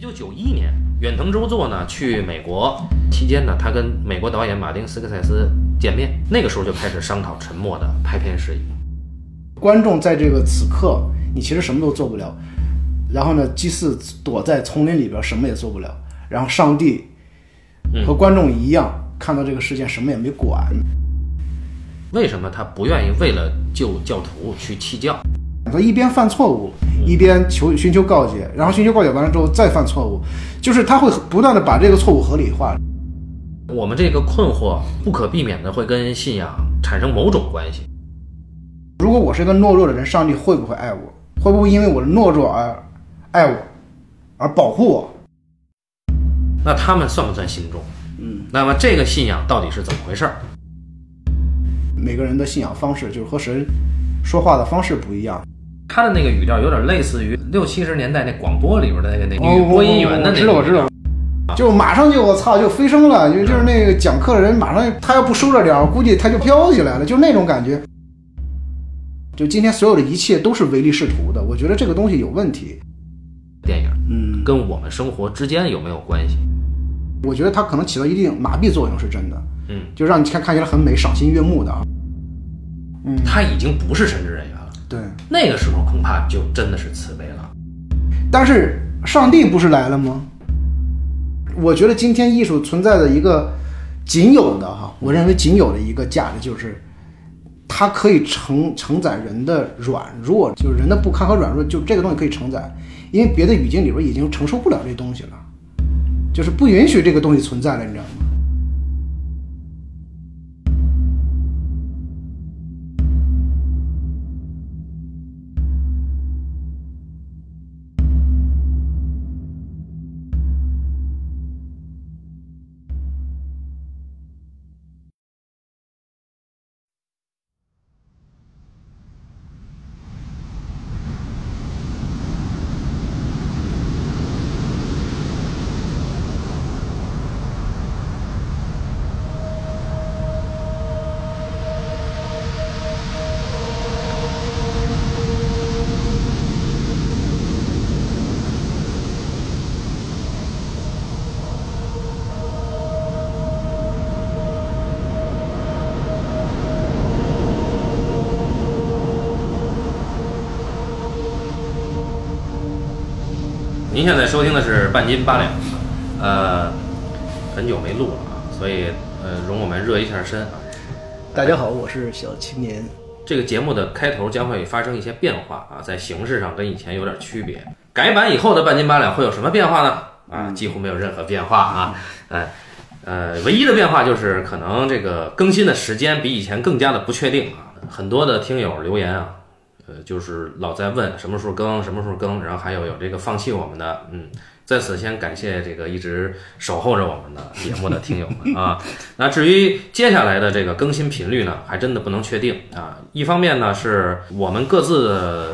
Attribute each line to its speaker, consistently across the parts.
Speaker 1: 九九一年，远藤周作呢去美国期间呢，他跟美国导演马丁斯科塞斯见面，那个时候就开始商讨《沉默》的拍片事宜。
Speaker 2: 观众在这个此刻，你其实什么都做不了。然后呢，祭祀躲在丛林里边，什么也做不了。然后上帝和观众一样，看到这个事件，什么也没管。
Speaker 1: 为什么他不愿意为了救教徒去弃教？
Speaker 2: 他一边犯错误，一边求寻求告诫，然后寻求告诫完了之后再犯错误，就是他会不断的把这个错误合理化。
Speaker 1: 我们这个困惑不可避免的会跟信仰产生某种关系。
Speaker 2: 如果我是一个懦弱的人，上帝会不会爱我？会不会因为我的懦弱而爱我，而保护我？
Speaker 1: 那他们算不算信众？
Speaker 2: 嗯，
Speaker 1: 那么这个信仰到底是怎么回事儿？
Speaker 2: 每个人的信仰方式就是和神说话的方式不一样。
Speaker 1: 他的那个语调有点类似于六七十年代那广播里边的那个那
Speaker 2: 哦
Speaker 1: 女播音员的
Speaker 2: 我
Speaker 1: 那
Speaker 2: 知道，我
Speaker 1: 个。
Speaker 2: 知道。就马上就我操就飞升了，就就是那个讲课的人马上他要不收着点儿，估计他就飘起来了，就那种感觉。就今天所有的一切都是唯利是图的，我觉得这个东西有问题。
Speaker 1: 电影
Speaker 2: 嗯，
Speaker 1: 跟我们生活之间有没有关系？
Speaker 2: 我觉得它可能起到一定麻痹作用是真的，
Speaker 1: 嗯，
Speaker 2: 就让你看看起来很美、赏心悦目的啊。嗯，
Speaker 1: 他已经不是神职人员了，
Speaker 2: 对。
Speaker 1: 那个时候恐怕就真的是慈悲了。
Speaker 2: 但是上帝不是来了吗？我觉得今天艺术存在的一个仅有的哈，我认为仅有的一个价值就是，它可以承承载人的软弱，就是人的不堪和软弱，就这个东西可以承载，因为别的语境里边已经承受不了这东西了，就是不允许这个东西存在了，你知道吗？
Speaker 1: 您现在收听的是半斤八两，呃，很久没录了啊，所以呃，容我们热一下身啊。
Speaker 2: 大家好，我是小青年。
Speaker 1: 这个节目的开头将会发生一些变化啊，在形式上跟以前有点区别。改版以后的半斤八两会有什么变化呢？啊，几乎没有任何变化啊，呃呃，唯一的变化就是可能这个更新的时间比以前更加的不确定啊。很多的听友留言啊，呃，就是老在问什么时候更，什么时候更，然后还有有这个放弃我们的，嗯，在此先感谢这个一直守候着我们的节目的听友们啊。那至于接下来的这个更新频率呢，还真的不能确定啊。一方面呢，是我们各自的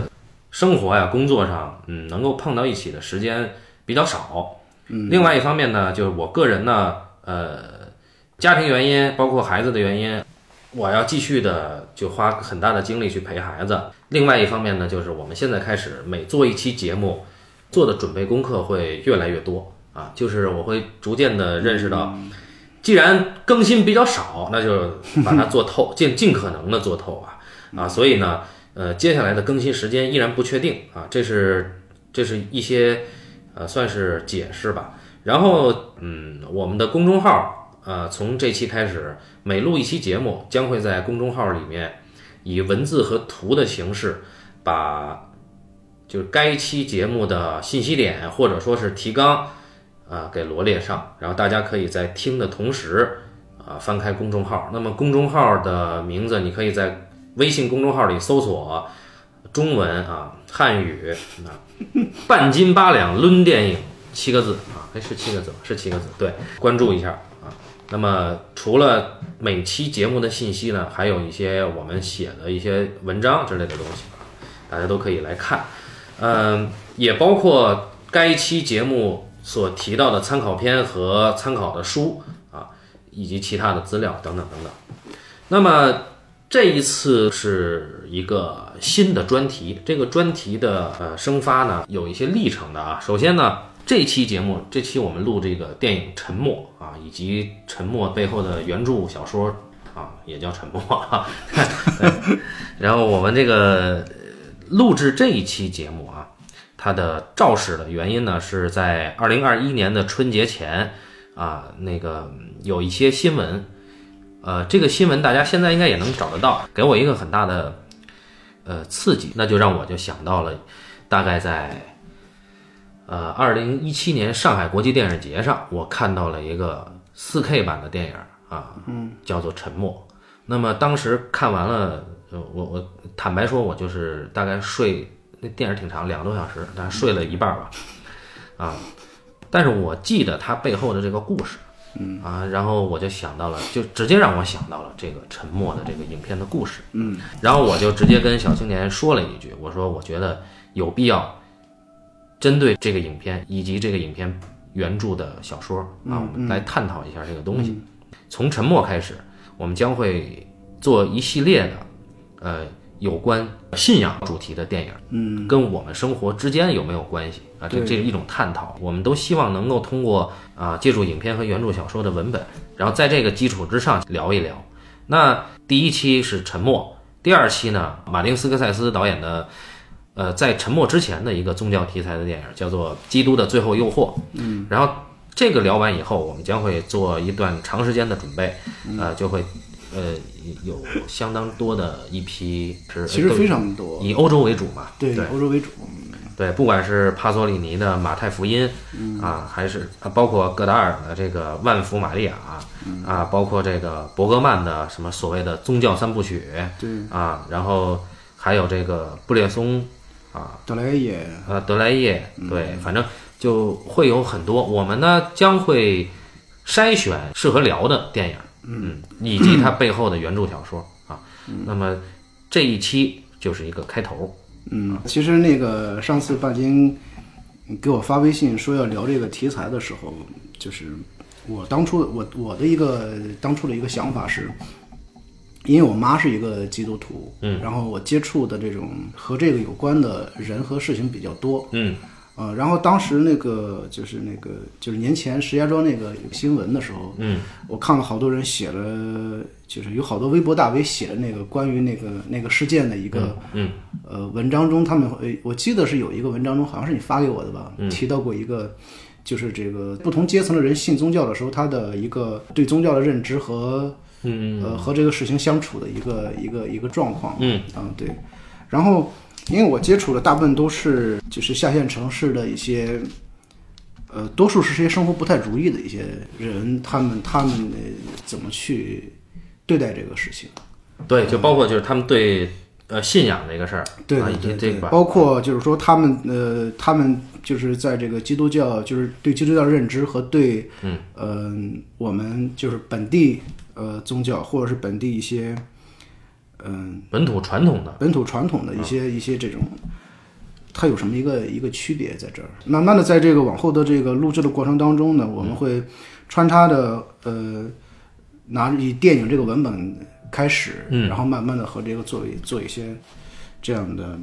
Speaker 1: 生活呀、工作上，嗯，能够碰到一起的时间比较少。嗯，另外一方面呢，就是我个人呢，呃，家庭原因，包括孩子的原因，我要继续的就花很大的精力去陪孩子。另外一方面呢，就是我们现在开始每做一期节目，做的准备功课会越来越多啊，就是我会逐渐的认识到，既然更新比较少，那就把它做透， 尽尽可能的做透啊啊，所以呢，呃，接下来的更新时间依然不确定啊，这是这是一些呃算是解释吧。然后嗯，我们的公众号呃，从这期开始，每录一期节目，将会在公众号里面以文字和图的形式把。就是该期节目的信息点或者说是提纲，啊给罗列上，然后大家可以在听的同时啊翻开公众号。那么公众号的名字，你可以在微信公众号里搜索中文啊汉语啊半斤八两抡电影七个字啊，哎是七个字吧，是七个字，对，关注一下啊。那么除了每期节目的信息呢，还有一些我们写的一些文章之类的东西啊，大家都可以来看。嗯，也包括该期节目所提到的呃参考片和参考的书啊，以及其他的资料等等等等。那么这一次是一个新的专题，这个专题的呃生发呢有一些历程的啊。首先呢，这期节目，这期我们录这个电影《沉默》啊，以及《沉默》背后的原著小说啊，也叫《沉默》 啊。对然后我们这个呃录制这一期节目啊，它的肇始的原因呢，是在二零二一年的春节前啊，那个嗯有一些新闻，呃，这个新闻大家现在应该也能找得到，给我一个很大的呃刺激，那就让我就想到了，大概在呃二零一七年上海国际电影节上，我看到了一个四 K 版的电影啊，嗯，叫做《沉默》。那么当时看完了，呃我我坦白说，我就是大概睡那电影挺长，两个多小时，但是睡了一半吧，啊，但是我记得它背后的这个故事，嗯啊，然后我就想到了，就直接让我想到了这个《沉默》的这个影片的故事，嗯，然后我就直接跟小青年说了一句，我说我觉得有必要针对这个影片以及这个影片原著的小说啊，我们来探讨一下这个东西。从沉默开始，我们将会做一系列的，呃，有关信仰主题的电影，嗯，跟我们生活之间有没有关系啊？这
Speaker 2: 对
Speaker 1: 这是一种探讨。我们都希望能够通过啊，借助影片和原著小说的文本，然后在这个基础之上聊一聊。那第一期是沉默，第二期呢，马丁斯科塞斯导演的呃，在沉默之前的一个宗教题材的电影，叫做《基督的最后诱惑》。嗯，然后这个聊完以后，我们将会做一段长时间的准备，
Speaker 2: 嗯
Speaker 1: 呃，就会呃有相当多的一批是呃
Speaker 2: 其实
Speaker 1: 都
Speaker 2: 非常多，
Speaker 1: 以欧洲为主嘛，
Speaker 2: 嗯对
Speaker 1: 对
Speaker 2: 欧洲为主，嗯
Speaker 1: 对，不管是帕索里尼的《马太福音》啊，还是啊包括戈达尔的这个《万福玛利亚》啊，包括这个伯格曼的什么所谓的宗教三部曲，
Speaker 2: 对
Speaker 1: 啊，然后还有这个布列松啊，
Speaker 2: 德莱也
Speaker 1: 呃，德莱叶，对，反正就会有很多。我们呢将会筛选适合聊的电影，嗯，以及它背后的原著小说啊。那么这一期就是一个开头，
Speaker 2: 嗯，其实那个上次半斤给我发微信说要聊这个题材的时候，就是我当初我我的一个当初的一个想法是，因为我妈是一个基督徒，嗯，然后我接触的这种和这个有关的人和事情比较多，
Speaker 1: 嗯
Speaker 2: 呃，然后当时那个就是那个就是年前石家庄那个新闻的时候，
Speaker 1: 嗯，
Speaker 2: 我看了好多人写了，就是有好多微博大 V 写的那个关于那个那个事件的一个
Speaker 1: 嗯
Speaker 2: 呃文章中，他们呃我记得是有一个文章中，好像是你发给我的吧，
Speaker 1: 嗯
Speaker 2: 提到过一个。就是这个不同阶层的人信宗教的时候，他的一个对宗教的认知和
Speaker 1: 嗯
Speaker 2: 呃和这个事情相处的一个一个一个状况。
Speaker 1: 嗯
Speaker 2: 啊，对。然后，因为我接触的大部分都是就是下县城市的一些，呃，多数是些生活不太如意的一些人，他们他们呃怎么去对待这个事情？
Speaker 1: 对，就包括就是他们对呃信仰这个事儿，
Speaker 2: 对
Speaker 1: 啊，以
Speaker 2: 对
Speaker 1: 及
Speaker 2: 对
Speaker 1: 这
Speaker 2: 对，
Speaker 1: 个
Speaker 2: 包括就是说他们呃，他们就是在这个基督教，就是对基督教的认知和对，嗯，呃，我们就是本地呃宗教或者是本地一些，嗯、
Speaker 1: 本土传统的，
Speaker 2: 本土传统的一些、
Speaker 1: 嗯
Speaker 2: 一些这种，它有什么一个一个区别在这儿？慢慢的，在这个往后的这个录制的过程当中呢，
Speaker 1: 嗯
Speaker 2: 我们会穿插的呃，拿以电影这个文本开始，
Speaker 1: 嗯
Speaker 2: 然后慢慢的和这个做一做一些这样的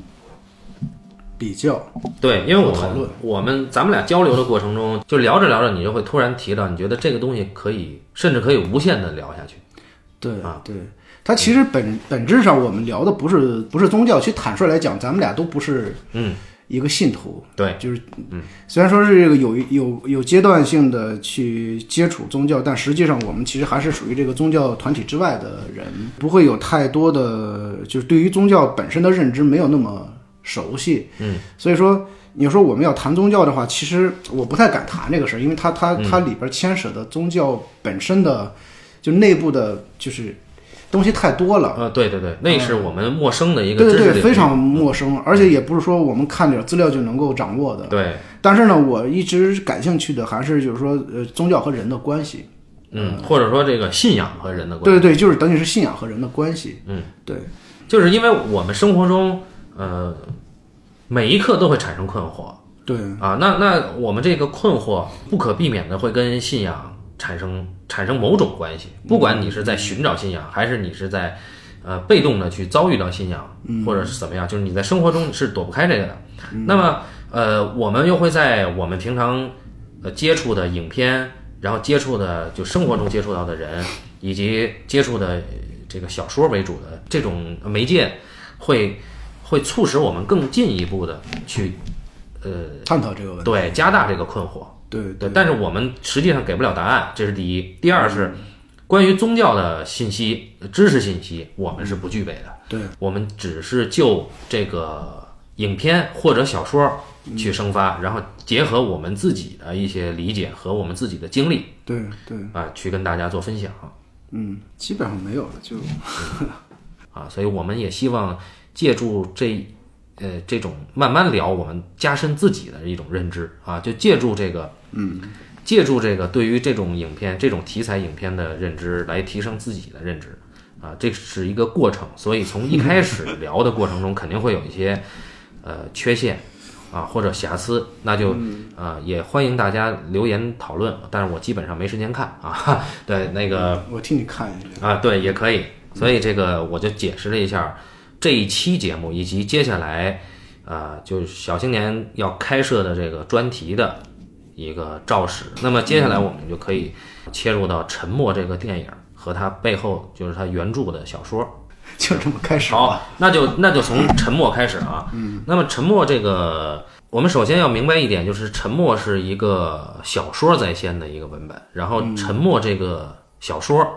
Speaker 2: 比较。
Speaker 1: 对，因为我
Speaker 2: 讨
Speaker 1: 们
Speaker 2: 论
Speaker 1: 我们咱们俩交流的过程中，就聊着聊着，你就会突然提到，你觉得这个东西可以，甚至可以无限的聊下去。
Speaker 2: 对
Speaker 1: 啊，
Speaker 2: 对，它其实本本质上我们聊的不是不是宗教，其实坦率来讲，咱们俩都不是
Speaker 1: 嗯
Speaker 2: 一个信徒，
Speaker 1: 对，
Speaker 2: 就是虽然说是这个有有有阶段性的去接触宗教，但实际上我们其实还是属于这个宗教团体之外的人，不会有太多的就是对于宗教本身的认知没有那么熟悉。嗯，所以说你说我们要谈宗教的话，其实我不太敢谈这个事儿，因为它
Speaker 1: 嗯
Speaker 2: 它它里边牵扯的宗教本身的就内部的就是东西太多了。
Speaker 1: 呃，对对对，那是我们陌生的一个
Speaker 2: 嗯对
Speaker 1: 知识领
Speaker 2: 对对，
Speaker 1: 域嗯
Speaker 2: 非常陌生，而且也不是说我们看点资料就能够掌握的。
Speaker 1: 对，
Speaker 2: 但是呢，我一直感兴趣的还是就是说，呃，宗教和人的关系。
Speaker 1: 嗯，或者说这个信仰和人的关系，
Speaker 2: 对对对，就是等于是信仰和人的关系。嗯，对，
Speaker 1: 就是因为我们生活中，呃，每一刻都会产生困惑
Speaker 2: 对，
Speaker 1: 啊，那那我们这个困惑不可避免的会跟信仰产生产生某种关系，不管你是在寻找信仰，还是你是在呃被动的去遭遇到信仰，或者是怎么样，就是你在生活中是躲不开这个的。那么呃，我们又会在我们平常呃接触的影片，然后接触的就生活中接触到的人，以及接触的这个小说为主的这种媒介，会会促使我们更进一步的去呃
Speaker 2: 探讨这个问题。
Speaker 1: 对加大这个困惑。
Speaker 2: 对
Speaker 1: 对，但是我们实际上给不了答案，这是第一。第二是关于宗教的信息、知识信息，我们是不具备的。
Speaker 2: 对，
Speaker 1: 我们只是就这个影片或者小说去生发，然后结合我们自己的一些理解和我们自己的经历
Speaker 2: 对对，
Speaker 1: 啊，去跟大家做分享
Speaker 2: 嗯，基本上没有了，就
Speaker 1: 啊。所以我们也希望借助这呃这种慢慢聊，我们加深自己的一种认知啊，就借助这个
Speaker 2: 嗯，
Speaker 1: 借助这个对于这种影片、这种题材影片的认知来提升自己的认知，啊，这是一个过程，所以从一开始聊的过程中肯定会有一些呃缺陷啊或者瑕疵，那就啊、也欢迎大家留言讨论，但是我基本上没时间看啊， 对那个
Speaker 2: 我替你看一下。
Speaker 1: 啊对也可以，所以这个我就解释了一下这一期节目以及接下来啊、就是小青年要开设的这个专题的一个肇始。那么接下来我们就可以切入到《沉默》这个电影和它背后就是它原著的小说。
Speaker 2: 就这么开始吧。
Speaker 1: 好，那就那就从《沉默》开始啊。嗯，那么《沉默》这个，我们首先要明白一点，就是《沉默》是一个小说在先的一个文本，然后《
Speaker 2: 嗯
Speaker 1: 沉默》这个小说，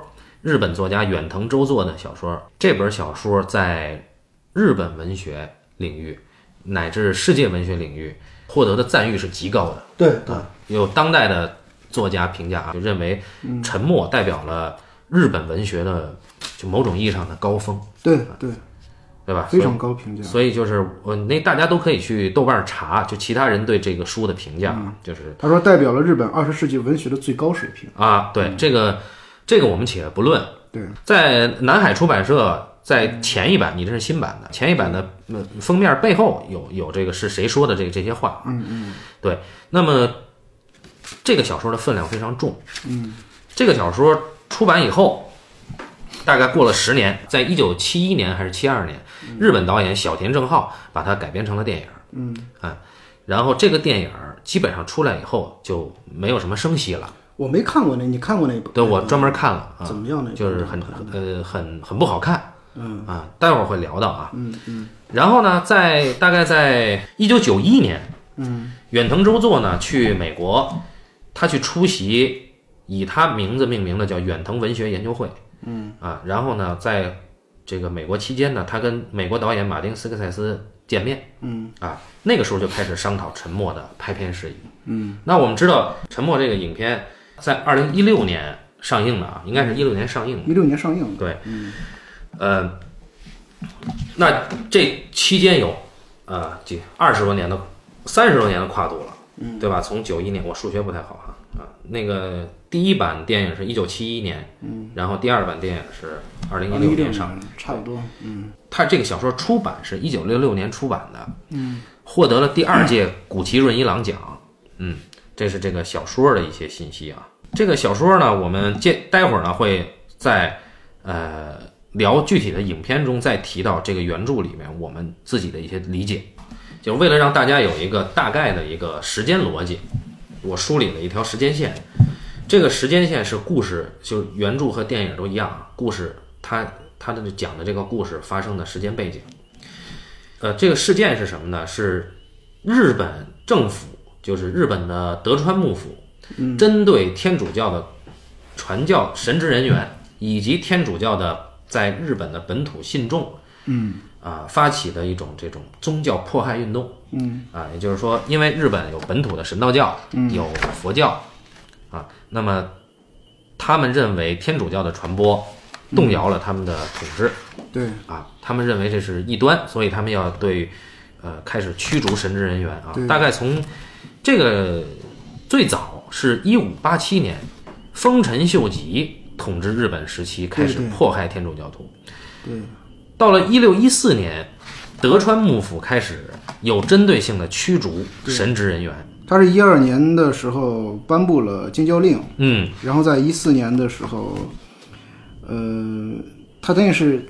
Speaker 1: 日本作家远藤周作的小说，这本小说在日本文学领域乃至世界文学领域获得的赞誉是极高的。
Speaker 2: 对对，
Speaker 1: 有当代的作家评价啊，就认为
Speaker 2: 嗯
Speaker 1: 沉默代表了日本文学的就某种意义上的高峰，
Speaker 2: 对对，
Speaker 1: 对吧？
Speaker 2: 非常高评价。
Speaker 1: 啊所以就是我那大家都可以去豆瓣儿查，就其他人对这个书的评价啊，就是
Speaker 2: 他说代表了日本二十世纪文学的最高水平。
Speaker 1: 啊，对、这个这个我们且不论，
Speaker 2: 对，
Speaker 1: 在南海出版社在前一版，你这是新版的，前一版的呃封面背后有有这个是谁说的这这些话，嗯嗯，对，那么这个小说的分量非常重，嗯，这个小说出版以后。大概过了十年，在一九七一年还是七二年，日本导演小田正浩把它改编成了电影。嗯啊，然后这个电影基本上出来以后就没有什么声息了。
Speaker 2: 我没看过那，你看过那部？
Speaker 1: 对我专门看了啊，
Speaker 2: 怎么样呢？
Speaker 1: 就是很呃很很不好看，
Speaker 2: 嗯
Speaker 1: 啊，待会儿会聊到啊。
Speaker 2: 嗯嗯
Speaker 1: 然后呢，在大概在一九九一年，
Speaker 2: 嗯
Speaker 1: 远藤周作呢去美国，他去出席以他名字命名的叫远藤文学研究会，嗯啊，然后呢，在这个美国期间呢，他跟美国导演马丁斯科塞斯见面，
Speaker 2: 嗯
Speaker 1: 啊，那个时候就开始商讨《沉默》的拍片事宜。
Speaker 2: 嗯，
Speaker 1: 那我们知道，《沉默》这个影片在二零一六年上映的啊，应该是一六年上映的。
Speaker 2: 一六年上映的。
Speaker 1: 对，呃，那这期间有呃几二十多年的、三十多年的跨度了，嗯，对吧？从九一年，我数学不太好哈啊、那个第一版电影是一九七一年，嗯，然后第二版电影是二零一六
Speaker 2: 啊一
Speaker 1: 年
Speaker 2: 年
Speaker 1: 上映。
Speaker 2: 差不多。嗯
Speaker 1: 他这个小说出版是一九六六年出版的，
Speaker 2: 嗯，
Speaker 1: 获得了第二届古奇润一郎奖。嗯，这是这个小说的一些信息啊。这个小说呢，我们接待会儿呢会在呃聊具体的影片中再提到这个原著里面我们自己的一些理解，就是为了让大家有一个大概的一个时间逻辑，我梳理了一条时间线。这个时间线是故事，就是原著和电影都一样啊。故事它它的讲的这个故事发生的时间背景，呃，这个事件是什么呢？是日本政府，就是日本的德川幕府，针对天主教的传教神职人员以及天主教的在日本的本土信众，
Speaker 2: 嗯
Speaker 1: 啊、发起的一种这种宗教迫害运动。
Speaker 2: 嗯
Speaker 1: 啊，也就是说，因为日本有本土的神道教，有佛教，啊，那么他们认为天主教的传播动摇了他们的统治，
Speaker 2: 对
Speaker 1: 啊，他们认为这是异端，所以他们要对呃开始驱逐神职人员啊
Speaker 2: 对。
Speaker 1: 大概从这个最早是一五八七年，丰臣秀吉统治日本时期开始
Speaker 2: 对对
Speaker 1: 迫害天主教徒，
Speaker 2: 对
Speaker 1: 到了一六一四年，德川幕府开始有针对性的驱逐神职人员。
Speaker 2: 他是一二年的时候颁布了禁教令，
Speaker 1: 嗯，
Speaker 2: 然后在一四年的时候，呃，他等于是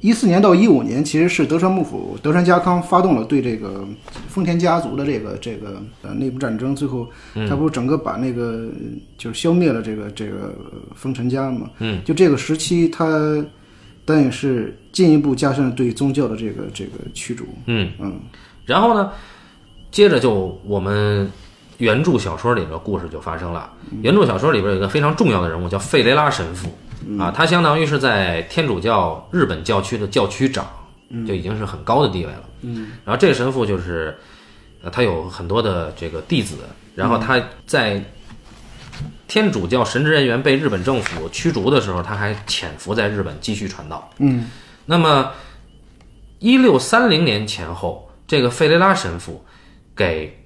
Speaker 2: 一四年到一五年，其实是德川幕府、德川家康发动了对这个丰田家族的这个这个呃内部战争，最后他不是整个把那个就是消灭了这个这个呃丰臣家嘛？嗯，就这个时期，他但也是进一步加深了对宗教的这个这个驱逐。
Speaker 1: 嗯嗯，然后呢，接着就我们原著小说里边故事就发生了。原著小说里边有一个非常重要的人物叫费雷拉神父啊，他相当于是在天主教日本教区的教区长，就已经是很高的地位了。嗯，然后这个神父就是，呃，他有很多的这个弟子，然后他在天主教神职人员被日本政府驱逐的时候，他还潜伏在日本继续传道。嗯，那么一六三零年前后，这个费雷拉神父给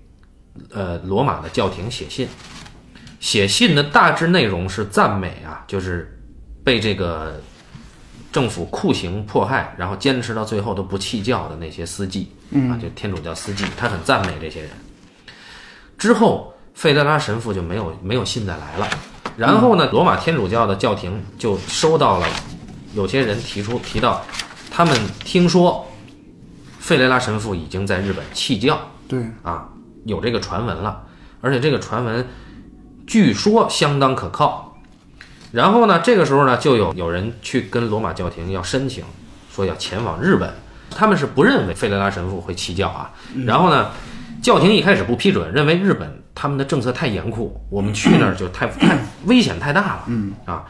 Speaker 1: 呃罗马的教廷写信，写信的大致内容是赞美啊，就是被这个政府酷刑迫害，然后坚持到最后都不弃教的那些司祭，啊，就天主教司祭，他很赞美这些人。之后，费德拉神父就没有没有信再来了。然后呢，罗马天主教的教廷就收到了有些人提出提到，他们听说费雷拉神父已经在日本弃教
Speaker 2: 对，
Speaker 1: 啊，有这个传闻了，而且这个传闻据说相当可靠。然后呢，这个时候呢，就有有人去跟罗马教廷要申请，说要前往日本。他们是不认为费雷拉神父会弃教啊。
Speaker 2: 嗯
Speaker 1: 然后呢，教廷一开始不批准，认为日本他们的政策太严酷，我们去那儿就太 太危险太大了。嗯啊，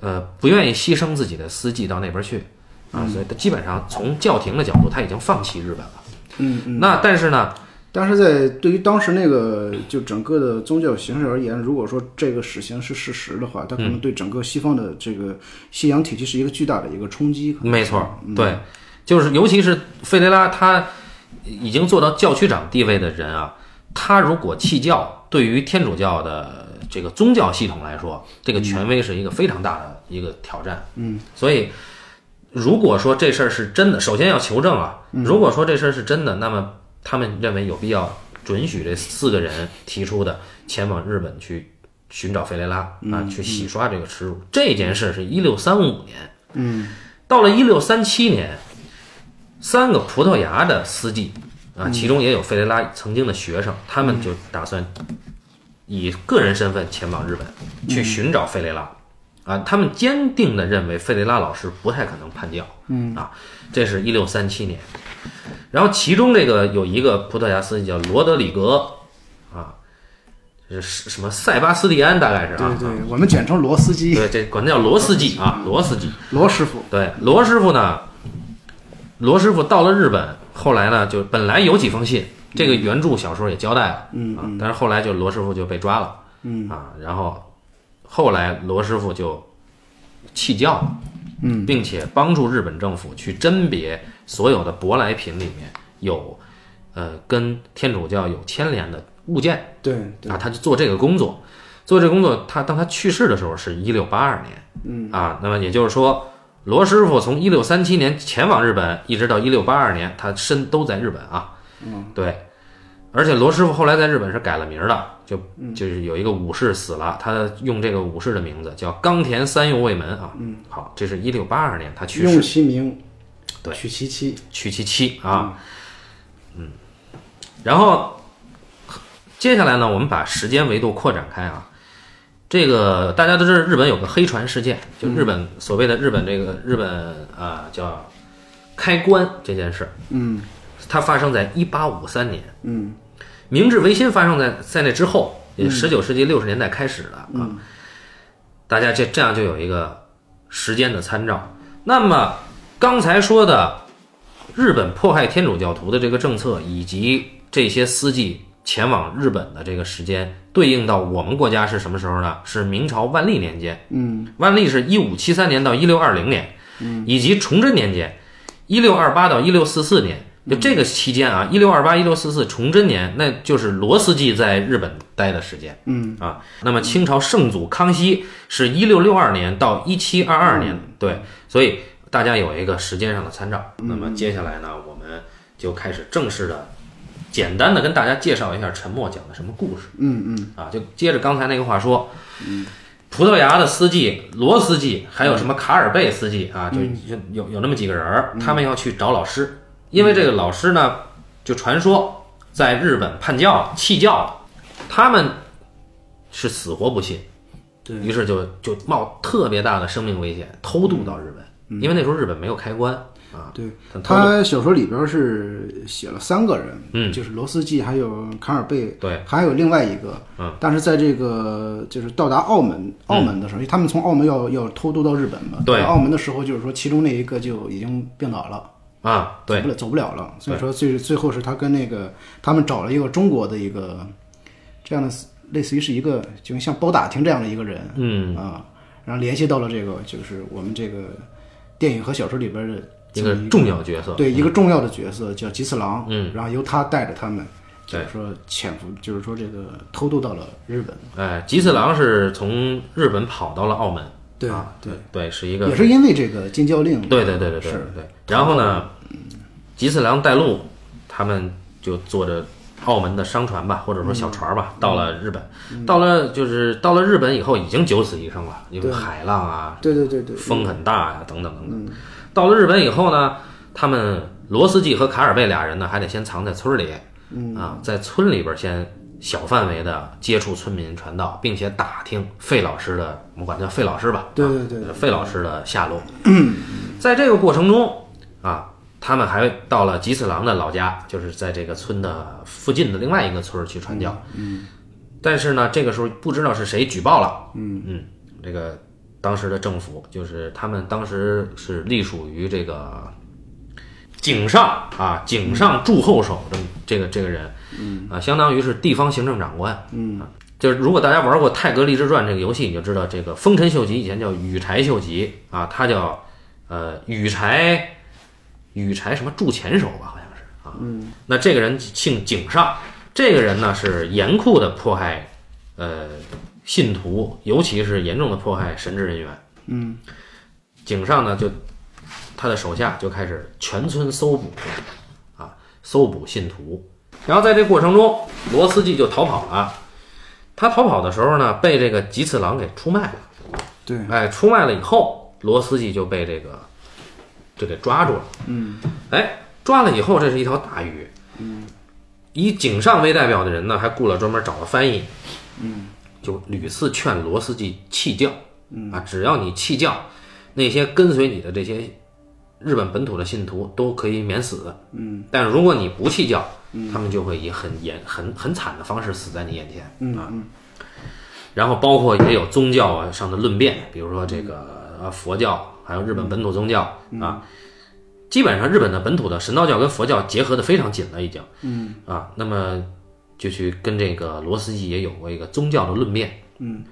Speaker 1: 呃，不愿意牺牲自己的司机到那边去啊，所以他基本上从教廷的角度，他已经放弃日本了。
Speaker 2: 嗯嗯。
Speaker 1: 那但是呢，
Speaker 2: 但是在对于当时那个就整个的宗教形式而言，如果说这个死刑是事实的话，它可能
Speaker 1: 嗯
Speaker 2: 对整个西方的这个信仰体系是一个巨大的一个冲击。
Speaker 1: 没错，对，就是尤其是费雷拉，他已经做到教区长地位的人啊，他如果弃教，对于天主教的这个宗教系统来说，这个权威是一个非常大的一个挑战。嗯，所以如果说这事儿是真的，首先要求证啊。如果说这事儿是真的，那么他们认为有必要准许这四个人提出的前往日本去寻找费雷拉啊，去洗刷这个耻辱。这件事是一六三五年。到了一六三七年，三个葡萄牙的司机啊，其中也有费雷拉曾经的学生，他们就打算以个人身份前往日本，去寻找费雷拉。啊，他们坚定地认为费雷拉老师不太可能叛教。嗯啊，这是一六三七年。然后其中这个有一个葡萄牙司机叫罗德里格，啊，是什么塞巴斯蒂安大概是啊
Speaker 2: 对，对，我们简称罗斯基、
Speaker 1: 对，这管他叫罗斯基啊，罗斯基。
Speaker 2: 罗师傅。
Speaker 1: 对，罗师傅呢，罗师傅到了日本，后来呢，就本来有几封信，这个原著小说也交代了，嗯啊，但是后来就罗师傅就被抓了，嗯啊，然后后来罗师傅就弃教了，嗯，并且帮助日本政府去甄别所有的舶来品里面有，呃，跟天主教有牵连的物件，
Speaker 2: 对对
Speaker 1: 啊，他就做这个工作，做这个工作，他当他去世的时候是一六八二年，嗯啊，那么也就是说，罗师傅从一六三七年前往日本，一直到一六八二年，他身都在日本啊，嗯，对，而且罗师傅后来在日本是改了名儿的，就就是有一个武士死了，他用这个武士的名字叫冈田三右卫门啊，嗯，好，这是一六八二年他去世
Speaker 2: 用其名，
Speaker 1: 对
Speaker 2: 取其妻。
Speaker 1: 去其妻啊，嗯，然后接下来呢，我们把时间维度扩展开啊。这个大家都知道，日本有个黑船事件，就日本所谓的日本这个日本啊、叫开棺这件事，嗯，它发生在一八五三年，嗯，明治维新发生在在那之后，也十九世纪六十年代开始的啊。大家这这样就有一个时间的参照。那么刚才说的日本迫害天主教徒的这个政策，以及这些司机前往日本的这个时间，对应到我们国家是什么时候呢？是明朝万历年间。嗯，万历是一五七三年到一六二零年，嗯，以及崇祯年间，一六二八到一六四四年。就这个期间啊，一六二八、一六四四崇祯年，那就是罗斯季在日本待的时间。嗯啊，那么清朝圣祖康熙是一六六二年到一七二二年，对，所以大家有一个时间上的参照。那么接下来呢，我们就开始正式的、简单的跟大家介绍一下沉默讲的什么故事。嗯嗯，啊，就接着刚才那个话说，嗯，葡萄牙的司机罗司机，还
Speaker 2: 嗯
Speaker 1: 有什么卡尔贝司机啊，就就有有那么几个人儿，
Speaker 2: 嗯
Speaker 1: 他们要去找老师，因为这个老师呢，就传说在日本叛教了、弃教了，他们是死活不信，
Speaker 3: 对
Speaker 1: 于是就就冒特别大的生命危险偷渡到日
Speaker 2: 嗯
Speaker 1: 本，因为那时候日本没有开关啊，
Speaker 2: 对
Speaker 1: 很偷渡
Speaker 2: 他小说里边是写了三个人，
Speaker 1: 嗯
Speaker 2: 就是罗斯基，还有卡尔贝，
Speaker 1: 对，
Speaker 2: 还有另外一个，
Speaker 1: 嗯，
Speaker 2: 但是在这个就是到达澳门，澳门的时候，因为他们从澳门要要偷渡到日本嘛，
Speaker 1: 对
Speaker 2: 到澳门的时候就是说其中那一个就已经病倒了，
Speaker 1: 啊，对
Speaker 2: 走不了走不了了，所以说最最后是他跟那个他们找了一个中国的一个这样的类似于是一个就像包打听这样的一个人，
Speaker 1: 嗯
Speaker 2: 啊，然后联系到了这个就是我们这个电影和小说里边的
Speaker 1: 一
Speaker 2: 这么
Speaker 1: 个重要角色，
Speaker 2: 对一个重要的角色叫吉次郎，
Speaker 1: 嗯，
Speaker 2: 然后由他带着他们，就
Speaker 1: 对
Speaker 2: 是说潜伏，就是说这个偷渡到了日本，
Speaker 1: 哎，吉次郎是从日本跑到了澳门，
Speaker 2: 对
Speaker 1: 啊
Speaker 2: 对，
Speaker 1: 对，是一个
Speaker 2: 也是因为这个禁教令，
Speaker 1: 对对对对对
Speaker 2: 是
Speaker 1: 对。然后呢，吉次郎带路，他们就坐着澳门的商船吧，或
Speaker 2: 嗯
Speaker 1: 者说小船吧，到了日本。到了就是到了日本以后，已经九死一生了，因为
Speaker 2: 对
Speaker 1: 海浪啊、
Speaker 2: 对对对对，嗯
Speaker 1: 风很大呀、等等等等。到了日本以后呢，他们罗斯季和卡尔贝俩人呢，还得先藏在村里，
Speaker 2: 嗯
Speaker 1: 啊，在村里边先小范围的接触村民传道，并且打听费老师的，我们管他叫费老师吧，
Speaker 2: 对
Speaker 1: 啊
Speaker 2: 对对对
Speaker 1: 费老师的下落。 在这个过程中啊，他们还到了吉次郎的老家，就是在这个村的附近的另外一个村儿去传教。嗯，但是呢，这个时候不知道是谁举报了。嗯嗯，这个当时的政府就是他们当时是隶属于这个井上啊，井上驻后手这么这个这个人，嗯啊，相当于是地方行政长官，嗯、啊，就是如果大家玩过《泰格励志传》这个游戏，你就知道这个丰臣秀吉以前叫羽柴秀吉啊，他叫呃羽柴羽柴什么驻前手吧，好像是啊，嗯，那这个人姓井上，这个人呢是严酷的迫害呃信徒，尤其是严重的迫害神职人员，嗯，井上呢就他的手下就开始全村搜捕，啊，搜捕信徒。然后在这过程中，罗斯季就逃跑了。他逃跑的时候呢，被这个吉次郎给出卖了。
Speaker 2: 对，
Speaker 1: 哎，出卖了以后，罗斯季就被这个就给抓住了。嗯，哎，抓了以后，这是一条大鱼。嗯，以井上为代表的人呢，还雇了专门找了翻译。嗯，就屡次劝罗斯季弃教。嗯啊，只要你弃教，那些跟随你的这些日本本土的信徒都可以免死。嗯，但如果你不弃教，他们就会以很严、很很惨的方式死在你眼前。嗯啊。然后包括也有宗教啊上的论辩，比如说这个呃佛教，还有日本本土宗教啊，基本上日本的本土的神道教跟佛教结合的非常紧了，已经。嗯啊，那么就去跟这个罗斯基也有过一个宗教的论辩。嗯，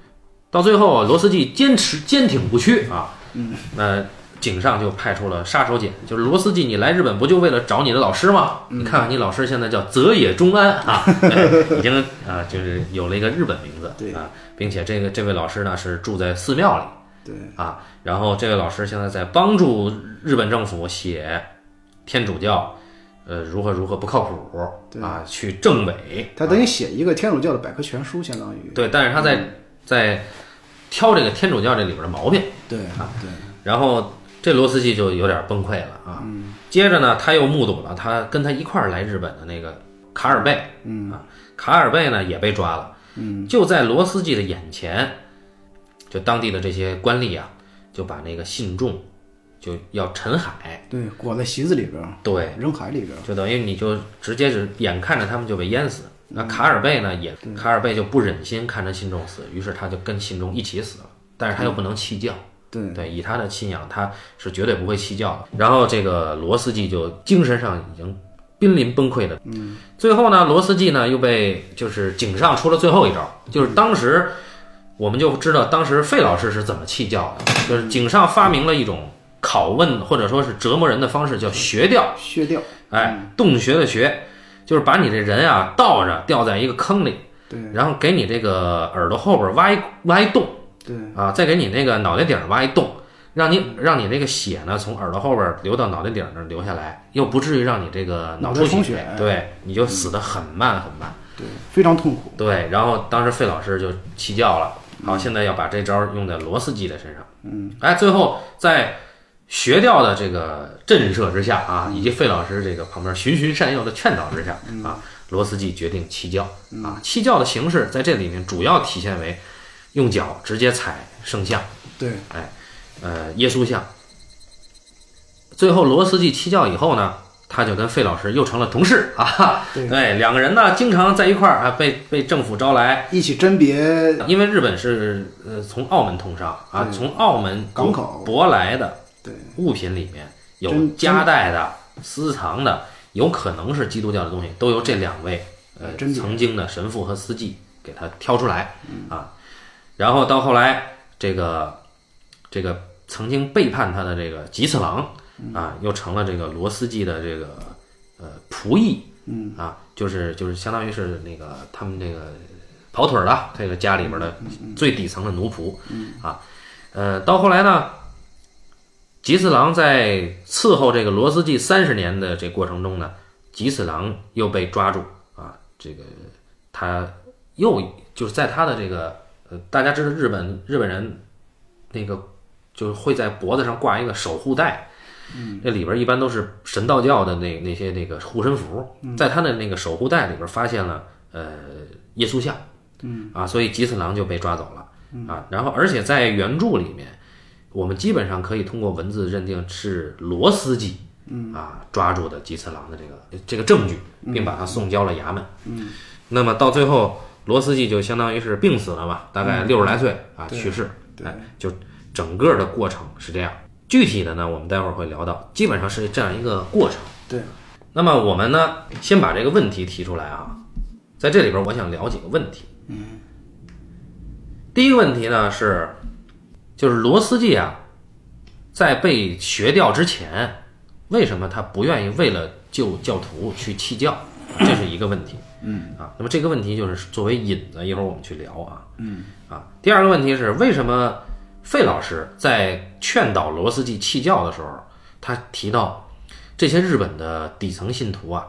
Speaker 1: 到最后罗斯基坚持坚挺不屈啊。嗯，那井上就派出了杀手锏，就是罗斯基，你来日本不就为了找你的老师吗？
Speaker 2: 嗯
Speaker 1: 你看看你老师现在叫泽野中安 啊，哎已经啊就是有了一个日本名字
Speaker 2: 对
Speaker 1: 啊，并且这个这位老师呢是住在寺庙里
Speaker 2: 对
Speaker 1: 啊，然后这位老师现在在帮助日本政府写天主教。呃，如何如何不靠谱
Speaker 2: 对
Speaker 1: 啊？去政委，
Speaker 2: 他等于写一个天主教的百科全书，相当于，
Speaker 1: 对，但是他在、在挑这个天主教这里边的毛病，
Speaker 2: 对对
Speaker 1: 然后这罗斯基就有点崩溃了啊。接着呢，他又目睹了他跟他一块儿来日本的那个卡尔贝，嗯啊，卡尔贝呢也被抓了，嗯，就在罗斯基的眼前，就当地的这些官吏啊，就把那个信众就要沉海，
Speaker 2: 对，裹在席子里边，
Speaker 1: 对，
Speaker 2: 扔海里边，
Speaker 1: 就等于你就直接是眼看着他们就被淹死。那卡尔贝呢，也卡尔贝就不忍心看着信众死，于是他就跟信众一起死了，但是他又不能弃教，
Speaker 2: 对
Speaker 1: 对，以他的信仰，他是绝对不会弃教的。然后这个罗斯基就精神上已经濒临崩溃了。嗯，最后呢，罗斯基呢又被就是井上出了最后一招，就是当时我们就知道当时费老师是怎么弃教的，就是井上发明了一种拷问或者说是折磨人的方式，叫学吊。
Speaker 2: 削掉，嗯
Speaker 1: 哎，洞穴的穴，就是把你这人啊倒着吊在一个坑里，
Speaker 2: 对
Speaker 1: 然后给你这个耳朵后边挖一挖一洞
Speaker 2: 对嗯
Speaker 1: 啊，再给你那个脑袋顶儿挖一洞，让你让你这个血呢从耳朵后边流到脑袋顶儿那儿流下来，又不至于让你这个脑
Speaker 2: 脑袋
Speaker 1: 出
Speaker 2: 充
Speaker 1: 血
Speaker 2: 血，嗯
Speaker 1: 对，你就死得很慢很慢。
Speaker 2: 对，非常痛苦，
Speaker 1: 对，然后当时费老师就弃教了，好，现在要把这招用在罗斯基的身上。嗯，哎，最后在学调的这个震慑之下啊，以及费老师这个旁边循循善诱的劝导之下啊，罗斯基决定弃教啊。弃教的形式在这里面主要体现为用脚直接踩圣像，
Speaker 2: 对，
Speaker 1: 呃，耶稣像。最后罗斯基弃教以后呢，他就跟费老师又成了同事啊。
Speaker 2: 对
Speaker 1: 两个人呢经常在一块儿啊，被被政府招来。
Speaker 2: 一起甄别，
Speaker 1: 因为日本是呃从澳门通商啊，
Speaker 2: 对
Speaker 1: 从澳门
Speaker 2: 港口
Speaker 1: 舶来的
Speaker 2: 对
Speaker 1: 物品里面有
Speaker 2: 真
Speaker 1: 夹带的、私藏的，有可能是基督教的东西，都由这两位呃
Speaker 2: 真别
Speaker 1: 曾经的神父和司祭给他挑出来啊。然后到后来，这个这个曾经背叛他的这个吉次郎啊，又成了这个罗斯基的这个呃仆役，嗯啊，就是就是相当于是那个他们这个跑腿儿的这个家里边的最底层的奴仆啊。呃，到后来呢，吉次郎在伺候这个罗斯季三十年的这过程中呢，吉次郎又被抓住啊，这个他又就是在他的这个呃，大家知道日本日本人那个就是会在脖子上挂一个守护带，嗯，这里边一般都是神道教的那那些那个护身符，在他的那个守护带里边发现了呃耶稣像，嗯啊，所以吉次郎就被抓走了。啊，然后而且在原著里面，我们基本上可以通过文字认定是罗斯基，嗯啊抓住的吉次郎的这个这个证据，并把他送交了衙门。嗯，那么到最后，罗斯基就相当于是病死了嘛，大概六十来岁啊去世。哎，就整个的过程是这样。具体的呢，我们待会儿会聊到，基本上是这样一个过程。
Speaker 2: 对，
Speaker 1: 那么我们呢，先把这个问题提出来啊，在这里边我想聊几个问题。嗯，第一个问题呢是，就是罗斯基啊，在被学掉之前，为什么他不愿意为了救教徒去弃教？这是一个问题。嗯啊，那么这个问题就是作为引子，一会儿我们去聊啊。嗯啊，第二个问题是为什么费老师在劝导罗斯基弃教的时候，他提到这些日本的底层信徒啊，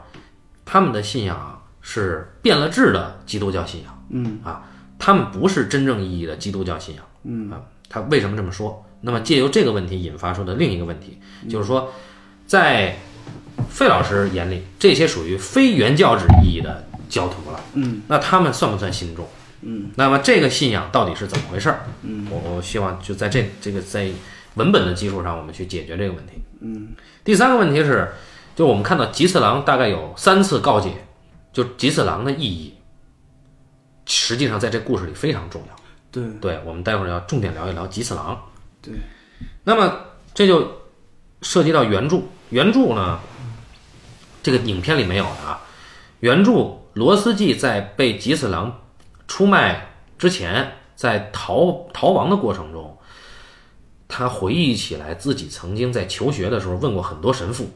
Speaker 1: 他们的信仰是变了质的基督教信仰，嗯啊，他们不是真正意义的基督教信仰，嗯啊，他为什么这么说？那么借由这个问题引发出的另一个问题，就是说，在费老师眼里，这些属于非原教旨意义的教徒了，嗯，那他们算不算信众？嗯，那么这个信仰到底是怎么回事儿？嗯，我我希望就在这这个在文本的基础上，我们去解决这个问题。第三个问题是，就我们看到吉次郎大概有三次告解，就吉次郎的意义，实际上在这故事里非常重要。
Speaker 2: 对，
Speaker 1: 对，我们待会儿要重点聊一聊吉次郎。
Speaker 2: 嗯对，
Speaker 1: 那么这就涉及到原著，原著呢，这个影片里没有的啊。原著罗斯季在被吉次郎出卖之前，在逃逃亡的过程中，他回忆起来自己曾经在求学的时候问过很多神父，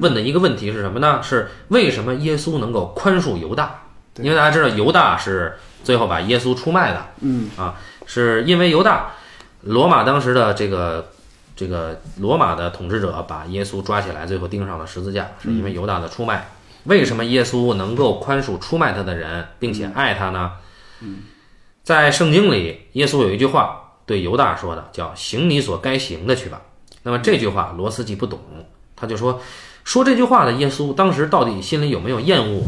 Speaker 1: 问的一个问题是什么呢？是为什么耶稣能够宽恕犹大？因为大家知道犹大是最后把耶稣出卖的，嗯啊，是因为犹大，罗马当时的这个这个罗马的统治者把耶稣抓起来，最后钉上了十字架，是因为犹大的出卖。为什么耶稣能够宽恕出卖他的人，并且爱他呢？在圣经里，耶稣有一句话对犹大说的，叫“行你所该行的去吧”。那么这句话罗斯基不懂，他就说，说这句话的耶稣当时到底心里有没有厌恶？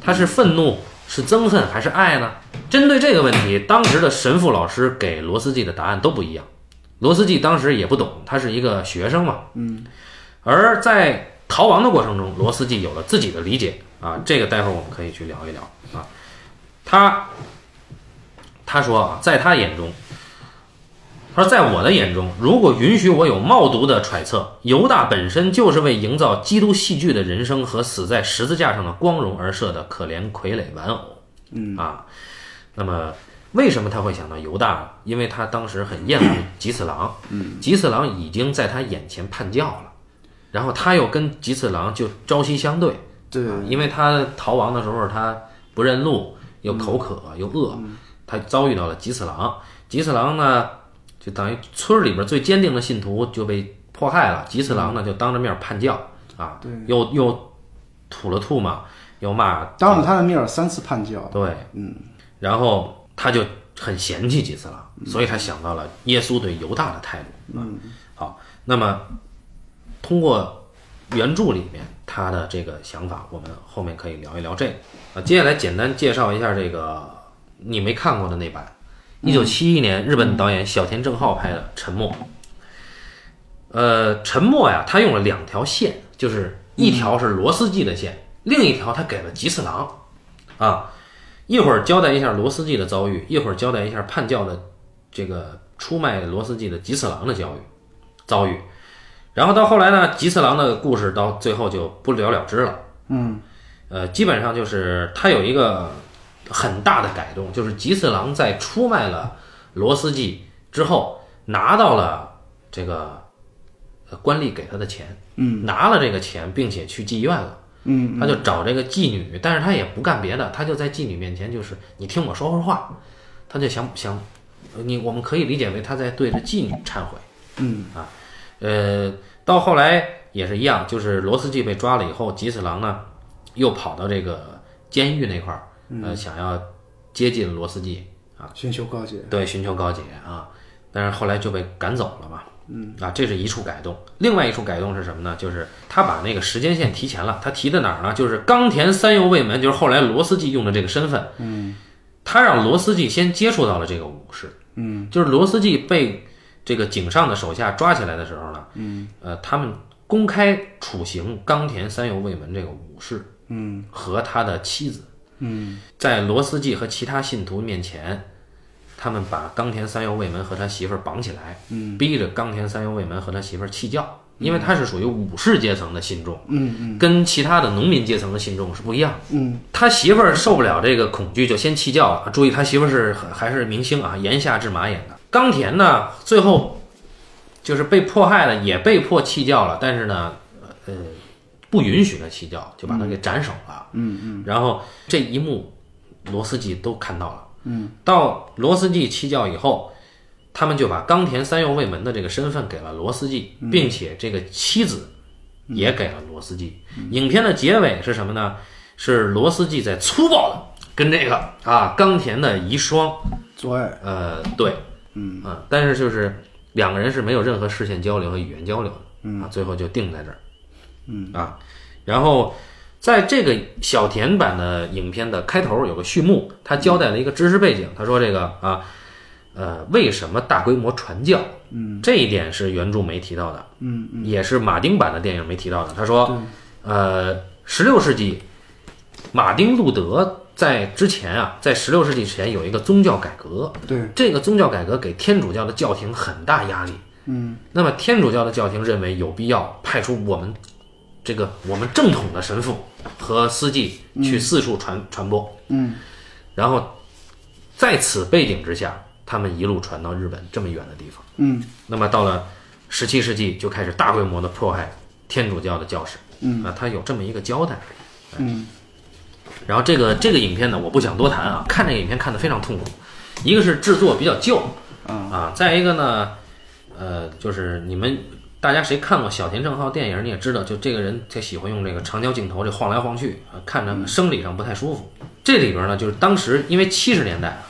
Speaker 1: 他是愤怒、是憎恨还是爱呢？针对这个问题，当时的神父老师给罗斯基的答案都不一样。罗斯基当时也不懂，他是一个学生嘛。嗯。而在逃亡的过程中，罗斯基有了自己的理解啊，这个待会儿我们可以去聊一聊啊。他他说啊，在他眼中，他说在我的眼中，如果允许我有冒读的揣测，犹大本身就是为营造基督戏剧的人生和死在十字架上的光荣而设的可怜傀儡玩偶。嗯啊，那么为什么他会想到犹大呢？因为他当时很 厌恶吉次郎，嗯，吉次郎已经在他眼前叛教了，然后他又跟吉次郎就朝夕相对，
Speaker 2: 对，
Speaker 1: 啊
Speaker 2: 嗯
Speaker 1: 因为他逃亡的时候他不认路，又口渴、又饿，他遭遇到了吉次郎。吉次郎呢，就等于村儿里边最坚定的信徒就被迫害了。吉次郎呢，就当着面叛教啊，
Speaker 2: 嗯对
Speaker 1: 又又吐了吐嘛，又骂
Speaker 2: 当着他的面儿三次叛教，
Speaker 1: 对，嗯，然后他就很嫌弃基斯拉，所以他想到了耶稣对犹大的态度。嗯，好，那么通过原著里面他的这个想法，我们后面可以聊一聊这个。啊，接下来简单介绍一下这个你没看过的那版，一九七一年日本导演小田正浩拍的《沉默》。呃，沉默呀，他用了两条线，就是一条是罗斯基的线，另一条他给了吉次郎，啊，一会儿交代一下罗斯基的遭遇，一会儿交代一下叛教的这个出卖罗斯基的吉次郎的遭遇遭遇，然后到后来呢，吉次郎的故事到最后就不了了之了，
Speaker 2: 嗯
Speaker 1: 呃，基本上就是他有一个很大的改动，就是吉次郎在出卖了罗斯基之后，拿到了这个呃官吏给他的钱，嗯，拿了这个钱，并且去妓院了。
Speaker 2: 嗯，
Speaker 1: 他就找这个妓女，但是他也不干别的，他就在妓女面前，就是你听我说会儿话，他就想想，呃你我们可以理解为他在对着妓女忏悔，
Speaker 2: 嗯
Speaker 1: 啊，呃，到后来也是一样，就是罗斯基被抓了以后，吉次郎呢又跑到这个监狱那块儿，呃，
Speaker 2: 嗯
Speaker 1: 想要接近罗斯基，
Speaker 2: 寻求告解。
Speaker 1: 对，寻求告解啊，但是后来就被赶走了嘛。嗯，啊，这是一处改动。另外一处改动是什么呢？就是他把那个时间线提前了。他提的哪儿呢？就是冈田三右卫门，就是后来罗斯基用的这个身份。嗯，他让罗斯基先接触到了这个武士。嗯，就是罗斯基被这个井上的手下抓起来的时候呢，嗯，呃，他们公开处刑冈田三右卫门这个武士。嗯，和他的妻子。嗯，在罗斯基和其他信徒面前，他们把冈田三右卫门和他媳妇儿绑起来，嗯，逼着冈田三右卫门和他媳妇儿弃教，因为他是属于武士阶层的信众，
Speaker 2: 嗯
Speaker 1: 嗯，跟其他的农民阶层的信众是不一样。
Speaker 2: 嗯
Speaker 1: 他媳妇儿受不了这个恐惧，就先弃教了。注意，他媳妇儿是还是明星啊，岩下志麻演的。冈田呢，最后就是被迫害了，也被迫弃教了，但是呢，呃，不允许他弃教，就把他给斩首了。
Speaker 2: 嗯
Speaker 1: 嗯。然后这一幕，罗斯基都看到了。嗯。到罗斯基弃教以后，他们就把冈田三右卫门的这个身份给了罗斯基，并且这个妻子也给了罗斯基。影片的结尾是什么呢？是罗斯基在粗暴的跟这个啊冈田的遗孀，
Speaker 2: 做爱。
Speaker 1: 呃，对，嗯啊，但是就是两个人是没有任何视线交流和语言交流的，嗯啊，最后就定在这儿，嗯啊，然后在这个小田版的影片的开头有个序幕，他交代了一个知识背景，他说这个啊，呃，为什么大规模传教？嗯，这一点是原著没提到的，
Speaker 2: 嗯，
Speaker 1: 也是马丁版的电影没提到的。他说，呃，十六世纪，马丁路德在之前啊，在十六世纪前有一个宗教改革，
Speaker 2: 对，
Speaker 1: 这个宗教改革给天主教的教廷很大压力。嗯，那么天主教的教廷认为有必要派出我们这个我们正统的神父和司祭去四处传、传播。
Speaker 2: 嗯，
Speaker 1: 然后在此背景之下，他们一路传到日本这么远的地方。
Speaker 2: 嗯
Speaker 1: 那么到了十七世纪，就开始大规模的迫害天主教的教士。嗯啊，他有这么一个交代。
Speaker 2: 嗯
Speaker 1: 然后这个这个影片呢，我不想多谈啊，看这个影片看得非常痛苦，一个是制作比较旧，啊，再一个呢，呃，就是你们大家谁看过小田正浩电影，你也知道，就这个人他喜欢用这个长焦镜头这晃来晃去，啊看着生理上不太舒服。这里边呢，就是当时因为七十年代啊，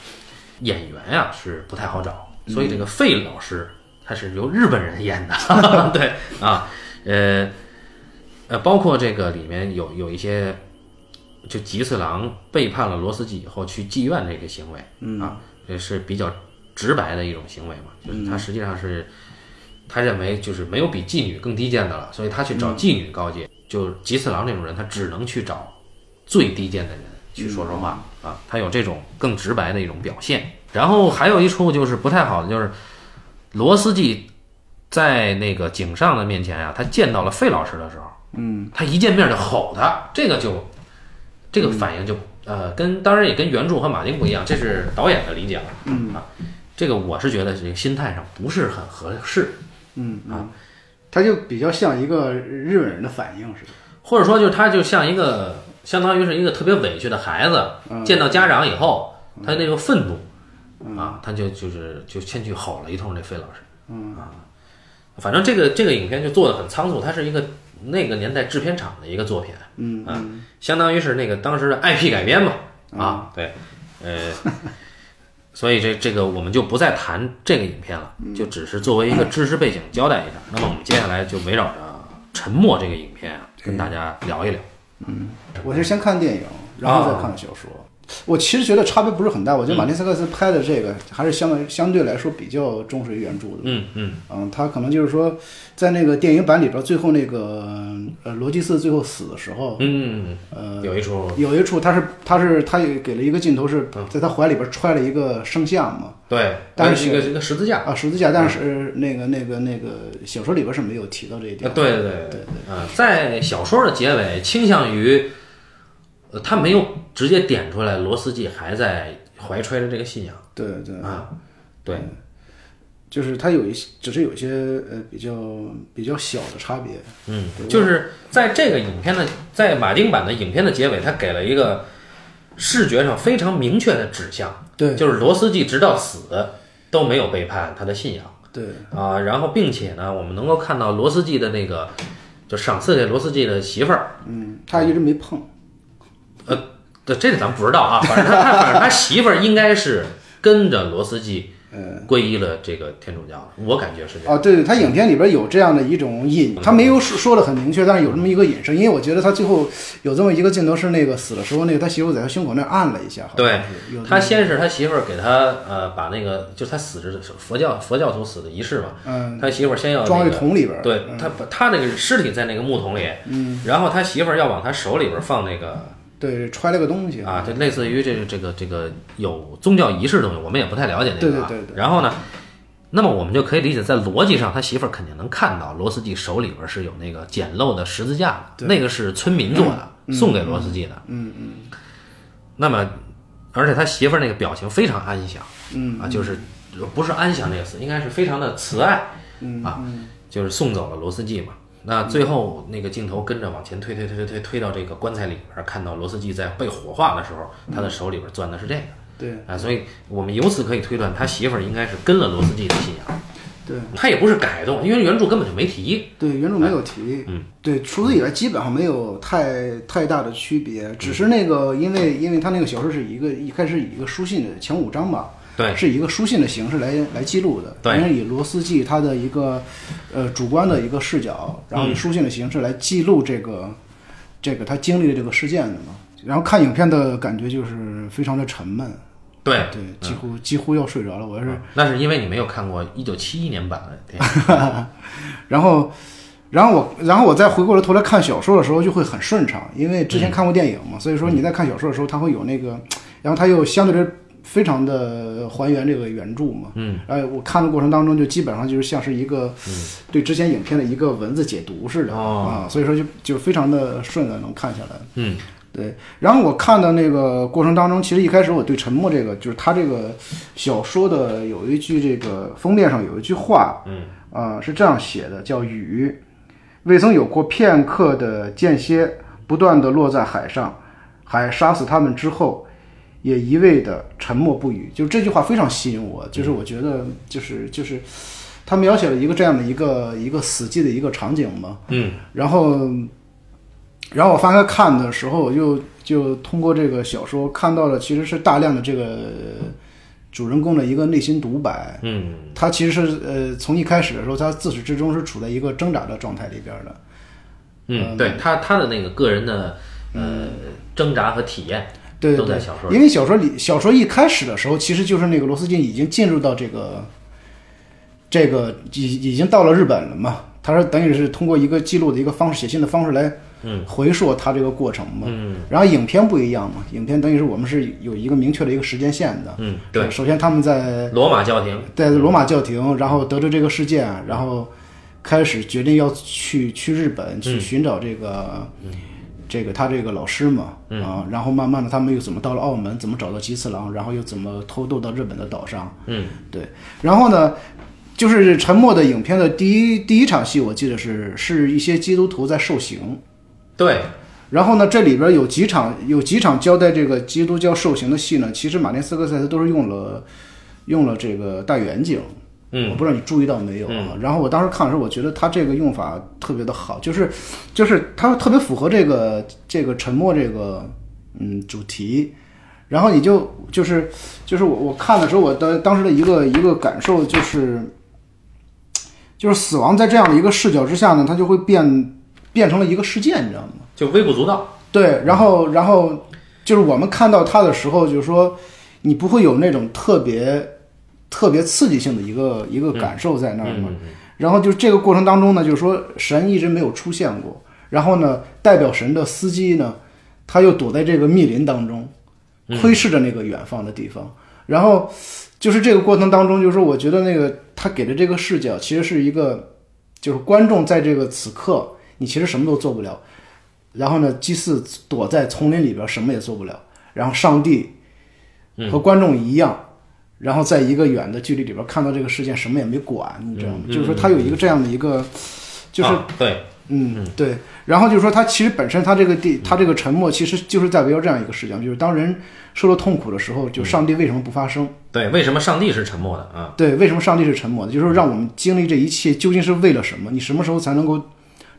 Speaker 1: 演员呀、是不太好找，所以这个费老师他是由日本人演的， 对啊，呃呃，包括这个里面有有一些。就吉次郎背叛了罗斯基以后去妓院这个行为、
Speaker 2: 嗯
Speaker 1: 啊，也是比较直白的一种行为嘛，就是他实际上是、他认为就是没有比妓女更低贱的了，所以他去找妓女告诫。就是吉次郎这种人，他只能去找最低贱的人去说说话、啊，他有这种更直白的一种表现。然后还有一处就是不太好的，就是罗斯基在那个井上的面前啊，他见到了费老师的时候，
Speaker 2: 嗯
Speaker 1: 他一见面就吼他，这个就这个反应就、呃，跟当然也跟原著和马丁不一样，这是导演的理解了。嗯啊，这个我是觉得这个心态上不是很合适，
Speaker 2: 嗯啊，他就比较像一个日本人的反应似的。
Speaker 1: 或者说就是他就像一个相当于是一个特别委屈的孩子，见到家长以后，他那个愤怒啊，他就就是就先去吼了一通这费老师。嗯啊，反正这个这个影片就做的很仓促，它是一个那个年代制片厂的一个作品。
Speaker 2: 嗯
Speaker 1: 啊，相当于是那个当时的 IP 改编嘛。啊，对，呃，所以这这个我们就不再谈这个影片了，
Speaker 2: 嗯
Speaker 1: 就只是作为一个知识背景交代一下。那么我们接下来就围绕着《沉默》这个影片啊，跟大家聊一聊。
Speaker 2: 我是先看电影，然后再看小说。我其实觉得差别不是很大，我觉得马丁斯科斯拍的这个还是相对相对来说比较忠实于原著的。
Speaker 1: 嗯嗯，
Speaker 2: 嗯，他可能就是说，在那个电影版里边，最后那个呃罗辑斯最后死的时候，
Speaker 1: 嗯，
Speaker 2: 呃，
Speaker 1: 有一出，
Speaker 2: 有一处他是他是他也给了一个镜头是
Speaker 1: 嗯
Speaker 2: 在他怀里边揣了一个圣像嘛，
Speaker 1: 对，
Speaker 2: 但
Speaker 1: 是一个一个十字架，
Speaker 2: 啊十字架，但是
Speaker 1: 嗯
Speaker 2: 那个那个那个小说里边是没有提到这一
Speaker 1: 啊
Speaker 2: 点，
Speaker 1: 对对对对，嗯，在小说的结尾倾向于，呃，他没有直接点出来，罗斯季还在怀揣着这个信仰
Speaker 2: 对对，嗯
Speaker 1: 啊，对，
Speaker 2: 就是他有一些只是有一些呃比较比较小的差别，
Speaker 1: 嗯，就是在这个影片的在马丁版的影片的结尾，他给了一个视觉上非常明确的指向，
Speaker 2: 对
Speaker 1: 就是罗斯季直到死都没有背叛他的信仰。
Speaker 2: 对
Speaker 1: 啊，然后并且呢，我们能够看到罗斯季的那个，就赏赐给罗斯季的媳妇儿，
Speaker 2: 嗯，他一直没碰，
Speaker 1: 这这个咱们不知道啊，反正他反正他媳妇儿应该是跟着罗斯季
Speaker 2: 呃。
Speaker 1: 皈依了这个天主教的，我感觉是这样。
Speaker 2: 哦，对对，他影片里边有这样的一种引，他没有说说的很明确，但是有这么一个引申，因为我觉得他最后有这么一个镜头是那个死的时候，那个他媳妇在他胸口那儿按了一下，好像
Speaker 1: 对
Speaker 2: 是有这么
Speaker 1: 他先是他媳妇儿给他呃把那个就是他死之佛教佛教徒死的仪式嘛，
Speaker 2: 嗯
Speaker 1: 他媳妇儿先要那
Speaker 2: 装在
Speaker 1: 个
Speaker 2: 桶里边儿，嗯
Speaker 1: 对他把他那个尸体在那个木桶里，嗯，然后他媳妇儿要往他手里边放那个
Speaker 2: 对，揣了个东西
Speaker 1: 啊，，就类似于这个这个这个有宗教仪式的东西，我们也不太了解那个、啊。
Speaker 2: 对对对对
Speaker 1: 然后呢，那么我们就可以理解，在逻辑上，他媳妇儿肯定能看到罗斯季手里边是有那个简陋的十字架的，那个是村民做的，送给罗斯季的。嗯嗯。那么，而且他媳妇儿那个表情非常安详，嗯啊，就是不是安详这个词，应该是非常的慈爱，嗯啊，就是送走了罗斯季嘛。那最后那个镜头跟着往前推推推推推推到这个棺材里边，看到罗斯季在被火化的时候，他的手里边攥的是这个
Speaker 2: 对
Speaker 1: 啊，所以我们由此可以推断，他媳妇儿应该是跟了罗斯季的信仰，
Speaker 2: 对
Speaker 1: 他也不是改动，因为原著根本就没提。
Speaker 2: 对，原著没有提，嗯，对，除此以外基本上没有太太大的区别，只是那个因为因为他那个小说是一个一开始以一个书信的前五章吧，
Speaker 1: 对，
Speaker 2: 是以一个书信的形式来来记录的，
Speaker 1: 对
Speaker 2: 因为以罗斯季他的一个呃主观的一个视角，然
Speaker 1: 嗯
Speaker 2: 后以书信的形式来记录这个、这个他经历的这个事件的嘛。然后看影片的感觉就是非常的沉闷，
Speaker 1: 对，嗯
Speaker 2: 对，几乎、几乎要睡着了，我要是，
Speaker 1: 那是因为你没有看过一九七一年版的电影。
Speaker 2: 然后。然后我，然后我再回过头来看小说的时候就会很顺畅，因为之前看过电影嘛，所以说你在看小说的时候，它会有那个，然后它又相对的非常的还原这个原著嘛，嗯，然后我看的过程当中就基本上就是像是一个对之前影片的一个文字解读似的、
Speaker 1: 哦
Speaker 2: 啊，所以说就就非常的顺的能看下来。
Speaker 1: 嗯，
Speaker 2: 对。然后我看的那个过程当中，其实一开始我对沉默这个，就是他这个小说的有一句这个封面上有一句话，嗯，啊、是这样写的，叫雨，未曾有过片刻的间歇，不断的落在海上，海杀死他们之后。也一味的沉默不语，就这句话非常吸引我，就是我觉得就是就是，他描写了一个这样的一个一个死寂的一个场景嘛，
Speaker 1: 嗯，
Speaker 2: 然后，然后我翻开看的时候，我就就通过这个小说看到了，其实是大量的这个主人公的一个内心独白。
Speaker 1: 嗯，
Speaker 2: 他其实是呃，从一开始的时候，他自始至终是处在一个挣扎的状态里边的。
Speaker 1: 嗯，对他他的那个个人的呃
Speaker 2: 嗯
Speaker 1: 挣扎和体验，
Speaker 2: 对对
Speaker 1: 都在
Speaker 2: 对
Speaker 1: 小说，
Speaker 2: 因为小说里小说一开始的时候，其实就是那个罗斯金已经进入到这个这个已已经到了日本了嘛。他是等于是通过一个记录的一个方式，写信的方式来
Speaker 1: 嗯
Speaker 2: 回溯他这个过程嘛。嗯、然后影片不一样嘛，影片等于是我们是有一个明确的一个时间线的。
Speaker 1: 嗯，对，
Speaker 2: 首先他们在
Speaker 1: 罗马教廷，
Speaker 2: 在罗马教廷，然后得知这个事件，然后开始决定要去去日本去寻找这个、这个他这个老师嘛，啊，然后慢慢的他们又怎么到了澳门，怎么找到吉次郎，然后又怎么偷渡到日本的岛上，
Speaker 1: 嗯，
Speaker 2: 对，然后呢，就是《沉默》的影片的第一第一场戏，我记得是是一些基督徒在受刑，
Speaker 1: 对，
Speaker 2: 然后呢，这里边有几场有几场交代这个基督教受刑的戏呢？其实马丁斯科塞斯都是用了用了这个大远景，
Speaker 1: 嗯
Speaker 2: 我不知道你注意到没有啊。然后我当时看的时候，我觉得他这个用法特别的好，就是就是他特别符合这个这个沉默这个嗯主题。然后你就就是就是我我看的时候，我的当时的一个一个感受就是，就是死亡在这样的一个视角之下呢，它就会变变成了一个事件，你知道吗？
Speaker 1: 就微不足道。
Speaker 2: 对，然后然后就是我们看到它的时候，就是说你不会有那种特别特别刺激性的一个一个感受在那儿嘛。然后就是这个过程当中呢，就是说神一直没有出现过，然后呢，代表神的司机呢，他又躲在这个密林当中，窥视着那个远方的地方。然后就是这个过程当中，就是说我觉得那个他给的这个视角，其实是一个，就是观众在这个此刻，你其实什么都做不了。然后呢，祭祀躲在丛林里边，什么也做不了。然后上帝和观众一样，然后在一个远的距离里边看到这个事件，什么也没管，你知道吗？
Speaker 1: 嗯嗯
Speaker 2: 就是说他有一个这样的一个，就是、
Speaker 1: 啊对，
Speaker 2: 嗯对。然后就是说他其实本身他这个地，他这个沉默其实就是在围绕这样一个事情，就是当人受到痛苦的时候，就上帝为什么不发声？
Speaker 1: 对，为什么上帝是沉默的啊？
Speaker 2: 对，为什么上帝是沉默的？就是说让我们经历这一切究竟是为了什么？你什么时候才能够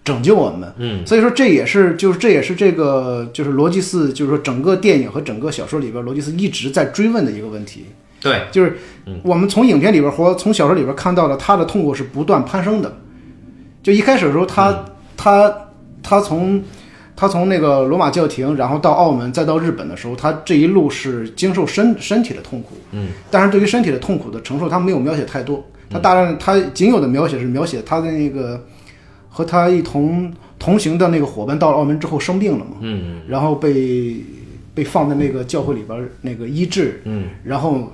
Speaker 2: 拯救我们？
Speaker 1: 嗯，
Speaker 2: 所以说这也是就是这也是这个就是罗辑斯就是说整个电影和整个小说里边罗辑斯一直在追问的一个问题，
Speaker 1: 对，
Speaker 2: 就是我们从影片里边或从小说里边看到了他的痛苦是不断攀升的，就一开始的时候他、他他从他从那个罗马教廷，然后到澳门，再到日本的时候，他这一路是经受身身体的痛苦，嗯，但是对于身体的痛苦的承受，他没有描写太多，他大量他仅有的描写是描写他的那个和他一同同行的那个伙伴到了澳门之后生病了嘛，
Speaker 1: 嗯，
Speaker 2: 然后被被放在那个教会里边儿那个医治，嗯，然后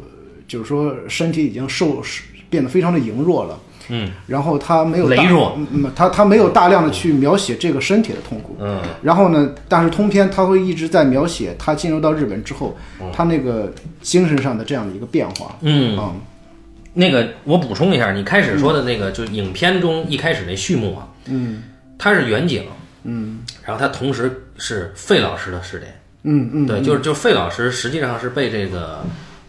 Speaker 2: 就是说身体已经受变得非常的羸弱了，嗯，然后他没有大
Speaker 1: 羸弱，
Speaker 2: 嗯，他他没有大量的去描写这个身体的痛苦，
Speaker 1: 嗯，
Speaker 2: 然后呢，但是通篇他会一直在描写他进入到日本之后，他那个精神上的这样的一个变化，
Speaker 1: 嗯，
Speaker 2: 嗯，
Speaker 1: 那个我补充一下，你开始说的那个，就影片中一开始那序幕啊，嗯，它是远景，嗯，然后它同时是费老师的视点，
Speaker 2: 嗯嗯，
Speaker 1: 对，就是就是费老师实际上是被这个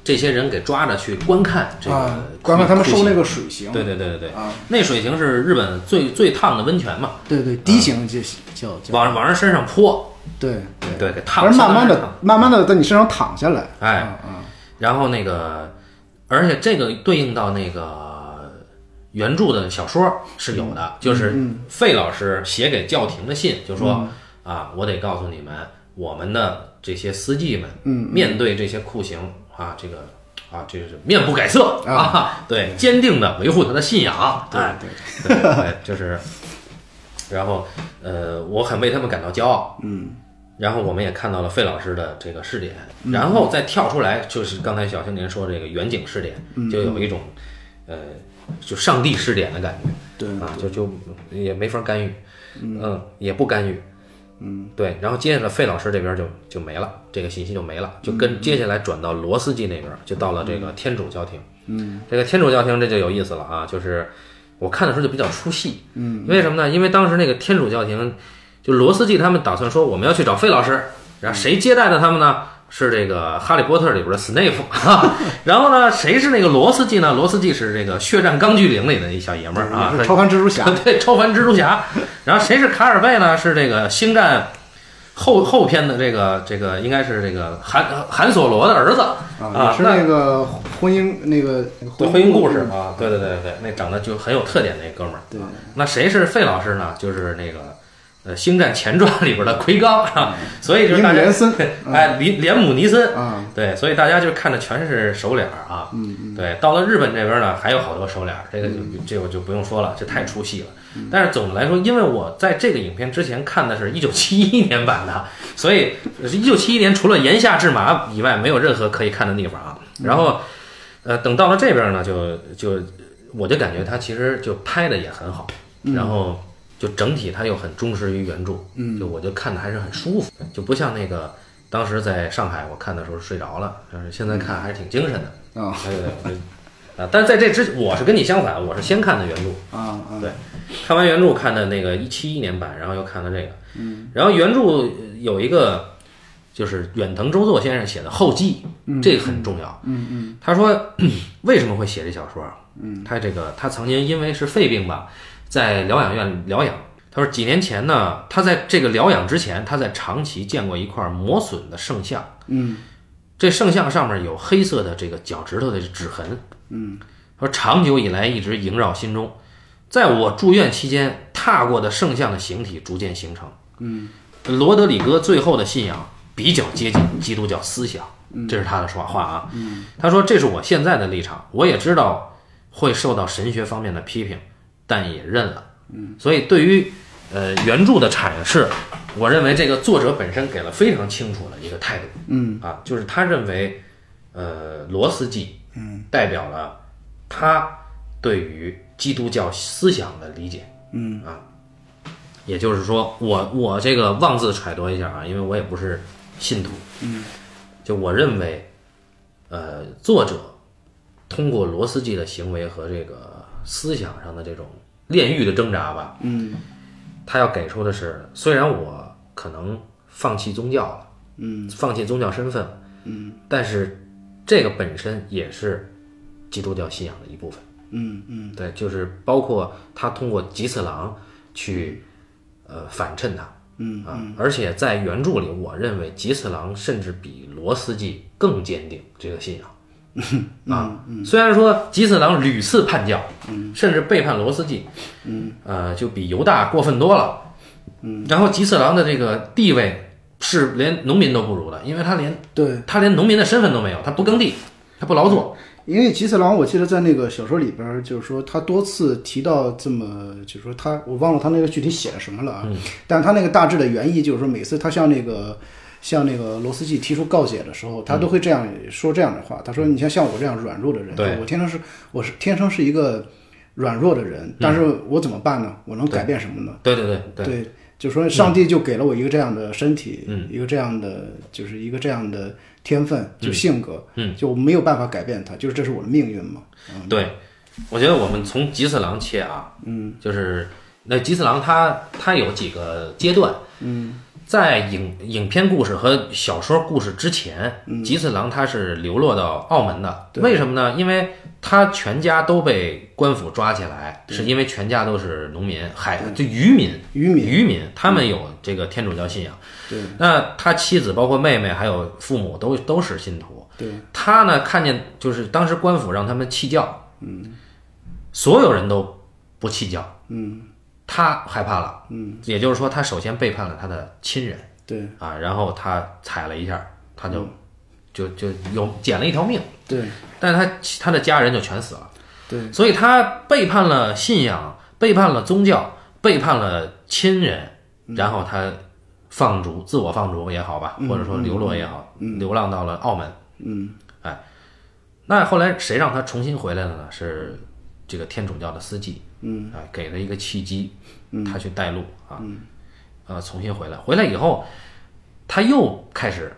Speaker 1: 这些人给抓着去观看这个酷刑，
Speaker 2: 啊，刚刚他们受那个水刑，
Speaker 1: 对对对对对，
Speaker 2: 啊，
Speaker 1: 那水刑是日本最最烫的温泉嘛，
Speaker 2: 对对，低刑就叫叫，
Speaker 1: 往往人身上泼，
Speaker 2: 对对，
Speaker 1: 嗯对，给烫，
Speaker 2: 而慢慢
Speaker 1: 相当于烫
Speaker 2: 的慢慢的在你身上躺下来，
Speaker 1: 哎
Speaker 2: 啊啊。
Speaker 1: 然后那个，而且这个对应到那个原著的小说是有的，就是费老师写给教廷的信，就说、啊，我得告诉你们，我们的这些司机们，
Speaker 2: 嗯
Speaker 1: 面对这些酷刑啊，这个啊，这个是面不改色啊对，坚定的维护他的信仰，
Speaker 2: 对
Speaker 1: 哎
Speaker 2: 对，
Speaker 1: 对对就是，然后呃，我很为他们感到骄傲，
Speaker 2: 嗯，
Speaker 1: 然后我们也看到了费老师的这个试点，然后再跳出来，就是刚才小青年说这个远景试点，就有一种，呃，就上帝试点的感觉
Speaker 2: 对，
Speaker 1: 啊，就就也没法干预，嗯，也不干预，嗯，对。然后接下来费老师这边就就没了，这个信息就没了，就跟接下来转到罗斯基那边，就到了这个天主教廷，嗯，这个天主教廷这就有意思了啊，就是我看的时候就比较出戏，嗯，为什么呢？因为当时那个天主教廷。就罗斯季他们打算说我们要去找费老师，然后谁接待的他们呢？是这个《哈利波特》里边的斯 内夫，然后呢，谁是那个罗斯季呢？罗斯季是这个《血战钢锯岭》里的一小爷们儿 啊，
Speaker 2: 超凡蜘蛛侠
Speaker 1: 对，超凡蜘蛛侠。然后谁是卡尔贝呢？是这个《星战》后后篇的这个这个应该是这个韩韩索罗的儿子
Speaker 2: 啊，也是那个婚姻那个那个
Speaker 1: 对婚姻故事
Speaker 2: 事，
Speaker 1: 啊，对对对对对，那长得就很有特点那哥们儿。
Speaker 2: 对，
Speaker 1: 那谁是费老师呢？就是那个呃《星战前传》里边的奎刚啊，所以就是
Speaker 2: 林姆
Speaker 1: 大家
Speaker 2: 连森
Speaker 1: 哎，连连姆尼森，
Speaker 2: 啊，
Speaker 1: 对，所以大家就看的全是熟脸儿啊。
Speaker 2: 嗯，
Speaker 1: 对，到了日本这边呢，还有好多熟脸儿，这个就这个就不用说了，这太出戏了。
Speaker 2: 嗯
Speaker 1: 但是总的来说，因为我在这个影片之前看的是一九七一年版的，所以一九七一年除了岩下志麻以外，没有任何可以看的地方啊。
Speaker 2: 嗯
Speaker 1: 然后，呃，等到了这边呢，就就我就感觉他其实就拍的也很好，然后就整体他又很忠实于原著，
Speaker 2: 嗯
Speaker 1: 就我就看的还是很舒服，就不像那个当时在上海我看的时候睡着了，但是现在看还是挺精神的。
Speaker 2: 啊
Speaker 1: 对对对，我就啊，但是在这之我是跟你相反，我是先看的原著，
Speaker 2: 啊啊，
Speaker 1: 对看完原著看的那个一七一年版，然后又看的这个，嗯，然后原著呃有一个就是远藤周作先生写的后记，这个很重要，
Speaker 2: 嗯嗯
Speaker 1: 他说 为什么会写这小说？嗯，他这个他曾经因为是肺病吧，在疗养院疗养。他说几年前呢，他在这个疗养之前，他在长崎见过一块磨损的圣像。
Speaker 2: 嗯，
Speaker 1: 这圣像上面有黑色的这个脚趾头的指痕，嗯，说长久以来一直萦绕心中，在我住院期间踏过的圣像的形体逐渐形成，嗯，罗德里戈最后的信仰比较接近基督教思想，这是他的说话啊，嗯，他说这是我现在的立场，我也知道会受到神学方面的批评，但也认了，嗯，所以对于呃原著的阐释，我认为这个作者本身给了非常清楚的一个态度。嗯啊，就是他认为，呃，罗斯基嗯代表了他对于基督教思想的理解。嗯啊，也就是说，我我这个妄自揣度一下啊，因为我也不是信徒。嗯，就我认为，呃，作者通过罗斯基的行为和这个思想上的这种炼狱的挣扎吧，他要给出的是，虽然我可能放弃宗教了，嗯，放弃宗教身份了，嗯，但是这个本身也是基督教信仰的一部分，
Speaker 2: 嗯嗯，
Speaker 1: 对，就是包括他通过吉次郎去呃反衬他，嗯啊，而且在原著里，我认为吉次郎甚至比罗斯基更坚定这个信仰。
Speaker 2: 嗯
Speaker 1: 啊，虽然说吉次郎屡次叛教，甚至背叛罗斯基，呃，就比犹大过分多了。嗯，然后吉次郎的这个地位是连农民都不如的，因为他连
Speaker 2: 对，
Speaker 1: 他连农民的身份都没有，他不耕地，他不劳作。
Speaker 2: 因为吉次郎，我记得在那个小说里边儿，就是说他多次提到这么，就是说他，我忘了他那个具体写了什么了
Speaker 1: 嗯
Speaker 2: 啊。但他那个大致的原意就是说，每次他向那个向那个罗斯基提出告解的时候，他都会这样说这样的话。他说：“你像像我这样软弱的人，
Speaker 1: 嗯对
Speaker 2: 我天生是我是天生是一个软弱的人，但是我怎么办呢？我能改变什么呢？
Speaker 1: 对对对对，
Speaker 2: 对，就说上帝就给了我一个这样的身体，
Speaker 1: 嗯
Speaker 2: 一个这样的就是一个这样的天分，就性格，嗯，就没有办法改变它，就是这是我的命运嘛。
Speaker 1: 对，我觉得我们从吉次郎切啊，嗯，就是那吉次郎他他有几个阶段，嗯，在影影片故事和小说故事之前，吉次郎他是流落到澳门的，为什么呢？因为他全家都被官府抓起来，是因为全家都是农民、海就渔民，
Speaker 2: 渔民
Speaker 1: 渔民，他们有这个天主教信仰。
Speaker 2: 对，
Speaker 1: 那他妻子包括妹妹还有父母都都是信徒，
Speaker 2: 对，
Speaker 1: 他呢看见就是当时官府让他们弃教，嗯，所有人都不弃教，嗯，他害怕了，嗯，也就是说他首先背叛了他的亲人
Speaker 2: 对，
Speaker 1: 啊，然后他踩了一下，他就、就就有捡了一条命，
Speaker 2: 对，
Speaker 1: 但是他他的家人就全死了，
Speaker 2: 对，
Speaker 1: 所以他背叛了信仰，背叛了宗教，背叛了亲人，然后他放逐，自我放逐也好吧，或者说流落也好，流浪到了澳门。嗯，哎，那后来谁让他重新回来的呢？是这个天主教的司机，嗯，啊，给了一个契机，他去带路啊，呃，重新回来。回来以后，他又开始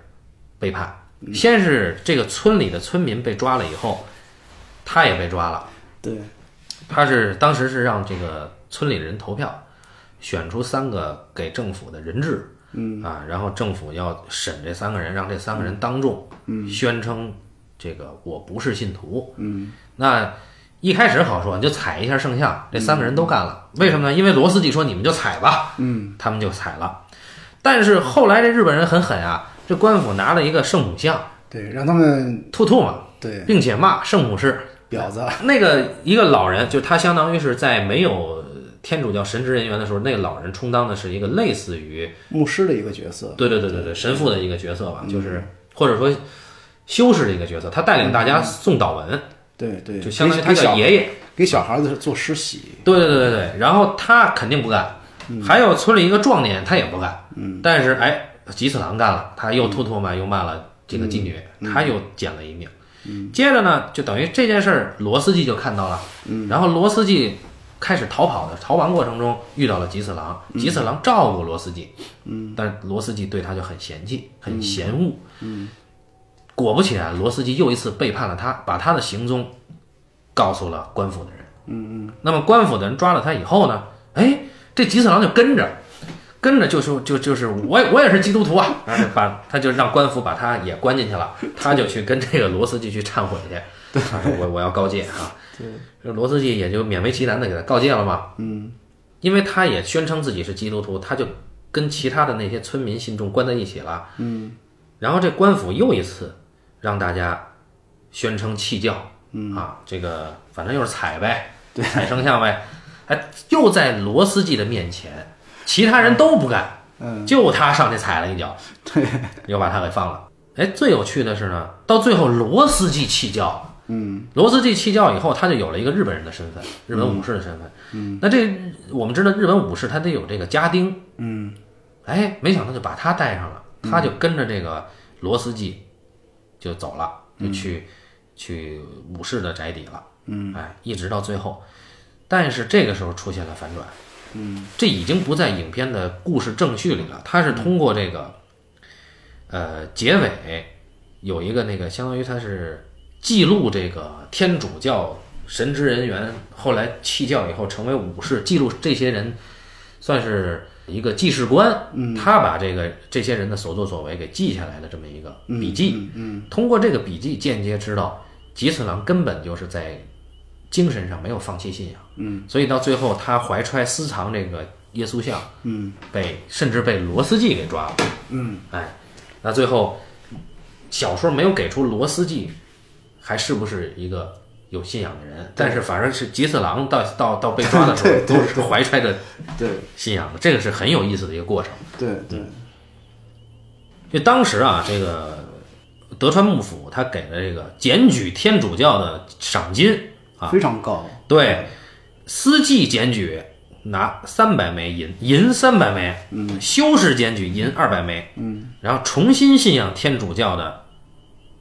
Speaker 1: 背叛。先是这个村里的村民被抓了以后，他也被抓了，
Speaker 2: 对，
Speaker 1: 他是当时是让这个村里的人投票，选出三个给政府的人质，嗯啊，然后政府要审这三个人，让这三个人当众宣称这个我不是信徒，嗯，那一开始好说，你就踩一下圣像，这三个人都干了，为什么呢？因为罗斯基说你们就踩吧，嗯，他们就踩了，但是后来这日本人很狠啊，这官府拿了一个圣母像
Speaker 2: 对，让他们
Speaker 1: 吐吐嘛，
Speaker 2: 对
Speaker 1: 并且骂圣母是
Speaker 2: 婊子，
Speaker 1: 那个一个老人，就他相当于是在没有天主教神职人员的时候，那个老人充当的是一个类似于，
Speaker 2: 牧师的一个角色，
Speaker 1: 对对对对嗯对，神父的一个角色吧，就是或者说修士的一个角色，他带领大家诵祷文，
Speaker 2: 对对，
Speaker 1: 嗯就相当于他
Speaker 2: 给
Speaker 1: 叫
Speaker 2: 小
Speaker 1: 爷爷。
Speaker 2: 给小孩子做施洗，
Speaker 1: 对对对对对，然后他肯定不干，还有村里一个壮年他也不干，但是哎，吉次郎干了，他又吐唾沫又骂了这个妓女，他又捡了一命。接着呢，就等于这件事儿，罗斯基就看到了，然后罗斯基开始逃跑的逃亡过程中遇到了吉次郎，吉次郎照顾罗斯基，但是罗斯基对他就很嫌弃，很嫌恶，果不其然，罗斯基又一次背叛了他，把他的行踪告诉了官府的人。嗯嗯。那么官府的人抓了他以后呢？哎，这吉次郎就跟着，跟着就说就就是我也我也是基督徒啊，然后就把他就让官府把他也关进去了，他就去跟这个罗斯基去忏悔 去，他说我我要告诫啊。对。罗斯基也就勉为其难的给他告诫了嘛。嗯。因为他也宣称自己是基督徒，他就跟其他的那些村民信众关在一起了。嗯。然后这官府又一次让大家宣称弃教，啊，这个反正就是踩呗，踩圣像呗，哎，又在罗斯基的面前，其他人都不干，
Speaker 2: 嗯，
Speaker 1: 就他上去踩了一脚，
Speaker 2: 对，
Speaker 1: 又把他给放了。哎，最有趣的是呢，到最后罗斯基弃教了。嗯，罗斯基弃教以后，他就有了一个日本人的身份，日本武士的身份。嗯，那这我们知道，日本武士他得有这个家丁。嗯，哎，没想到就把他带上了，他就跟着这个罗斯基就走了，就去、去武士的宅邸了。嗯，哎，一直到最后，但是这个时候出现了反转。嗯，这已经不在影片的故事正序里了，他是通过这个呃，结尾有一个那个，相当于它是记录这个天主教神职人员后来弃教以后成为武士，记录这些人算是一个记事官，嗯、他把这个这些人的所作所为给记下来的这么一个笔记。嗯通过这个笔记间接知道吉次郎根本就是在精神上没有放弃信仰。嗯，所以到最后他怀揣私藏这个耶稣像，嗯，被甚至被罗斯基给抓了。嗯，哎。那最后，小说没有给出罗斯基还是不是一个有信仰的人，但是反正是吉次郎到到到被抓的时
Speaker 2: 对
Speaker 1: 候，
Speaker 2: 对
Speaker 1: 都是怀揣着
Speaker 2: 对
Speaker 1: 信仰的，这个是很有意思的一个过程。
Speaker 2: 对对，
Speaker 1: 就当时啊，这个德川幕府他给了这个检举天主教的赏金啊，
Speaker 2: 非常高，
Speaker 1: 对，司祭检举拿三百枚银，银三百枚，嗯，修士检举银二百枚，嗯，然后重新信仰天主教的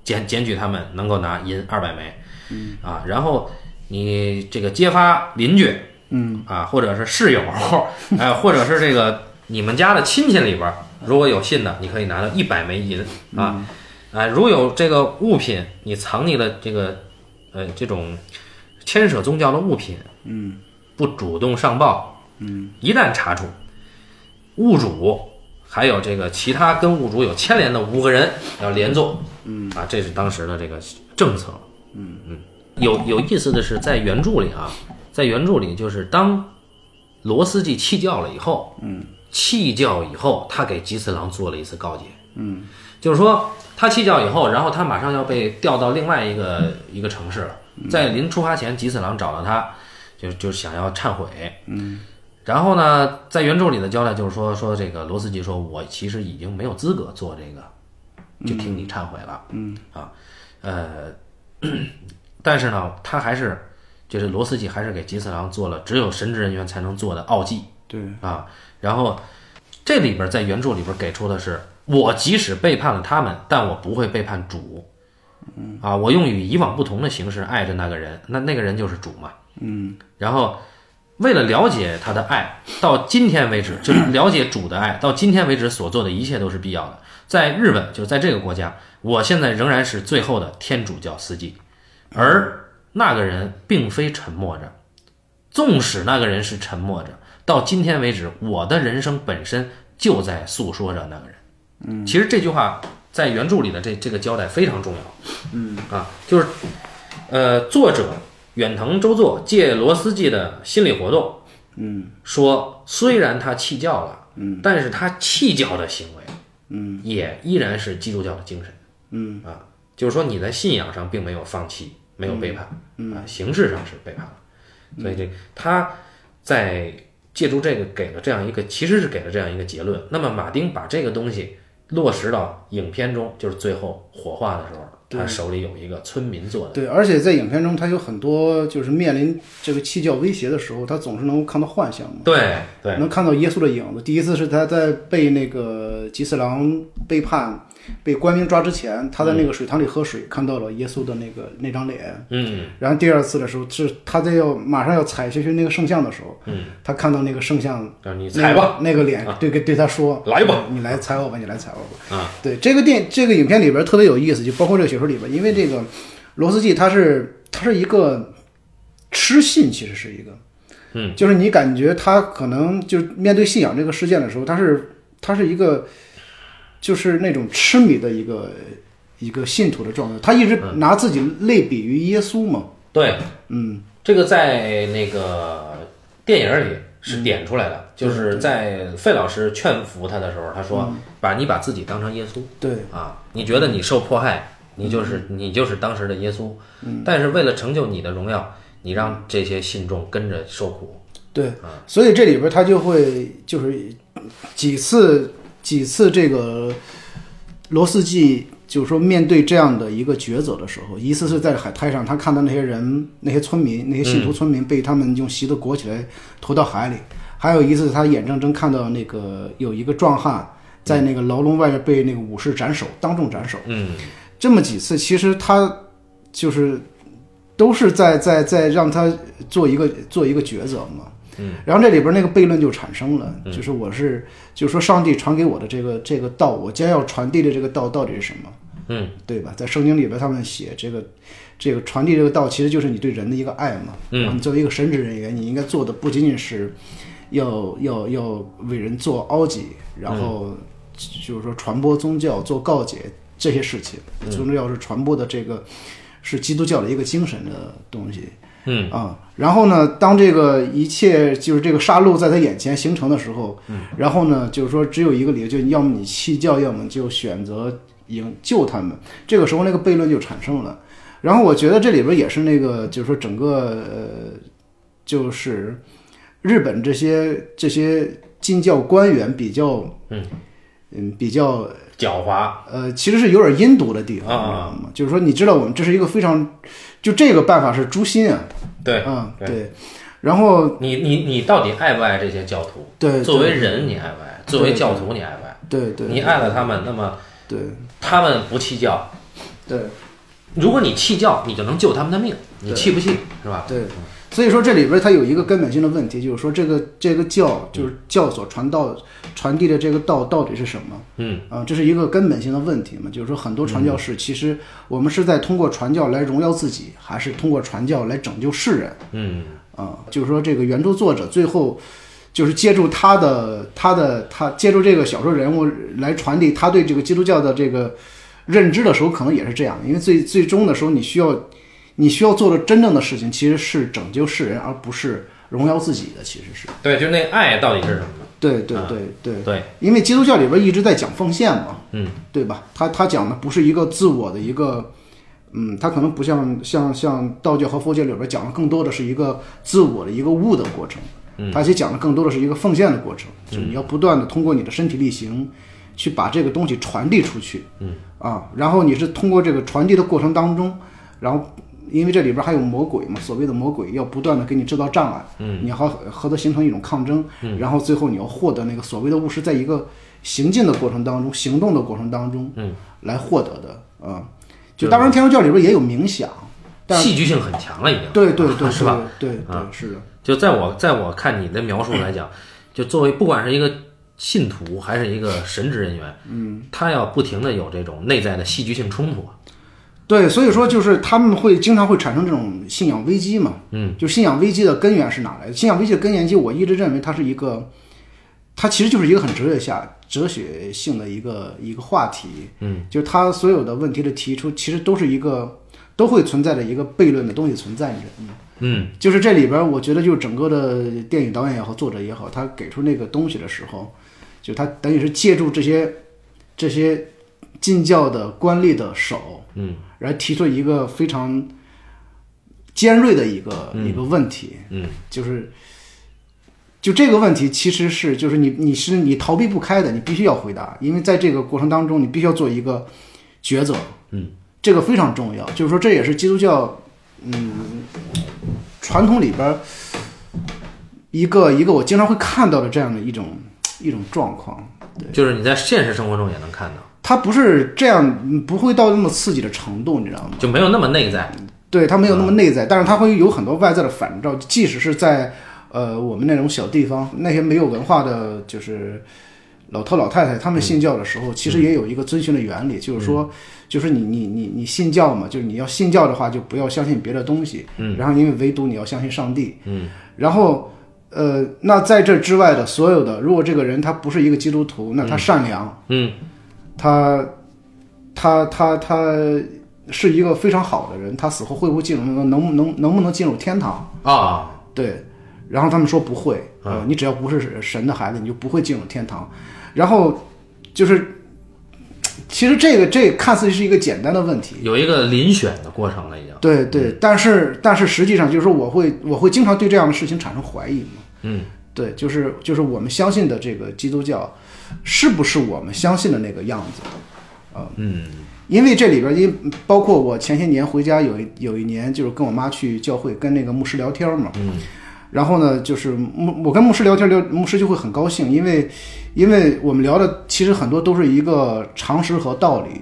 Speaker 1: 检检举他们能够拿银二百枚，嗯啊，然后你这个揭发邻居，嗯啊，或者是室友， 哎，或者是这个你们家的亲戚里边儿，如果有信的，你可以拿到一百枚银啊。啊，如有这个物品，你藏匿了这个，呃，这种牵涉宗教的物品，嗯，不主动上报，嗯，一旦查处，物主还有这个其他跟物主有牵连的五个人要连坐，嗯，啊，这是当时的这个政策，嗯嗯，有有意思的是，在原著里啊，在原著里就是当罗斯基弃教了以后，嗯，弃教以后，他给吉次郎做了一次告诫，嗯，就是说他弃教以后，然后他马上要被调到另外一个一个城市了。在临出发前，吉次郎找到他，就就想要忏悔。嗯，然后呢，在原著里的交代就是说，说这个罗斯基说，我其实已经没有资格做这个，就听你忏悔了。嗯，啊，呃，但是呢，他还是就是罗斯基还是给吉次郎做了只有神职人员才能做的奥祭。
Speaker 2: 对
Speaker 1: 啊，然后这里边在原著里边给出的是，我即使背叛了他们，但我不会背叛主。啊，我用与以往不同的形式爱着那个人，那那个人就是主嘛。嗯，然后为了了解他的爱，到今天为止，就是了解主的爱，到今天为止所做的一切都是必要的。在日本，就是在这个国家，我现在仍然是最后的天主教司机，而那个人并非沉默着，纵使那个人是沉默着，到今天为止，我的人生本身就在诉说着那个人。嗯，其实这句话在原著里的这这个交代非常重要。嗯啊，就是呃，作者远藤周作借罗斯基的心理活动，嗯，说虽然他弃教了，嗯，但是他弃教的行为，嗯，也依然是基督教的精神。嗯啊，就是说你在信仰上并没有放弃，没有背叛，啊，形式上是背叛了。所以这他在借助这个给了这样一个，其实是给了这样一个结论。那么马丁把这个东西落实到影片中，就是最后火化的时候，他手里有一个村民做的，
Speaker 2: 对，而且在影片中，他有很多就是面临这个弃教威胁的时候，他总是能够看到幻象嘛，
Speaker 1: 对对
Speaker 2: 能看到耶稣的影子。第一次是他在被那个吉次郎背叛、被官兵抓之前，他在那个水塘里喝水，看到了耶稣的那个那张脸。
Speaker 1: 嗯，
Speaker 2: 然后第二次的时候，是他在要马上要踩下去那个圣像的时候，嗯，他看到那个圣像，
Speaker 1: 让你踩吧，啊
Speaker 2: 那个，那个脸对跟对他说，
Speaker 1: 来吧，
Speaker 2: 你来踩我吧，你来踩我吧。
Speaker 1: 啊，
Speaker 2: 对，这个电这个影片里边特别有意思，就包括这个小说里边，因为这个罗斯季他是他是一个痴信，其实是一个，嗯，就是你感觉他可能就是面对信仰这个事件的时候，他是他是一个就是那种痴迷的一个一个信徒的状态，他一直
Speaker 1: 嗯
Speaker 2: 拿自己类比于耶稣嘛。
Speaker 1: 对，嗯，这个在那个电影里
Speaker 2: 嗯
Speaker 1: 是点出来的，就是在费老师劝服他的时候，他说把你把自己当成耶稣
Speaker 2: 嗯对嗯
Speaker 1: 啊，你觉得你受迫害，你就是你就是当时的耶稣。但是为了成就你的荣耀，你让这些信众跟着受苦。
Speaker 2: 对，所以这里边他就会就是几次几次这个罗斯季就是说面对这样的一个抉择的时候，一次是在海滩上，他看到那些人、那些村民、那些信徒村民被他们用席子裹起来投到海里；还有一次，他眼睁睁看到那个有一个壮汉在那个牢笼外面被那个武士斩首，当众斩首。
Speaker 1: 嗯，
Speaker 2: 这么几次，其实他就是都是在在在让他做一个做一个抉择嘛。嗯，然后这里边那个悖论就产生了，
Speaker 1: 嗯
Speaker 2: 就是我是就是说上帝传给我的这个这个道，我将要传递的这个道到底是什么？
Speaker 1: 嗯，
Speaker 2: 对吧？在圣经里边他们写这个这个传递这个道，其实就是你对人的一个爱嘛。
Speaker 1: 嗯
Speaker 2: 然后你作为一个神职人员，你应该做的不仅仅是要要要为人做凹己，然后
Speaker 1: 嗯
Speaker 2: 就是说传播宗教、做告解这些事情，
Speaker 1: 嗯
Speaker 2: 宗教是传播的这个是基督教的一个精神的东西。
Speaker 1: 嗯
Speaker 2: 啊，然后呢，当这个一切就是这个杀戮在他眼前形成的时候，
Speaker 1: 嗯
Speaker 2: 然后呢，就是说只有一个理由，就要么你弃教，要么就选择营救他们。这个时候那个悖论就产生了。然后我觉得这里边也是那个，就是说整个呃，就是日本这些这些禁教官员比较，
Speaker 1: 嗯
Speaker 2: 嗯，比较
Speaker 1: 狡猾。
Speaker 2: 呃，其实是有点阴毒的地方，
Speaker 1: 啊
Speaker 2: 你知道吗？就是说，你知道我们这是一个非常，就这个办法是诛心啊，
Speaker 1: 对，
Speaker 2: 嗯，对，然后
Speaker 1: 你你你到底爱不爱这些教徒？
Speaker 2: 嗯对，
Speaker 1: 作为人你爱不爱？作为教徒你爱不爱？
Speaker 2: 对对
Speaker 1: 你爱了他们，那么
Speaker 2: 对
Speaker 1: 他们不弃教，
Speaker 2: 对
Speaker 1: 如果你弃教，你就能救他们的命。你
Speaker 2: 对
Speaker 1: 弃不弃是吧？嗯
Speaker 2: 对，所以说这里边它有一个根本性的问题，就是说这个这个教就是教所传道传递的这个道到底是什么？
Speaker 1: 嗯
Speaker 2: 啊，这是一个根本性的问题嘛，就是说很多传教士其实我们是在通过传教来荣耀自己，还是通过传教来拯救世人？
Speaker 1: 嗯
Speaker 2: 啊、就是说这个原著作者最后就是借助他的他的他借助这个小说人物来传递他对这个基督教的这个认知的时候，可能也是这样，因为最最终的时候，你需要你需要做的真正的事情其实是拯救世人，而不是荣耀自己的，其实是
Speaker 1: 对，就那爱到底是什么？
Speaker 2: 对对
Speaker 1: 啊
Speaker 2: 对对。
Speaker 1: 对，
Speaker 2: 因为基督教里边一直在讲奉献嘛，
Speaker 1: 嗯，
Speaker 2: 对吧？他他讲的不是一个自我的一个，嗯，他可能不像像像道教和佛教里边讲的更多的是一个自我的一个悟的过程，嗯，他其实讲的更多的是一个奉献的过程，就是你要不断的通过你的身体力行去把这个东西传递出去，嗯，啊，然后你是通过这个传递的过程当中，然后。因为这里边还有魔鬼嘛，所谓的魔鬼要不断的给你制造障碍，嗯，你要和和它形成一种抗争，嗯，然后最后你要获得那个所谓的务实，在一个行进的过程当中、行动的过程当中，嗯，来获得的啊、就啊当然，天主教里边也有冥想，但
Speaker 1: 戏剧性很强了已经。
Speaker 2: 对对对，
Speaker 1: 是吧？？
Speaker 2: 对对对，是的，
Speaker 1: 就在我在我看你的描述来讲，就作为不管是一个信徒还是一个神职人员，嗯，他要不停的有这种内在的戏剧性冲突啊。
Speaker 2: 对，所以说就是他们会经常会产生这种信仰危机嘛，嗯，就信仰危机的根源是哪来的？信仰危机的根源，其实我一直认为它是一个，它其实就是一个很哲学下哲学性的一个一个话题，嗯，就是它所有的问题的提出，其实都是一个都会存在的一个悖论的东西存在着，嗯。
Speaker 1: 嗯
Speaker 2: 就是这里边儿，我觉得就是整个的电影导演也好，作者也好，他给出那个东西的时候，就他等于是借助这些这些进教的官吏的手，
Speaker 1: 嗯，
Speaker 2: 来提出一个非常尖锐的一个、一个问题，
Speaker 1: 嗯，
Speaker 2: 就是就这个问题其实是就是你你是你逃避不开的，你必须要回答，因为在这个过程当中，你必须要做一个抉择，
Speaker 1: 嗯，
Speaker 2: 这个非常重要，就是说这也是基督教，嗯，传统里边儿一个一个我经常会看到的这样的一种一种状况。
Speaker 1: 就是你在现实生活中也能看到，
Speaker 2: 它不是这样，嗯不会到那么刺激的程度，你知道吗？
Speaker 1: 就没有那么内在。
Speaker 2: 对，它没有那么内在，但是它会有很多外在的反照，即使是在呃我们那种小地方，那些没有文化的就是老头老太太，他们信教的时候，其实也有一个遵循的原理，就是说，就是你你你你信教嘛，就是你要信教的话，就不要相信别的东西，嗯，然后因为唯独你要相信上帝，嗯，然后。呃，那在这之外的所有的，如果这个人他不是一个基督徒，那他善良，
Speaker 1: 嗯
Speaker 2: 他他他他是一个非常好的人，他死后会不会进入能能能能不能进入天堂？
Speaker 1: 啊，
Speaker 2: 对，然后他们说不会，呃，你只要不是神的孩子，你就不会进入天堂。然后就是其实这个这个看似是一个简单的问题，
Speaker 1: 有一个遴选的过程了，已经。
Speaker 2: 对对，但是但是实际上就是说我会我会经常对这样的事情产生怀疑嘛，
Speaker 1: 嗯，
Speaker 2: 对，就是就是我们相信的这个基督教，是不是我们相信的那个样子？呃
Speaker 1: 嗯，
Speaker 2: 因为这里边，因包括我前些年回家有一有一年，就是跟我妈去教会跟那个牧师聊天嘛，
Speaker 1: 嗯，
Speaker 2: 然后呢，就是牧我跟牧师聊天聊，牧师就会很高兴，因为因为我们聊的其实很多都是一个常识和道理，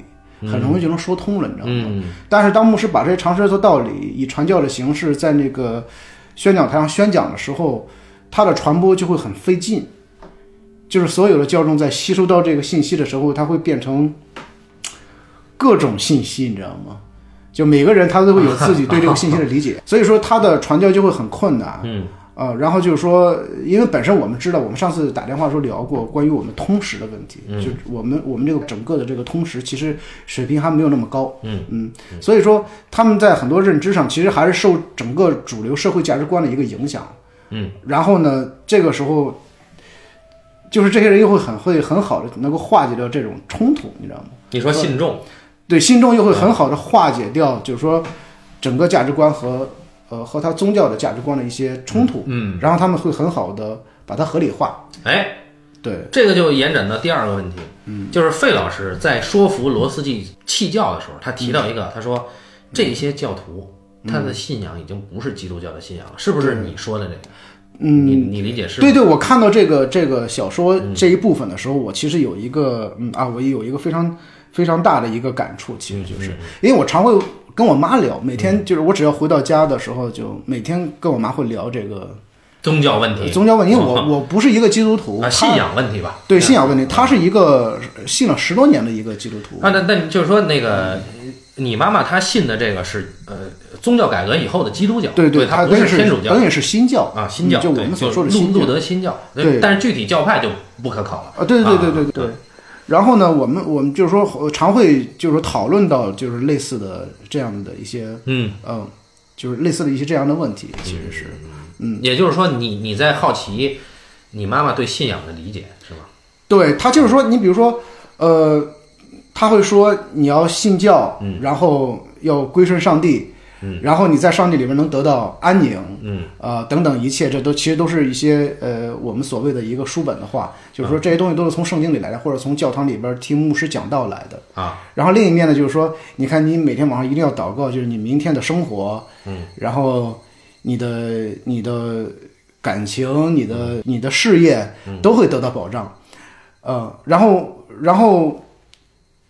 Speaker 2: 很容易就能说通了，你知道吗？
Speaker 1: 嗯，
Speaker 2: 但是当牧师把这些常识和道理以传教的形式在那个宣讲台上宣讲的时候，它的传播就会很费劲，就是所有的教众在吸收到这个信息的时候，它会变成各种信息，你知道吗？就每个人他都会有自己对这个信息的理 解，所以说他的传教就会很困难。
Speaker 1: 嗯，
Speaker 2: 呃，然后就是说，因为本身我们知道，我们上次打电话的时候聊过关于我们通识的问题，
Speaker 1: 嗯
Speaker 2: 就我们我们这个整个的这个通识其实水平还没有那么高，
Speaker 1: 嗯
Speaker 2: 所以说他们在很多认知上其实还是受整个主流社会价值观的一个影响，
Speaker 1: 嗯，
Speaker 2: 然后呢，这个时候就是这些人又会很会很好的能够化解掉这种冲突，你知道吗？
Speaker 1: 你说信众，
Speaker 2: 对，信众又会很好的化解掉，就是说整个价值观和呃和他宗教的价值观的一些冲突，
Speaker 1: 嗯，
Speaker 2: 然后他们会很好的把它合理化。
Speaker 1: 哎，
Speaker 2: 对，
Speaker 1: 这个就延展到第二个问题，嗯，就是费老师在说服罗斯季弃教的时候，他提到一
Speaker 2: 嗯
Speaker 1: 个，他说这些教徒。他的信仰已经不是基督教的信仰了，是不是你说的这个？
Speaker 2: 嗯，
Speaker 1: 你你理解是吗？嗯
Speaker 2: 对对，我看到这个这个小说这一部分的时候，我其实有一个嗯啊，我有一个非常非常大的一个感触，其
Speaker 1: 嗯
Speaker 2: 实就是因为我常会跟我妈聊，每天就是我只要回到家的时候，就每天跟我妈会聊这个
Speaker 1: 宗教问题，
Speaker 2: 宗教问题。因为我我不是一个基督
Speaker 1: 啊，
Speaker 2: 徒，她
Speaker 1: 信仰嗯问题吧？
Speaker 2: 对信仰问题，她是一个信了十多年的一个基督徒。
Speaker 1: 啊，那那你就是说那个你妈妈她信的这个是呃宗教改革以后的基督教，
Speaker 2: 对
Speaker 1: 对，她
Speaker 2: 她
Speaker 1: 不
Speaker 2: 等于
Speaker 1: 是天主教
Speaker 2: 等于是新教
Speaker 1: 啊，新教，
Speaker 2: 嗯就我
Speaker 1: 对
Speaker 2: 们所说的
Speaker 1: 路
Speaker 2: 新教
Speaker 1: 路德新教，
Speaker 2: 对
Speaker 1: 但是具体教派就不可考了
Speaker 2: 啊，对对对
Speaker 1: 啊
Speaker 2: 对对对。然后呢，我们我们就是说呃常会就是说讨论到就是类似的这样的一些
Speaker 1: 嗯，
Speaker 2: 嗯，就是类似的一些这样的问题，其实是，嗯
Speaker 1: 也就是说你你在好奇你妈妈对信仰的理解是吗？
Speaker 2: 对他就是说，你比如说，呃，他会说你要信教，
Speaker 1: 嗯
Speaker 2: 然后要归顺上帝，然后你在上帝里面能得到安宁，
Speaker 1: 嗯，
Speaker 2: 呃，等等一切，这都其实都是一些呃我们所谓的一个书本的话，就
Speaker 1: 嗯
Speaker 2: 是说这些东西都是从圣经里来的，或者从教堂里边听牧师讲道来的。
Speaker 1: 啊，
Speaker 2: 然后另一面呢，就是说，你看你每天晚上一定要祷告，就是你明天的生活，嗯，然后你的你的感情、你的你的事业都会得到保障，呃，然后然后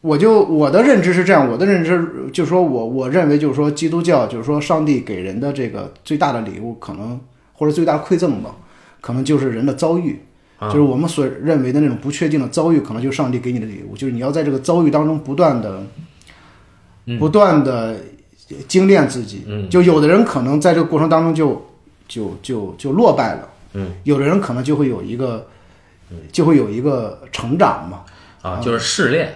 Speaker 2: 我就我的认知是这样，我的认知就是说我我认为就是说基督教就是说上帝给人的这个最大的礼物，可能或者最大的馈赠吧，可能就是人的遭遇。就是我们所认为的那种不确定的遭遇，可能就是上帝给你的礼物，就是你要在这个遭遇当中不断的、不断的精炼自己。就有的人可能在这个过程当中就就就就落败了，嗯，有的人可能就会有一个就会有一个成长嘛。
Speaker 1: 啊，就是试炼，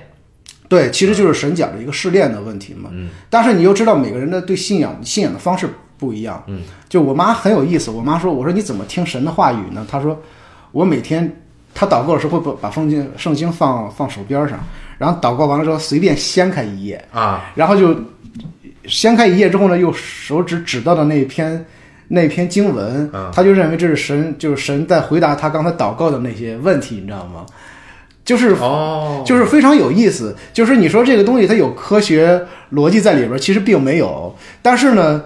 Speaker 2: 对，其实就是神讲的一个试炼的问题嘛。嗯，但是你又知道每个人的对信仰信仰的方式不一样。嗯，就我妈很有意思，我妈说，我说你怎么听神的话语呢？她说，我每天她祷告的时候会把把圣经圣经放放手边上，然后祷告完了之后随便掀开一页，
Speaker 1: 啊，
Speaker 2: 然后就掀开一页之后呢，用手指指到的那一篇那篇经文，他就认为这是神，就是神在回答他刚才祷告的那些问题，你知道吗？就是
Speaker 1: 哦，
Speaker 2: 就是非常有意思。就是你说这个东西它有科学逻辑在里边儿，其实并没有。但是呢，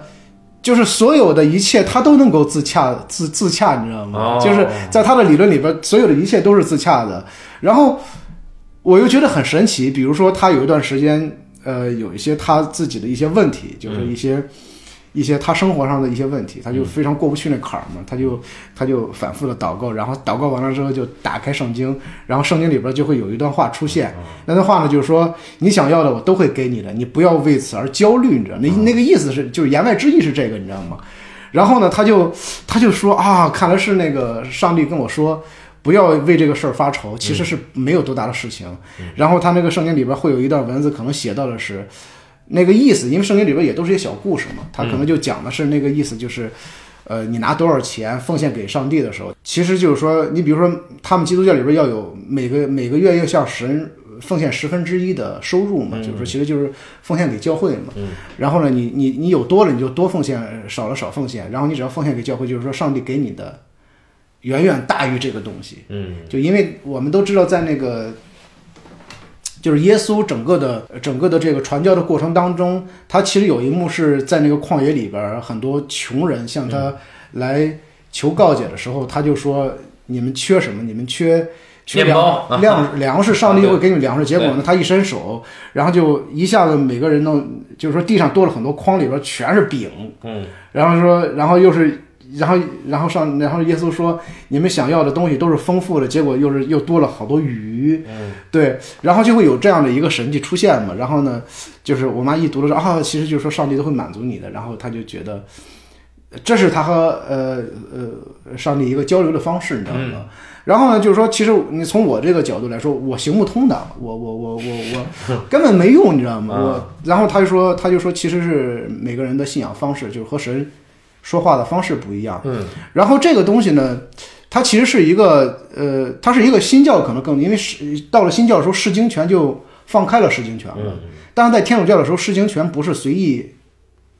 Speaker 2: 就是所有的一切它都能够自洽自自洽，你知道吗？
Speaker 1: 哦
Speaker 2: 就是在他的理论里边儿，所有的一切都是自洽的。然后我又觉得很神奇，比如说他有一段时间，呃，有一些他自己的一些问题，
Speaker 1: 嗯
Speaker 2: 就是一些。一些他生活上的一些问题，他就非常过不去那坎儿嘛，他就他就反复的祷告，然后祷告完了之后就打开圣经，然后圣经里边就会有一段话出现，那段话呢就是说你想要的我都会给你的，你不要为此而焦虑，你知道那那个意思是就是言外之意是这个，你知道吗？然后呢，他就他就说啊，看来是那个上帝跟我说。不要为这个事儿发愁，其实是没有多大的事情。然后他那个圣经里边会有一段文字，可能写到的是，那个意思，因为圣经里边也都是一些小故事嘛，他可能就讲的是那个意思，就是，呃，你拿多少钱奉献给上帝的时候，其实就是说，你比如说他们基督教里边要有每个每个月要向神奉献十分之一的收入嘛，就是说其实就是奉献给教会嘛。然后呢，你你你有多了你就多奉献，呃少了少奉献。然后你只要奉献给教会，就是说上帝给你的远远大于这个东西。
Speaker 1: 嗯，
Speaker 2: 就因为我们都知道，在那个就是耶稣整个的整个的这个传教的过程当中，他其实有一幕是在那个旷野里边儿，很多穷人向
Speaker 1: 嗯
Speaker 2: 他来求告解的时候，他就说：“你们缺什么？你们缺缺
Speaker 1: 面包啊
Speaker 2: 粮粮粮食，上帝会给你粮食。”
Speaker 1: 对
Speaker 2: 结果呢，他一伸手，然后就一下子每个人都就是说地上多了很多筐，里边全是饼。
Speaker 1: 嗯，
Speaker 2: 然后说，然后又是，然后然后上，然后耶稣说，你们想要的东西都是丰富的，结果又是又多了好多鱼，
Speaker 1: 嗯
Speaker 2: 对，然后就会有这样的一个神迹出现嘛。然后呢，就是我妈一读的时候啊，其实就是说上帝都会满足你的，然后她就觉得。这是他和呃呃上帝一个交流的方式，你知道吗？然后呢，就是说，其实你从我这个角度来说，我行不通的，我我我我我根本没用，你知道吗？我然后他就说，他就说，其实是每个人的信仰方式，就是和神说话的方式不一样。
Speaker 1: 嗯，
Speaker 2: 然后这个东西呢，它其实是一个呃，它是一个新教，可能更因为是到了新教的时候，释经权就放开了释经权了。但是在天主教的时候，释经权不是随意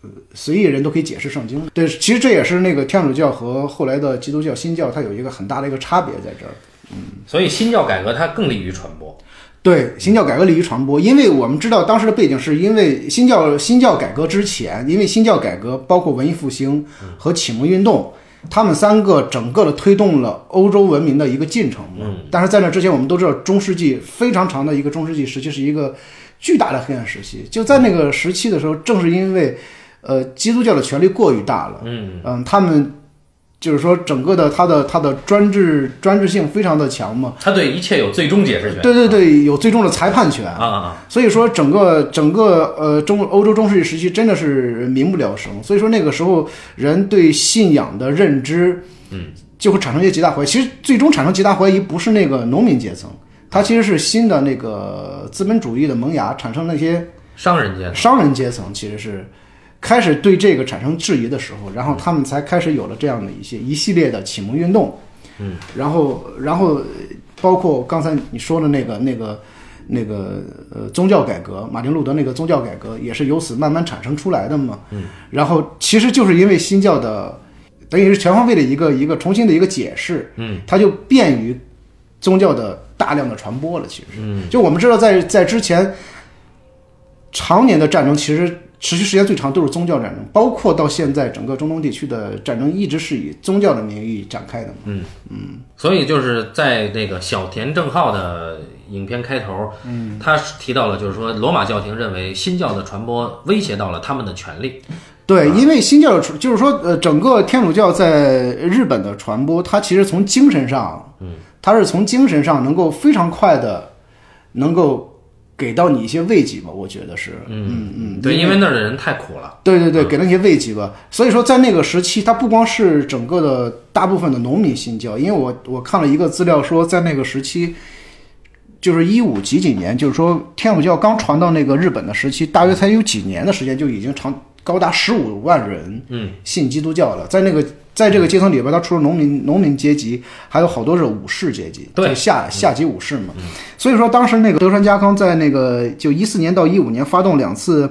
Speaker 2: 呃随意人都可以解释圣经。对，其实这也是那个天主教和后来的基督教、新教，它有一个很大的一个差别在这儿。
Speaker 1: 所以新教改革它更利于传播。
Speaker 2: 对，新教改革利于传播，因为我们知道当时的背景是因为新教新教改革之前，因为新教改革包括文艺复兴和启蒙运动，他们三个整个的推动了欧洲文明的一个进程嘛。但是在那之前，我们都知道中世纪非常长的一个中世纪时期是一个巨大的黑暗时期，就在那个时期的时候，正是因为呃基督教的权力过于大了。
Speaker 1: 嗯
Speaker 2: 嗯，他们就是说整个的他的他的专制专制性非常的强嘛。
Speaker 1: 他对一切有最终解释权。
Speaker 2: 对对对，有最终的裁判权。
Speaker 1: 啊啊啊！
Speaker 2: 所以说整个整个呃中欧洲中世纪时期真的是民不聊生，所以说那个时候人对信仰的认知，嗯，就会产生一些极大怀疑。其实最终产生极大怀疑不是那个农民阶层，它其实是新的那个资本主义的萌芽，产生那些
Speaker 1: 商人间
Speaker 2: 商人阶层其实是开始对这个产生质疑的时候，然后他们才开始有了这样的一些一系列的启蒙运动。嗯，然后然后呃包括刚才你说的那个那个那个呃宗教改革，马丁路德那个宗教改革也是由此慢慢产生出来的嘛。嗯，然后其实就是因为新教的等于是全方位的一个一个重新的一个解释，嗯，它就便于宗教的大量的传播了。其实，嗯，就我们知道在在之前。常年的战争其实持续时间最长都是宗教战争，包括到现在整个中东地区的战争一直是以宗教的名义展开的嘛。
Speaker 1: 所以就是在那个小田正浩的影片开头，嗯，他提到了，就是说罗马教廷认为新教的传播威胁到了他们的权利。
Speaker 2: 对，因为新教的传就是说，呃，整个天主教在日本的传播，它其实从精神上，嗯，它是从精神上能够非常快的，能够给到你一些慰藉吧，我觉得是，嗯嗯，
Speaker 1: 对，因为那儿的人太苦了。
Speaker 2: 对对对，给了一些慰藉吧。所以说，在那个时期，它不光是整个的大部分的农民新教，因为我我看了一个资料说，在那个时期，就是一五几几年，就是说天主教刚传到那个日本的时期，大约才有几年的时间，就已经长高达十五万人
Speaker 1: 嗯
Speaker 2: 信基督教了。在那个在这个阶层里边，它除了农民农民阶级，还有好多是武士阶级，
Speaker 1: 对嗯
Speaker 2: 就下下级武士嘛。所以说，当时那个德川家康在那个就一四年到一五年发动两次。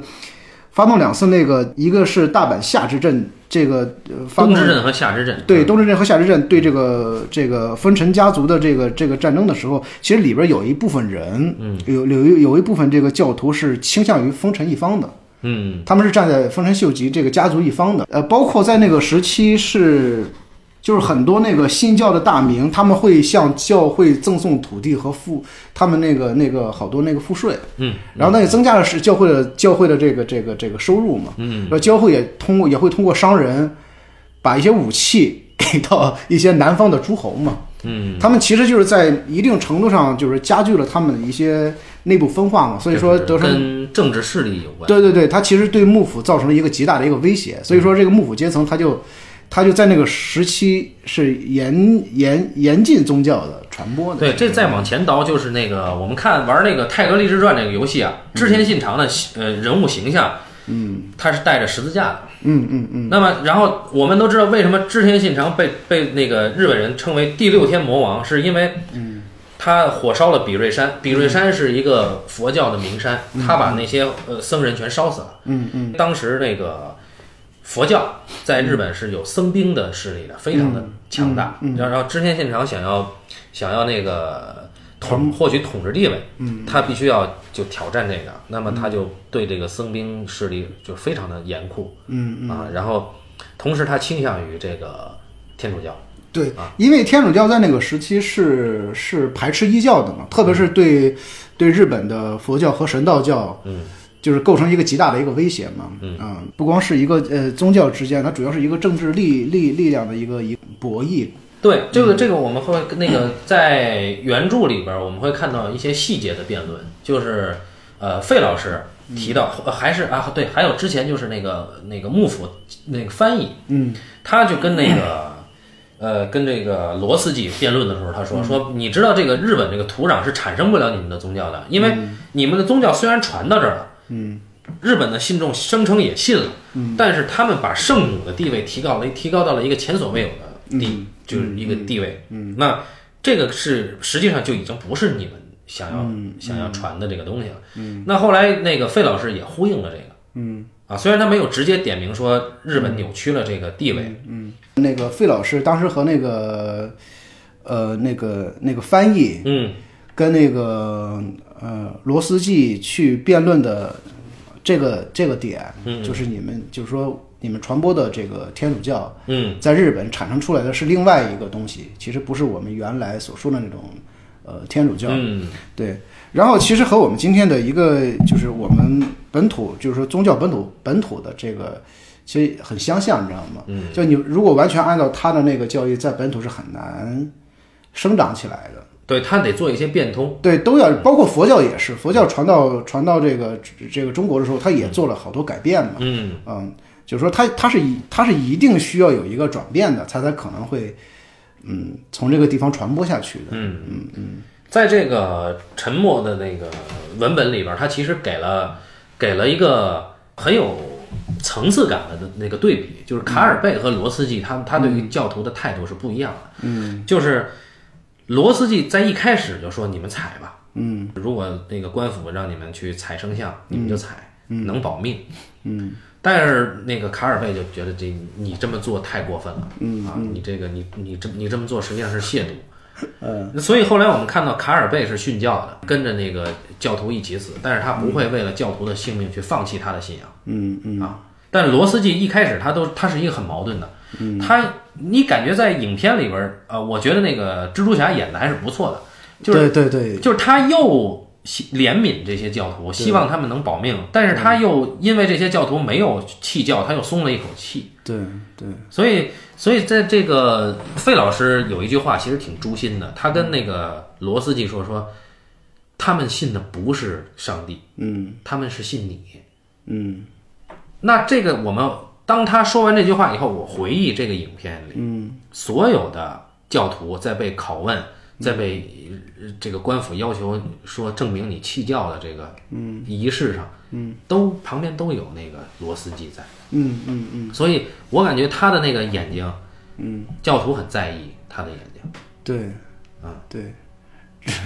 Speaker 2: 发动两次那个，一个是大阪夏之阵，这个呃发
Speaker 1: 东
Speaker 2: 动
Speaker 1: 之镇和夏之镇，
Speaker 2: 对东之镇和夏之镇对这个这个丰臣家族的这个这个战争的时候，其实里边有一部分人，嗯，有有有有一部分这个教徒是倾向于丰臣一方的，
Speaker 1: 嗯，
Speaker 2: 他们是站在丰臣秀吉这个家族一方的。呃，包括在那个时期是，就是很多那个新教的大名，他们会向教会赠送土地和赋，他们那个那个好多那个赋税，
Speaker 1: 嗯，
Speaker 2: 然后那也增加了是教会的教会的这个这个这个收入嘛，嗯，然后教会也通过也会通过商人把一些武器给到一些南方的诸侯嘛。嗯，他们其实就是在一定程度上就是加剧了他们的一些内部分化嘛，所以说
Speaker 1: 就是
Speaker 2: 德川
Speaker 1: 跟政治势力有关。
Speaker 2: 对对对，它其实对幕府造成了一个极大的一个威胁，
Speaker 1: 嗯
Speaker 2: 所以说这个幕府阶层他就他就在那个时期是严严严禁宗教的传播的。
Speaker 1: 对，这再往前倒就是那个我们看玩那个《泰格立志传》这个游戏啊，织田信长的呃人物形象，嗯，他是带着十字架的。
Speaker 2: 嗯嗯嗯，
Speaker 1: 那么，然后我们都知道为什么织田信长被被那个日本人称为第六天魔王，是因为他火烧了比瑞山，比瑞山是一个佛教的名山，他把那些呃僧人全烧死了。
Speaker 2: 嗯嗯
Speaker 1: 当时那个佛教在日本是有僧兵的势力的，非常的强大。然后然后织田信长想要想要那个统获取统治地位，嗯他必须要就挑战这个，那么他就对这个僧兵势力就非常的严酷
Speaker 2: 嗯，
Speaker 1: 啊。然后同时他倾向于这个天主教，
Speaker 2: 对，因为天主教在那个时期是是排斥异教的嘛，特别是对对日本的佛教和神道教，
Speaker 1: 嗯，
Speaker 2: 就是构成一个极大的一个威胁嘛，嗯，不光是一个呃宗教之间，它主要是一个政治力力力量的一个一个博弈，
Speaker 1: 对这个这个我们会那个在原著里边儿我们会看到一些细节的辩论，就是呃费老师提到、呃还是啊对，还有之前就是那个那个幕府那个翻译，
Speaker 2: 嗯，
Speaker 1: 他就跟那个。呃，跟这个罗斯基辩论的时候，他说、说，你知道这个日本这个土壤是产生不了你们的宗教的，因为你们的宗教虽然传到这儿了，嗯，日本的信众声称也信了，嗯，但是他们把圣母的地位提高了，提高到了一个前所未有的地，就是一个地位，嗯，那这个是实际上就已经不是你们想要、想要传的这个东西了，嗯，那后来那个费老师也呼应了这个，嗯，啊，虽然他没有直接点名说日本扭曲了这个地位，
Speaker 2: 那个费老师当时和那个呃那个那个翻译
Speaker 1: 嗯
Speaker 2: 跟那个呃罗斯基去辩论的这个这个点，就是你们就是说你们传播的这个天主教
Speaker 1: 嗯
Speaker 2: 在日本产生出来的是另外一个东西，其实不是我们原来所说的那种呃天主教。
Speaker 1: 嗯
Speaker 2: 对，然后其实和我们今天的一个就是我们本土，就是说宗教本土本土的这个，其实很相像，你知道吗？嗯，就你如果完全按照他的那个教义，在本土是很难生长起来的。
Speaker 1: 对他得做一些变通。
Speaker 2: 对，都要包括佛教也是，佛教传到传到这个这个中国的时候，他也做了好多改变嘛。
Speaker 1: 嗯，
Speaker 2: 嗯，就是说它它是一它是一定需要有一个转变的，它才可能会嗯从这个地方传播下去的。
Speaker 1: 在这个沉默的那个文本里边，他其实给了给了一个很有层次感的那个对比，就是卡尔贝和罗斯基他们他对于教徒的态度是不一样的。嗯，就是罗斯基在一开始就说：“你们采吧，嗯，如果那个官府让你们去采生像，你们就采，能保命。”嗯，但是那个卡尔贝就觉得这你这么做太过分了，嗯啊，你这个你你这你这么做实际上是亵渎。嗯，所以后来我们看到卡尔贝是殉教的，跟着那个教徒一起死，但是他不会为了教徒的性命去放弃他的信仰。
Speaker 2: 嗯嗯
Speaker 1: 啊。但罗斯基一开始他都他是一个很矛盾的，
Speaker 2: 嗯
Speaker 1: 他你感觉在影片里边儿，呃，我觉得那个蜘蛛侠演的还是不错的，就是
Speaker 2: 对对对，
Speaker 1: 就是他又希怜悯这些教徒，希望他们能保命，但是他又因为这些教徒没有弃教，他又松了一口气。
Speaker 2: 对对，
Speaker 1: 所以，所以在这个费老师有一句话，其实挺诛心的。他跟那个罗斯基说说，他们信的不是上帝，
Speaker 2: 嗯
Speaker 1: 他们是信你。
Speaker 2: 嗯
Speaker 1: 那这个我们当他说完这句话以后，我回忆这个影片里，
Speaker 2: 嗯
Speaker 1: 所有的教徒在被拷问，
Speaker 2: 嗯
Speaker 1: 在被呃这个官府要求说证明你弃教的这个仪式上，嗯，都旁边都有那个罗斯基在。
Speaker 2: 嗯嗯嗯，
Speaker 1: 所以我感觉他的那个眼睛，嗯，教徒很在意他的眼睛，
Speaker 2: 对，啊对，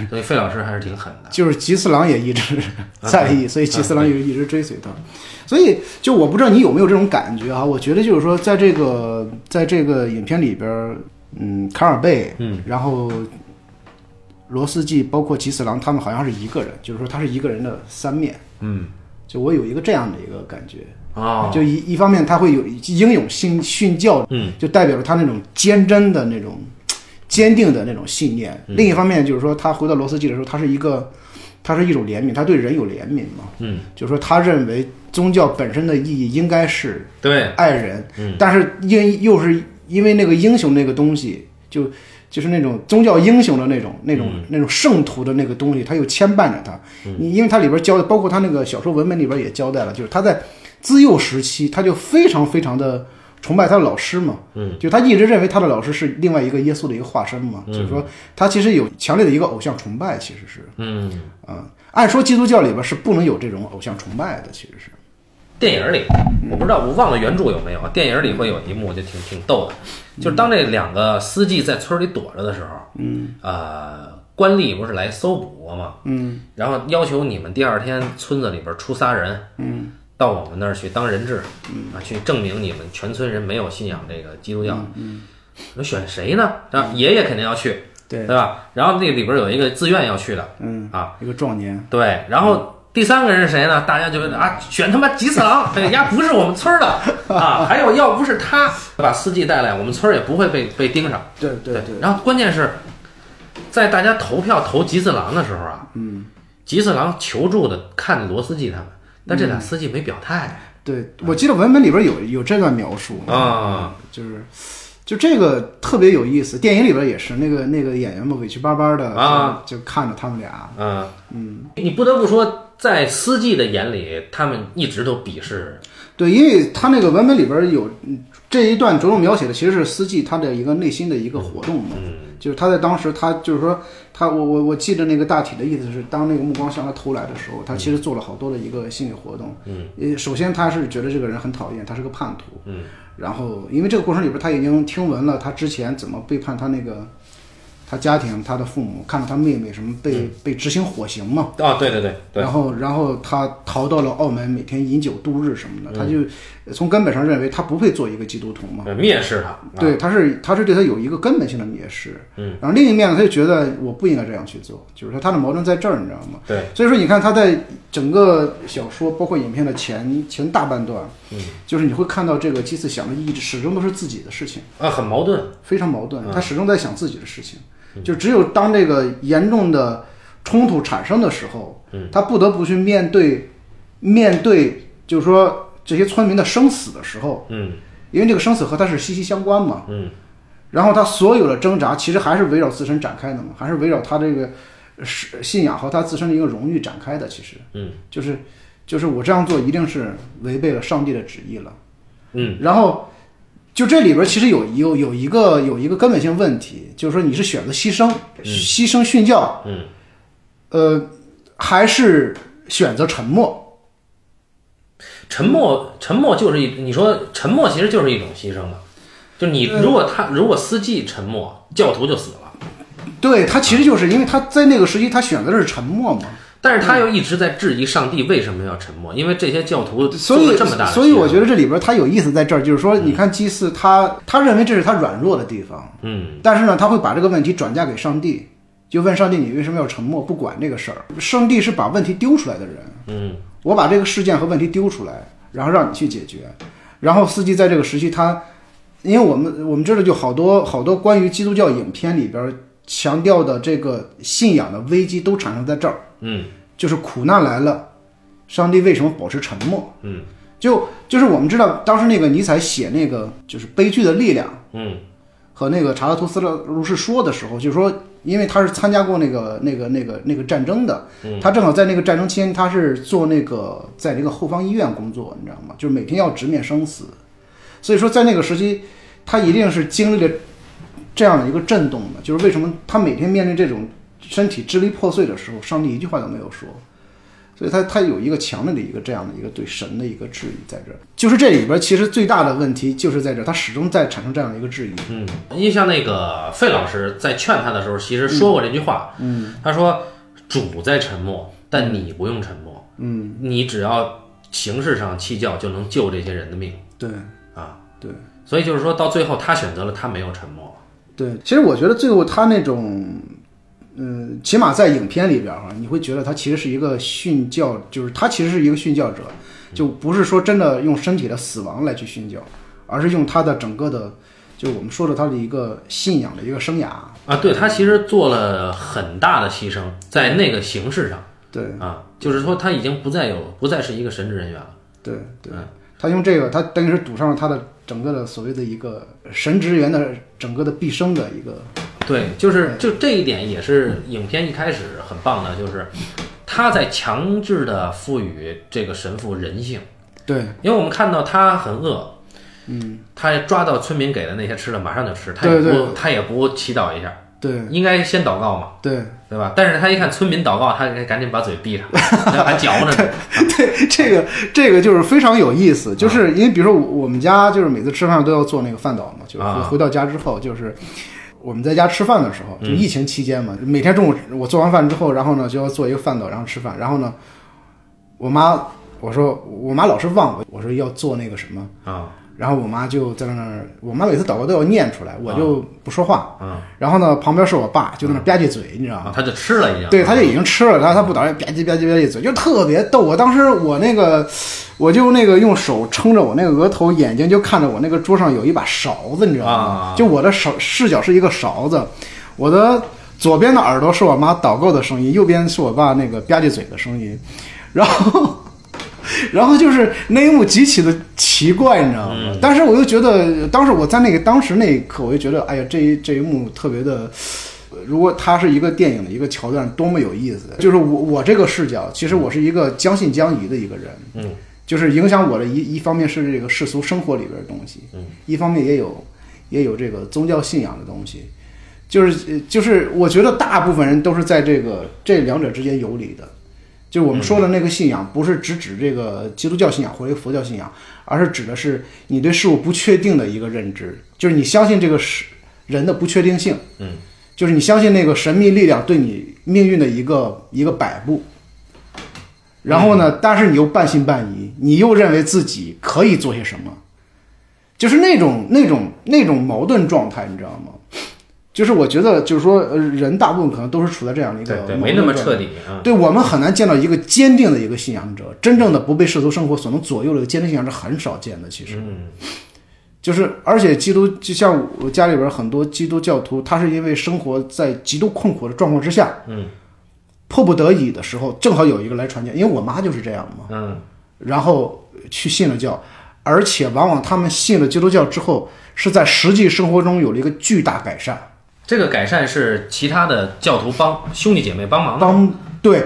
Speaker 1: 所以费老师还是挺狠的。啊
Speaker 2: 就是吉次郎也一直在意，所以吉次郎也一直追随他。所以就我不知道你有没有这种感觉啊？我觉得就是说，在这个在这个影片里边儿，嗯，卡尔贝，
Speaker 1: 嗯，
Speaker 2: 然后罗斯基，包括吉次郎，他们好像是一个人，就是说他是一个人的三面。
Speaker 1: 嗯，
Speaker 2: 就我有一个这样的一个感觉，
Speaker 1: 哦，
Speaker 2: 就一一方面他会有英勇信训教，
Speaker 1: 嗯，
Speaker 2: 就代表了他那种坚贞的那种坚定的那种信念。另一方面就是说，他回到罗斯基的时候，他是一个，他是一种怜悯，他对人有怜悯嘛，
Speaker 1: 嗯，
Speaker 2: 就是说他认为宗教本身的意义应该是
Speaker 1: 对，
Speaker 2: 爱人，
Speaker 1: 嗯
Speaker 2: 但是因又是因为那个英雄那个东西，就就是那种宗教英雄的那种那种、
Speaker 1: 嗯
Speaker 2: 那种圣徒的那个东西，他又牵绊着他。你因为他里边交代，包括他那个小说文本里边也交代了，就是他在自幼时期他就非常非常的崇拜他的老师嘛，嗯，就他一直认为他的老师是另外一个耶稣的一个化身嘛，就是说他其实有强烈的一个偶像崇拜，其实是，
Speaker 1: 嗯，
Speaker 2: 嗯，按说基督教里边是不能有这种偶像崇拜的，其实是。
Speaker 1: 电影里
Speaker 2: 嗯
Speaker 1: 我不知道，我忘了原著有没有啊，电影里会有一幕就挺挺逗的，就是当这两个司机在村里躲着的时候，嗯，呃，官吏不是来搜捕我吗？
Speaker 2: 嗯
Speaker 1: 然后要求你们第二天村子里边出仨人
Speaker 2: 嗯
Speaker 1: 到我们那儿去当人质，啊，去证明你们全村人没有信仰这个基督教。
Speaker 2: 嗯，
Speaker 1: 那选谁呢？啊，爷爷肯定要去，对
Speaker 2: 对，
Speaker 1: 吧？然后那里边有一个自愿要去的，
Speaker 2: 嗯
Speaker 1: 啊，
Speaker 2: 一个壮年，
Speaker 1: 对，然后第三个人是谁呢？大家就觉得啊，选他妈吉次 郎，这丫不是我们村儿 的啊！还有，要不是他把司机带来，我们村儿也不会被被盯上。
Speaker 2: 对对对，
Speaker 1: 然后关键是，在大家投票投吉次郎的时候啊，
Speaker 2: 嗯，
Speaker 1: 吉次郎求助的看罗斯基他们，但这俩司机没表态
Speaker 2: 对，我记得文本里边有有这段描述，
Speaker 1: 啊。
Speaker 2: 就是。就这个特别有意思，电影里边也是那个那个演员嘛，委屈巴巴的
Speaker 1: 啊，
Speaker 2: 就看着他们俩，
Speaker 1: 嗯嗯，你不得不说，在司机的眼里，他们一直都鄙视
Speaker 2: 对，因为他那个文本里边有嗯这一段着重描写的，其实是司机他的一个内心的一个活动嘛，就是他在当时他就是说他我我我记得那个大体的意思是，当那个目光向他投来的时候，他其实做了好多的一个心理活动，嗯，呃，首先他是觉得这个人很讨厌，他是个叛徒，嗯，然后因为这个过程里边他已经听闻了他之前怎么背叛他那个。他家庭，他的父母看到他妹妹什么被、被执行火刑嘛，
Speaker 1: 啊，对对对对，
Speaker 2: 然后，然后他逃到了澳门，每天饮酒度日什么的，他就呃从根本上认为他不配做一个基督徒嘛。
Speaker 1: 呃蔑视他。
Speaker 2: 对，他是他是对他有一个根本性的蔑视。嗯，然后另一面呢，他就觉得我不应该这样去做，就是说他的矛盾在这儿，你知道吗？
Speaker 1: 对，
Speaker 2: 所以说，你看他在整个小说包括影片的前前大半段，嗯，就是你会看到这个基斯想的意义始终都是自己的事情。
Speaker 1: 啊，很矛盾。
Speaker 2: 非常矛盾，他始终在想自己的事情。就只有当这个严重的冲突产生的时候，他不得不去面对面对，就是说这些村民的生死的时候，
Speaker 1: 嗯
Speaker 2: 因为这个生死和他是息息相关嘛。
Speaker 1: 嗯
Speaker 2: 然后他所有的挣扎其实还是围绕自身展开的嘛，还是围绕他这个是信仰和他自身的一个荣誉展开的。其实
Speaker 1: 嗯
Speaker 2: 就是就是我这样做一定是违背了上帝的旨意了。
Speaker 1: 嗯，
Speaker 2: 然后就这里边其实有有有一个有一个根本性问题，就是说你是选择牺牲、牺牲殉教，
Speaker 1: 嗯，
Speaker 2: 呃，还是选择沉默？
Speaker 1: 沉默，沉默就是一，你说沉默其实就是一种牺牲嘛。就你如果他如果司机沉默，教徒就死了。
Speaker 2: 对他其实就是因为他在那个时期他选择的是沉默嘛，
Speaker 1: 但
Speaker 2: 嗯
Speaker 1: 是他又一直在质疑上帝为什么要沉默，因为这些教徒
Speaker 2: 所
Speaker 1: 做
Speaker 2: 以
Speaker 1: 了嗯这么大的牺牲，
Speaker 2: 所以我觉得这里边他有意思在这儿，就是说你看祭祀他他认为这是他软弱的地方，
Speaker 1: 嗯，
Speaker 2: 但是呢，他会把这个问题转嫁给上帝，就问上帝你为什么要沉默不管这个事儿？上帝是把问题丢出来的人，嗯，我把这个事件和问题丢出来，然后让你去解决。然后司机在这个时期他，因为我们我们知道就好多好多关于基督教影片里边强调的这个信仰的危机都产生在这儿，
Speaker 1: 嗯
Speaker 2: 就是苦难来了，上帝为什么保持沉默？
Speaker 1: 嗯
Speaker 2: 就就是我们知道当时那个尼采写那个就是悲剧的力量。
Speaker 1: 嗯
Speaker 2: 和那个查拉图斯拉如是说的时候，就是说，因为他是参加过那个那个那个那个战争的，他正好在那个战争期间，他是做那个在那个后方医院工作，你知道吗？就是每天要直面生死，所以说在那个时期，他一定是经历了这样的一个震动的。就是为什么他每天面对这种身体支离破碎的时候，上帝一句话都没有说。所以他他有一个强烈的一个这样的一个对神的一个质疑在这儿，就是这里边其实最大的问题就是在这儿，他始终在产生这样的一个质疑。
Speaker 1: 嗯，因为像那个费老师在劝他的时候，其实说过这句话，嗯，他说主在沉默，但你不用沉默，嗯，你只要形式上弃教就能救这些人的命
Speaker 2: 对
Speaker 1: 啊，
Speaker 2: 对
Speaker 1: 所以就是说到最后他选择了他没有沉默，
Speaker 2: 对，其实我觉得最后他那种，嗯，起码在影片里边儿哈，你会觉得他其实是一个殉教，就是他其实是一个殉教者，就不是说真的用身体的死亡来去殉教，而是用他的整个的，就我们说的他的一个信仰的一个生涯。
Speaker 1: 啊，对他其实做了很大的牺牲，在那个形式上
Speaker 2: 对
Speaker 1: 啊，就是说他已经不再有不再是一个神职人员了，
Speaker 2: 对对，他用这个，他等于是赌上了他的整个的所谓的一个神职员的整个的毕生的一个，
Speaker 1: 对，就是就这一点也是影片一开始很棒的，就是他在强制的赋予这个神父人性，
Speaker 2: 对
Speaker 1: 因为我们看到他很饿，嗯，他抓到村民给的那些吃的，马上就吃，他也
Speaker 2: 对
Speaker 1: 不
Speaker 2: 对
Speaker 1: 他也不祈祷一下，
Speaker 2: 对
Speaker 1: 应该先祷告嘛，
Speaker 2: 对，
Speaker 1: 对吧？但是他一看村民祷告，他赶紧把嘴闭 上，还嚼着呢，
Speaker 2: 对， 这个这个就是非常有意思，
Speaker 1: 啊
Speaker 2: 就是因为比如说我我们家就是每次吃饭都要做那个饭岛嘛，就是回
Speaker 1: 啊
Speaker 2: 回到家之后就是。我们在家吃饭的时候，就
Speaker 1: 嗯
Speaker 2: 疫情期间嘛，每天中午我做完饭之后，然后呢就要做一个饭岛，然后吃饭，然后呢，我妈我说我妈老是忘我，我说要做那个什么，
Speaker 1: 啊
Speaker 2: 然后我妈就在那儿，我妈每次祷告都要念出来，我就不说话，
Speaker 1: 啊
Speaker 2: 然后呢旁边是我爸，就在那儿吧唧嘴，你知道吗
Speaker 1: 啊！？他就吃了一样，
Speaker 2: 对，他就已经吃了，他他不倒，吧唧吧唧吧唧嘴，就特别逗。我当时我那个，我就那个用手撑着我那个额头，眼睛就看着我那个桌上有一把勺子，你知道吗
Speaker 1: 啊？
Speaker 2: 就我的手视角是一个勺子，我的左边的耳朵是我妈导购的声音，右边是我爸那个吧唧嘴的声音，然后。 然后就是那一幕极其的奇怪，你知道吗？
Speaker 1: 嗯
Speaker 2: 但是我又觉得，当时我在那个当时那一刻，我就觉得，哎呀，这一这一幕特别的，如果它是一个电影的一个桥段，多么有意思！就是我我这个视角，其实我是一个将信将疑的一个人，
Speaker 1: 嗯，
Speaker 2: 就是影响我的一一方面是这个世俗生活里边的东西，嗯，一方面也有也有这个宗教信仰的东西，就是呃就是我觉得大部分人都是在这个这两者之间游离的。就是我们说的那个信仰，不是只指这个基督教信仰或者佛教信仰，而是指的是你对事物不确定的一个认知，就是你相信这个是人的不确定性。
Speaker 1: 嗯
Speaker 2: 就是你相信那个神秘力量对你命运的一个一个摆布，然后
Speaker 1: 嗯
Speaker 2: 呢，但是你又半信半疑，你又认为自己可以做些什么，就是那种那种那种矛盾状态，你知道吗？就是我觉得，就是说，呃人大部分可能都是处在这样的一个
Speaker 1: 对对，
Speaker 2: 矛
Speaker 1: 没那
Speaker 2: 盾
Speaker 1: 么
Speaker 2: 状态
Speaker 1: 彻底啊。
Speaker 2: 对我们很难见到一个坚定的一个信仰者，真正的不被世俗生活所能左右的一个坚定信仰者很少见的。其实，就是而且基督就像我家里边很多基督教徒，他是因为生活在极度困苦的状况之下，嗯，迫不得已的时候，正好有一个来传教，因为我妈就是这样嘛，
Speaker 1: 嗯，
Speaker 2: 然后去信了教，而且往往他们信了基督教之后，是在实际生活中有了一个巨大改善。
Speaker 1: 这个改善是其他的教徒帮兄弟姐妹帮忙的。
Speaker 2: 当对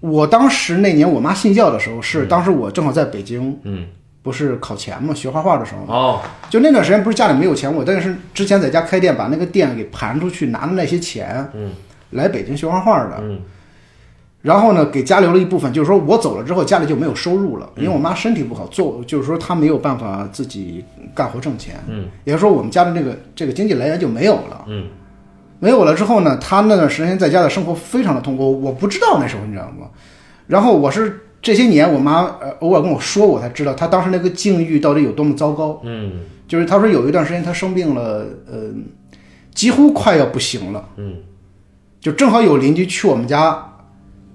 Speaker 2: 我当时那年我妈信教的时候，是当时我正好在北京，
Speaker 1: 嗯，
Speaker 2: 不是考前嘛，学画画的时候，
Speaker 1: 哦，
Speaker 2: 就那段时间不是家里没有钱，我但是之前在家开店把那个店给盘出去，拿的那些钱，嗯，来北京学画画的，嗯。然后呢，给家留了一部分，就是说我走了之后，家里就没有收入了，因为我妈身体不好，做就是说她没有办法自己干活挣钱，嗯，也就是说我们家的这个这个经济来源就没有了，嗯，没有了之后呢，她那段时间在家的生活非常的痛苦，我不知道那时候你知道吗？然后我是这些年我妈呃偶尔跟我说，我才知道她当时那个境遇到底有多么糟糕，
Speaker 1: 嗯
Speaker 2: 就是他说有一段时间他生病了，呃，几乎快要不行了。嗯，就正好有邻居去我们家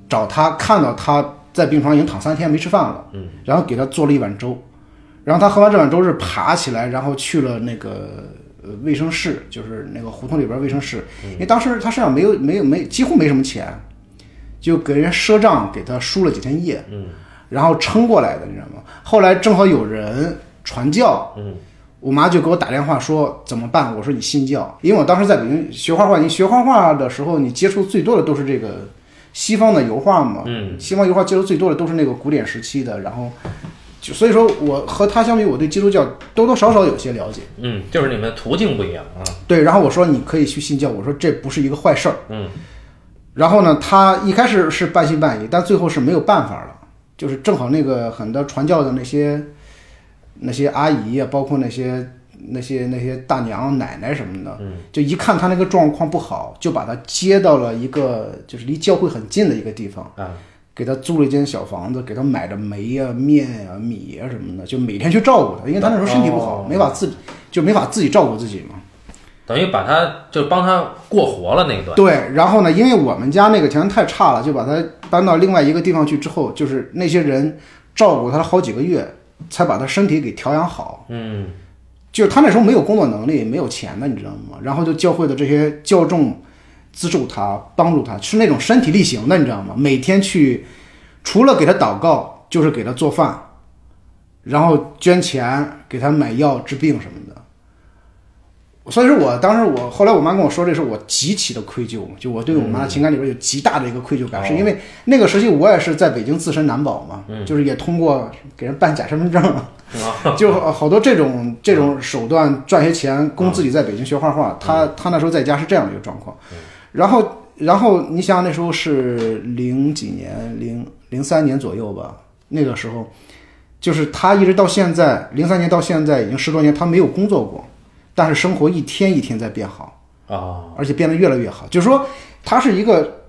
Speaker 2: 找他，看到他在病床已经躺三天没吃饭了，嗯，然后给他做了一碗粥，然后他喝完这碗粥是爬起来，然后去了那个。呃，卫生室就是那个胡同里边卫生室，因为当时他身上没有没有没几乎没什么钱，就给人赊账给他输了几天液，嗯，然后撑过来的，你知道吗？后来正好有人传教，我妈就给我打电话说怎么办？我说你信教，因为我当时在北京学画画，你学画画的时候，你接触最多的都是这个西方的油画嘛，嗯，西方油画接触最多的都是那个古典时期的，然后就所以说我和他相比，我对基督教多多少少有些了解，
Speaker 1: 嗯，就是你们途径不一样啊。
Speaker 2: 对，然后我说你可以去信教，我说这不是一个坏事儿，嗯，然后呢，他一开始是半信半疑，但最后是没有办法了，就是正好那个很多传教的那些那些阿姨啊，包括那些那些那些大娘奶奶什么的，
Speaker 1: 嗯
Speaker 2: 就一看他那个状况不好，就把他接到了一个就是离教会很近的一个地方，
Speaker 1: 啊
Speaker 2: 给他租了一间小房子，给他买的煤啊、面啊、米啊什么的，就每天去照顾他，因为他那时候身体不好，
Speaker 1: 哦
Speaker 2: 没法自己就没法自己照顾自己嘛。
Speaker 1: 等于把他就帮他过活了那一段。
Speaker 2: 对，然后呢，因为我们家那个条件太差了，就把他搬到另外一个地方去之后，就是那些人照顾他好几个月，才把他身体给调养好。
Speaker 1: 嗯
Speaker 2: 就是他那时候没有工作能力，没有钱的，你知道吗？然后就教会的这些教众资助他、帮助他，是那种身体力行的，你知道吗？每天去，除了给他祷告，就是给他做饭，然后捐钱给他买药治病什么的。所以说我当时我后来我妈跟我说这事，我极其的愧疚，就我对我妈的情感里边有极大的一个愧疚感，是因为那个时期我也是在北京自身难保嘛，就是也通过给人办假身份证。 就好好多这种这种手段赚些钱，供自己在北京学画画。他他那时候在家是这样的一个状况，然后然后你想想那时候是零几年，零零三年左右吧，那个时候就是他一直到现在，零三年到现在已经十多年，他没有工作过，但是生活一天一天在变好。
Speaker 1: 哦，
Speaker 2: 而且变得越来越好。就是说，他是一个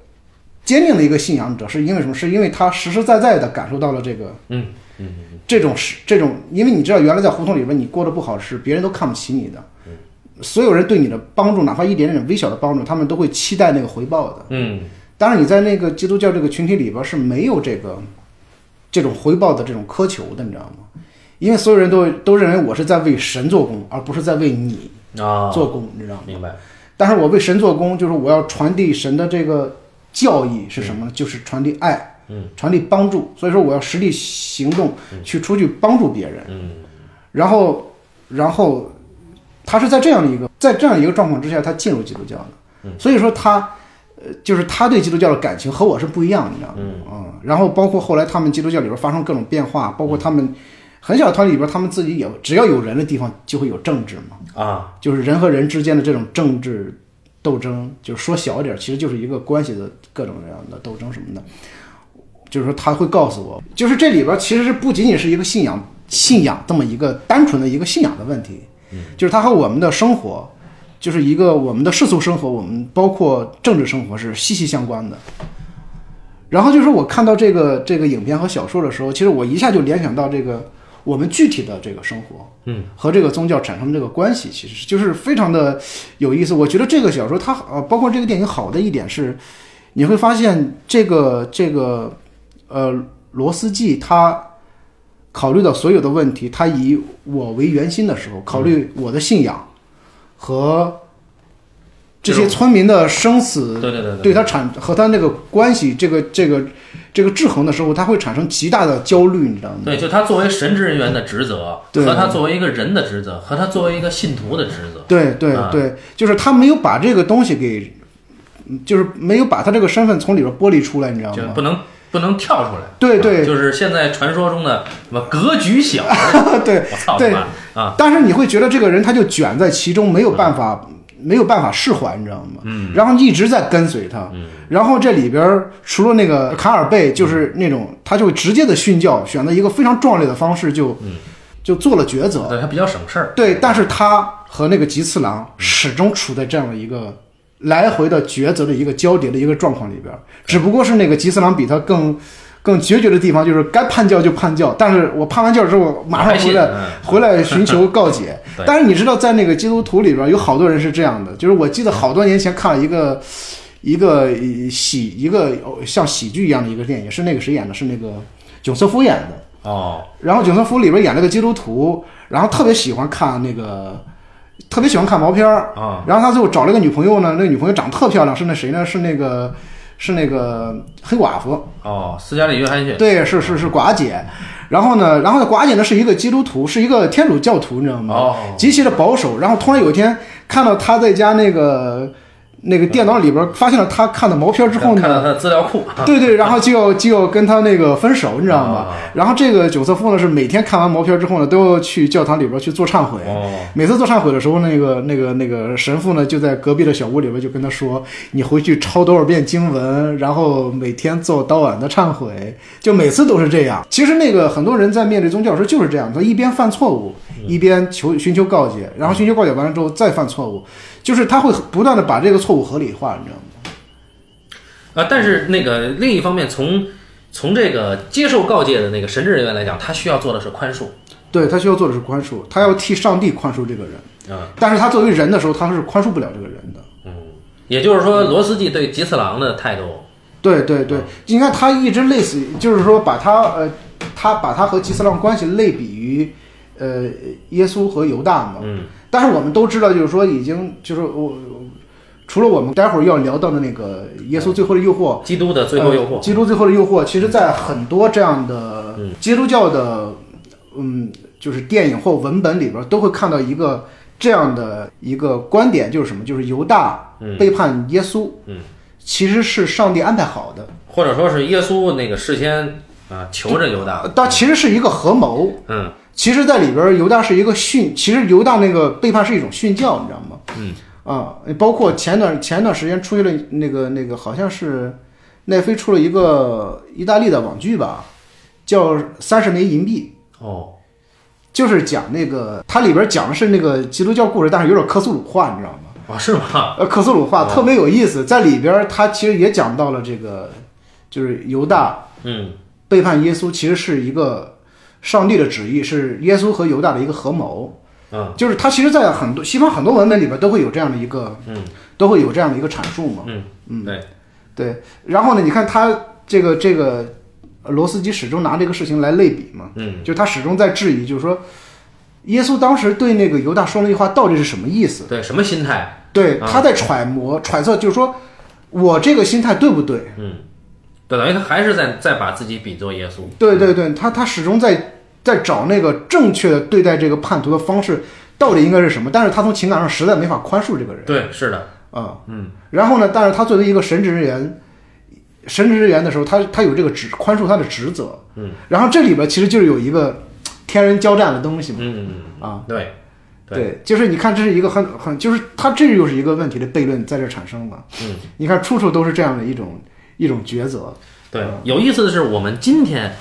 Speaker 2: 坚定的一个信仰者，是因为什么？是因为他实实在在的感受到了这个
Speaker 1: 嗯嗯，
Speaker 2: 这种是这种，因为你知道，原来在胡同里边你过得不好是别人都看不起你的，
Speaker 1: 嗯
Speaker 2: 所有人对你的帮助，哪怕一点点微小的帮助，他们都会期待那个回报的。
Speaker 1: 嗯，
Speaker 2: 当然，你在那个基督教这个群体里边是没有这个这种回报的这种苛求的，你知道吗？因为所有人都都认为我是在为神做工，而不是在为你
Speaker 1: 啊，
Speaker 2: 做工，你知道吗？
Speaker 1: 明白，
Speaker 2: 但是我为神做工，就是我要传递神的这个教义是什么呢？就是传递爱，
Speaker 1: 嗯，
Speaker 2: 传递帮助。所以说，我要实地行动去出去帮助别人。
Speaker 1: 嗯
Speaker 2: 然后，然后他是在这样的一个在这样一个状况之下，他进入基督教
Speaker 1: 嗯
Speaker 2: 的。所以说他，呃，就是他对基督教的感情和我是不一样，你知道吗？
Speaker 1: 嗯
Speaker 2: 嗯。然后包括后来他们基督教里边发生各种变化，包
Speaker 1: 嗯
Speaker 2: 括他们很小的团体里边，他们自己也只要有人的地方就会有政治嘛。
Speaker 1: 啊，
Speaker 2: 就是人和人之间的这种政治斗争，就是说小一点，其实就是一个关系的各种各样的斗争什么的。就是说他会告诉我，就是这里边其实是不仅仅是一个信仰信仰这么一个单纯的一个信仰的问题，就是它和我们的生活，就是一个我们的世俗生活，我们包括政治生活是息息相关的。然后就是我看到这个这个影片和小说的时候，其实我一下就联想到这个我们具体的这个生活，
Speaker 1: 嗯，
Speaker 2: 和这个宗教产生这个关系，其实是就是非常的有意思。我觉得这个小说它呃，包括这个电影好的一点是，你会发现这个这个呃罗斯季他考虑到所有的问题，他以我为圆心的时候，考虑我的信仰和这些村民的生死
Speaker 1: 对对对
Speaker 2: 对他产和他那个关系这个这个这个制衡的时候，他会产生极大的焦虑，你知道吗？
Speaker 1: 对，就他作为神职人员的职责，
Speaker 2: 对
Speaker 1: 和他作为一个人的职责，和他作为一个信徒的职责，
Speaker 2: 对对
Speaker 1: 啊
Speaker 2: 对，就是他没有把这个东西给，嗯就是没有把他这个身份从里边剥离出来，你知道
Speaker 1: 就
Speaker 2: 吗？
Speaker 1: 不能不能跳出来。
Speaker 2: 对对
Speaker 1: 啊就是现在传说中的什么格局 小，
Speaker 2: 对，
Speaker 1: 我操
Speaker 2: 对
Speaker 1: 他妈啊！
Speaker 2: 但是你会觉得这个人他就卷在其中，没有办法，
Speaker 1: 嗯
Speaker 2: 没有办法释怀，你知道吗？嗯，然后一直在跟随他，嗯，然后这里边儿除了那个卡尔贝，就是
Speaker 1: 嗯
Speaker 2: 那种他就直接的训教，选择一个非常壮烈的方式就，就做了抉择，
Speaker 1: 嗯对他比较省事儿。
Speaker 2: 对，但是他和那个吉次郎始终处在这样的一个来回的抉择的一个交叠的一个状况里边儿，只不过是那个吉次郎比他更更决绝的地方就是该叛教就叛教，但是我叛完教之后马上回来。
Speaker 1: 来
Speaker 2: 回来寻求告解
Speaker 1: 对，
Speaker 2: 但是你知道，在那个基督徒里边儿有好多人是这样的，就是我记得好多年前看了一个一个呃喜一个哦像喜剧一样的一个电影，是那个谁演的？是那个囧瑟夫演的。
Speaker 1: 哦，
Speaker 2: 然后《囧瑟夫》里边演了个基督徒，然后特别喜欢看那个，特别喜欢看毛片儿。
Speaker 1: 啊
Speaker 2: 然后他最后找了个女朋友呢，那个女朋友长得特漂亮，是那谁呢？是那个是那个黑寡妇。
Speaker 1: 哦，斯嘉丽·约翰逊，
Speaker 2: 对，是是是寡姐。然后呢，然后呢，寡姐呢是一个基督徒，是一个天主教徒，你知道吗？
Speaker 1: 哦
Speaker 2: 极其的保守。然后突然有一天看到他在家那个那个电脑里边发现了他看的毛片儿之后呢，
Speaker 1: 看到他的资料库，
Speaker 2: 对对，然后就要就要跟他那个分手，你知道吗？
Speaker 1: 啊
Speaker 2: 然后这个九色夫呢是每天看完毛片之后呢，都要去教堂里边去做忏悔。
Speaker 1: 哦，
Speaker 2: 每次做忏悔的时候，那个那个那个神父呢就在隔壁的小屋里边就跟他说：“你回去抄多少遍经文，然后每天做当晚的忏悔。”就每次都是这样。其实那个很多人在面对宗教的时候就是这样，他一边犯错误，
Speaker 1: 嗯
Speaker 2: 一边求寻求告解，然后寻求告解完了之后再犯错误，就是他会不断的把这个错误合理化，你知道吗？
Speaker 1: 啊，但是那个另一方面，从从这个接受告诫的那个神职人员来讲，他需要做的是宽恕。
Speaker 2: 对他需要做的是宽恕，他要替上帝宽恕这个人，
Speaker 1: 啊，
Speaker 2: 但是他作为人的时候，他是宽恕不了这个人的。
Speaker 1: 也就是说，罗斯季对吉次郎的态度，
Speaker 2: 对对
Speaker 1: 啊
Speaker 2: 对，你看他一直类似于，就是说把他呃，他把他和吉斯浪关系类比于呃耶稣和犹大嘛。
Speaker 1: 嗯。
Speaker 2: 但是我们都知道，就是说已经就是我，除了我们待会儿要聊到的那个耶稣最后的诱惑，
Speaker 1: 基督的最后诱
Speaker 2: 呃
Speaker 1: 惑，嗯
Speaker 2: 基督最后的诱惑，其实，在很多这样的基督教的，嗯，就是电影或文本里边，都会看到一个这样的一个观点，就是什么？就是犹大
Speaker 1: 嗯
Speaker 2: 背叛耶稣，
Speaker 1: 嗯
Speaker 2: 其实是上帝安排好的，
Speaker 1: 或者说是耶稣那个事先啊求着犹大，
Speaker 2: 呃但其实是一个合谋。
Speaker 1: 嗯
Speaker 2: 其实，在里边，犹大是一个训，其实犹大那个背叛是一种训教，你知道吗？
Speaker 1: 嗯
Speaker 2: 啊，包括前段前段时间出现了那个那个，好像是奈飞出了一个意大利的网剧吧，叫《三十枚银币
Speaker 1: 哦》，
Speaker 2: 就是讲那个它里边讲的是那个基督教故事，但是有点科苏鲁化，你知道吗？
Speaker 1: 哦，是吗？
Speaker 2: 呃，克苏鲁话特别有意思，在里边儿他其实也讲到了这个，就是犹大
Speaker 1: 嗯
Speaker 2: 背叛耶稣，其实是一个上帝的旨意，是耶稣和犹大的一个合谋。
Speaker 1: 嗯
Speaker 2: 就是他其实，在很多西方很多文本里边都会有这样的一个，
Speaker 1: 嗯，
Speaker 2: 都会有这样的一个阐述嘛。
Speaker 1: 嗯
Speaker 2: 嗯
Speaker 1: 对，
Speaker 2: 对，然后呢，你看他这个这个呃罗斯基始终拿这个事情来类比嘛，
Speaker 1: 嗯
Speaker 2: 就他始终在质疑，就是说，耶稣当时对那个犹大说那句话到底是什么意思？
Speaker 1: 对，什么心态？
Speaker 2: 对，
Speaker 1: 啊
Speaker 2: 他在揣摩、揣测，就是说我这个心态对不对？
Speaker 1: 对，等于他还是在在把自己比作耶稣。
Speaker 2: 对对
Speaker 1: 嗯
Speaker 2: 对，他他始终在在找那个正确的对待这个叛徒的方式到底应该是什么？但是他从情感上实在没法宽恕这个人
Speaker 1: 对，是的，
Speaker 2: 啊，嗯。然后呢，但是他作为一个神职人员，神职人员的时候，他他有这个职宽恕他的职责，嗯。然后这里边其实就是有一个天人交战的东西嘛，
Speaker 1: 嗯
Speaker 2: 啊，
Speaker 1: 对，对
Speaker 2: 对，就是你看，这是一个很很，就是它这又是一个问题的悖论在这产生了。
Speaker 1: 嗯，
Speaker 2: 你看处处都是这样的一种一种抉择。啊
Speaker 1: 对，有意思的是，我们今天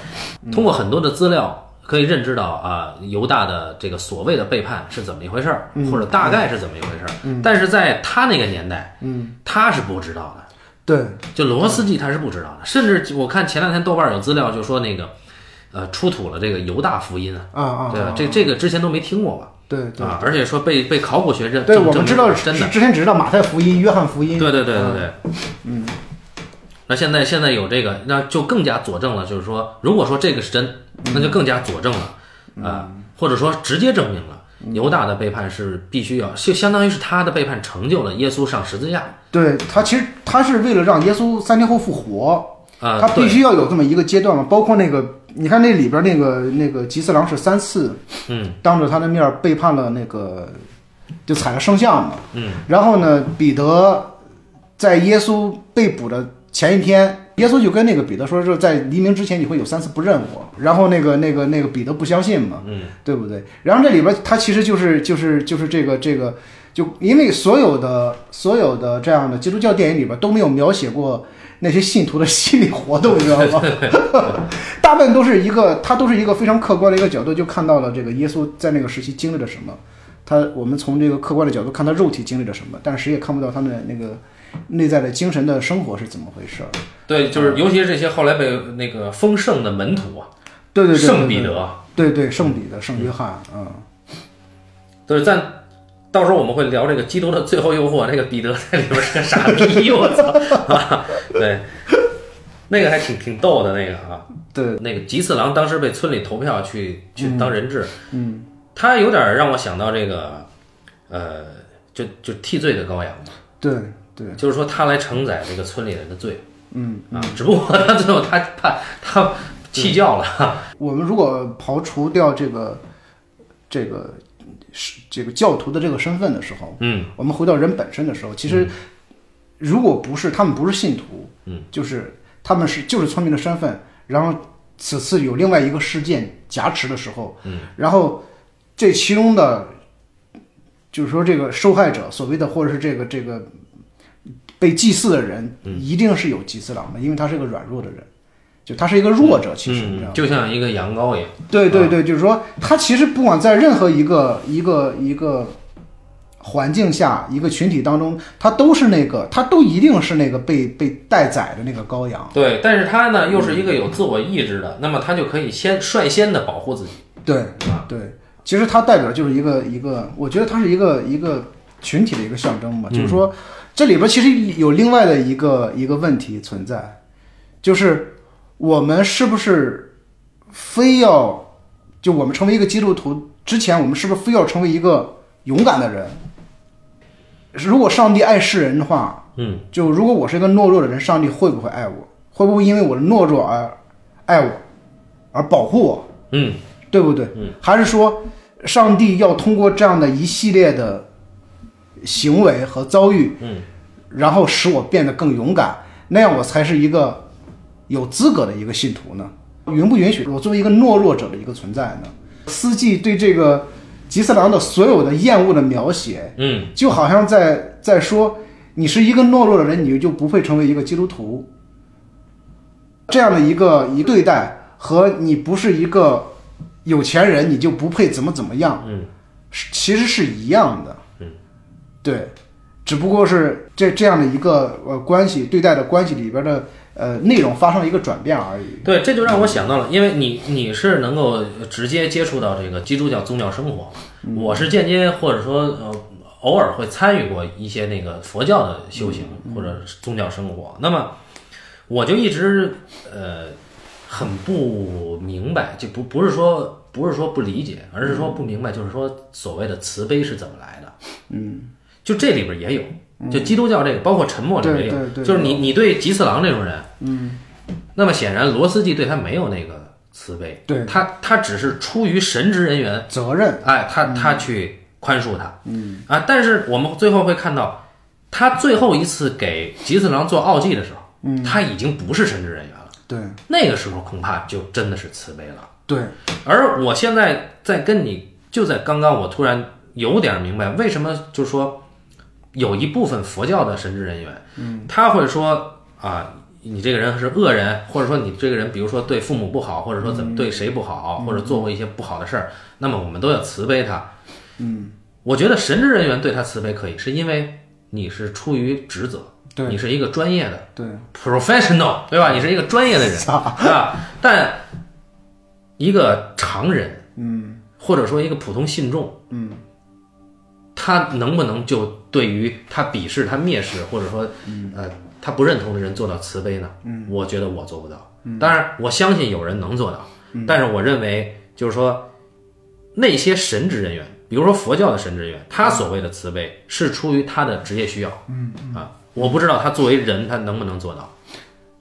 Speaker 2: 嗯
Speaker 1: 通过很多的资料可以认知到啊，犹大的这个所谓的背叛是怎么一回事儿，
Speaker 2: 嗯
Speaker 1: 或者大概是怎么一回事儿。但是在他那个年代，嗯，他是不知道的。
Speaker 2: 对，
Speaker 1: 就罗斯基他是不知道的，甚至我看前两天豆瓣有资料就说那个，呃，出土了这个犹大福音啊，
Speaker 2: 啊啊，
Speaker 1: 对吧
Speaker 2: 啊？
Speaker 1: 这这个之前都没听过吧？
Speaker 2: 对对
Speaker 1: 啊，而且说被被考古学认
Speaker 2: 对，
Speaker 1: 证
Speaker 2: 我
Speaker 1: 证
Speaker 2: 们知
Speaker 1: 明
Speaker 2: 道
Speaker 1: 是真
Speaker 2: 之
Speaker 1: 的，
Speaker 2: 之前只知道马太福音、约翰福音。啊
Speaker 1: 对对对对对，嗯。那现在现在有这个，那就更加佐证了，就是说，如果说这个是真，
Speaker 2: 嗯
Speaker 1: 那就更加佐证了，啊、或者说直接证明了
Speaker 2: 嗯
Speaker 1: 犹大的背叛是必须要，就相当于是他的背叛成就了耶稣上十字架，
Speaker 2: 对他其实他是为了让耶稣三天后复活，
Speaker 1: 啊、
Speaker 2: 他必
Speaker 1: 对，
Speaker 2: 须要有这么一个阶段嘛。包括那个，你看那里边那个那个吉次郎是三次
Speaker 1: 嗯
Speaker 2: 当着他的面儿背叛了那个，就踩了圣像嘛。
Speaker 1: 嗯，
Speaker 2: 然后呢，彼得在耶稣被捕的前一天，耶稣就跟那个彼得说，说在黎明之前你会有三次不认我。然后那个那个那个彼得不相信嘛，
Speaker 1: 嗯，
Speaker 2: 对不对？然后这里边他其实就是就是就是这个这个，就因为所有的所有的这样的基督教电影里边都没有描写过那些信徒的心理活动，你知道吗？大部分都是一个，他都是一个非常客观的一个角度，就看到了这个耶稣在那个时期经历了什么。他我们从这个客观的角度看他肉体经历了什么，但是谁也看不到他的那个内在的精神的生活是怎么回事儿。
Speaker 1: 对，
Speaker 2: 嗯
Speaker 1: 就是尤其是这些后来被那个封圣的门徒啊，
Speaker 2: 对对对，
Speaker 1: 圣彼
Speaker 2: 对
Speaker 1: 得，
Speaker 2: 对对圣彼得、圣约翰，嗯，
Speaker 1: 对，但到时候我们会聊这个《基督的最后诱惑》，那个彼得在里边是个傻逼， 我操！啊对，那个还挺挺逗的那个啊，
Speaker 2: 对，
Speaker 1: 那个吉次郎当时被村里投票去去当人质，嗯，他有点让我想到这个，呃，就就替罪的羔羊嘛，
Speaker 2: 对对
Speaker 1: 就是说他来承载这个村里人的罪，
Speaker 2: 嗯
Speaker 1: 啊，只不过 他最后他他他弃教了，
Speaker 2: 我们如果刨除掉这个这个是这个教徒的这个身份的时候，
Speaker 1: 嗯，
Speaker 2: 我们回到人本身的时候，其实如果不是他们不是信徒，
Speaker 1: 嗯，
Speaker 2: 就是他们是就是村民的身份，然后此次有另外一个事件挟持的时候，嗯，然后这其中的就是说这个受害者所谓的或者是这个这个被祭祀的人，
Speaker 1: 嗯
Speaker 2: 一定是有祭祀郎的，因为他是个软弱的人。就他是一个弱者，其实你知道吗
Speaker 1: 嗯，？就像一个羊羔一样，
Speaker 2: 对对对，就是说，他其实不管在任何一个一个一个环境下，一个群体当中，他都是那个，他都一定是那个被被待宰的那个羔羊。
Speaker 1: 对，但是他呢又是一个有自我意志的，那么他就可以先率先的保护自己。
Speaker 2: 对对，其实它代表就是一个一个，我觉得它是一个一个群体的一个象征吧。就是说，这里边其实有另外的一个一个问题存在，就是我们是不是非要就我们成为一个基督徒之前，我们是不是非要成为一个勇敢的人？如果上帝爱世人的话，
Speaker 1: 嗯，
Speaker 2: 就如果我是一个懦弱的人，上帝会不会爱我？会不会因为我的懦弱而爱我，而保护我？
Speaker 1: 嗯，
Speaker 2: 对不对？还是说，上帝要通过这样的一系列的行为和遭遇，
Speaker 1: 嗯，
Speaker 2: 然后使我变得更勇敢，那样我才是一个有资格的一个信徒呢？允不允许我作为一个懦弱者的一个存在呢？司机对这个吉次郎的所有的厌恶的描写，
Speaker 1: 嗯，
Speaker 2: 就好像在在说，你是一个懦弱的人，你就不会成为一个基督徒。这样的一个一对待和你不是一个有钱人，你就不配怎么怎么样，
Speaker 1: 嗯，
Speaker 2: 是其实是一样的。嗯，对，只不过是这这样的一个呃关系对待的关系里边的呃内容发生了一个转变而已。
Speaker 1: 对，这就让我想到了，因为你你是能够直接接触到这个基督教宗教生活，
Speaker 2: 嗯
Speaker 1: 我是间接或者说呃偶尔会参与过一些那个佛教的修行
Speaker 2: 嗯
Speaker 1: 或者是宗教生活，那么我就一直呃很不明白，就不不是说不是说不理解，而是说不明白，就是说所谓的慈悲是怎么来的，
Speaker 2: 嗯，
Speaker 1: 就这里边也有。就基督教这个，包括沉默里面也
Speaker 2: 对对
Speaker 1: 有，
Speaker 2: 对
Speaker 1: 就是你你对吉次郎这种人，
Speaker 2: 嗯，
Speaker 1: 那么显然罗斯基对他没有那个慈悲，
Speaker 2: 对
Speaker 1: 他他只是出于神职人员，
Speaker 2: 责任，
Speaker 1: 哎，他他去宽恕他，
Speaker 2: 嗯
Speaker 1: 啊，但是我们最后会看到，他最后一次给吉次郎做奥祭的时候，
Speaker 2: 嗯
Speaker 1: 他已经不是神职人员了，
Speaker 2: 对
Speaker 1: 那个时候恐怕就真的是慈悲了。
Speaker 2: 对，
Speaker 1: 而我现在在跟你，就在刚刚，我突然有点明白为什么，就是说有一部分佛教的神职人员，嗯，他会说啊，你这个人是恶人，或者说你这个人，比如说对父母不好，或者说怎么对谁不好，或者做过一些不好的事儿，那么我们都要慈悲他。
Speaker 2: 嗯
Speaker 1: 我觉得神职人员对他慈悲可以，是因为你是出于职责，
Speaker 2: 对
Speaker 1: 你是一个专业的
Speaker 2: 对
Speaker 1: professional，对吧？你是一个专业的 人，对吧？但一个常人。
Speaker 2: 嗯
Speaker 1: 或者说一个普通信众，
Speaker 2: 嗯，
Speaker 1: 他能不能就对于他鄙视、他蔑视，或者说，
Speaker 2: 嗯
Speaker 1: 呃，他不认同的人做到慈悲呢？嗯，我觉得我做不到。
Speaker 2: 嗯
Speaker 1: 当然，我相信有人能做到，但是我认为就是说，那些神职人员，比如说佛教的神职人员，
Speaker 2: 嗯
Speaker 1: 他所谓的慈悲是出于他的职业需要。嗯啊，我不知道他作为人他能不能做到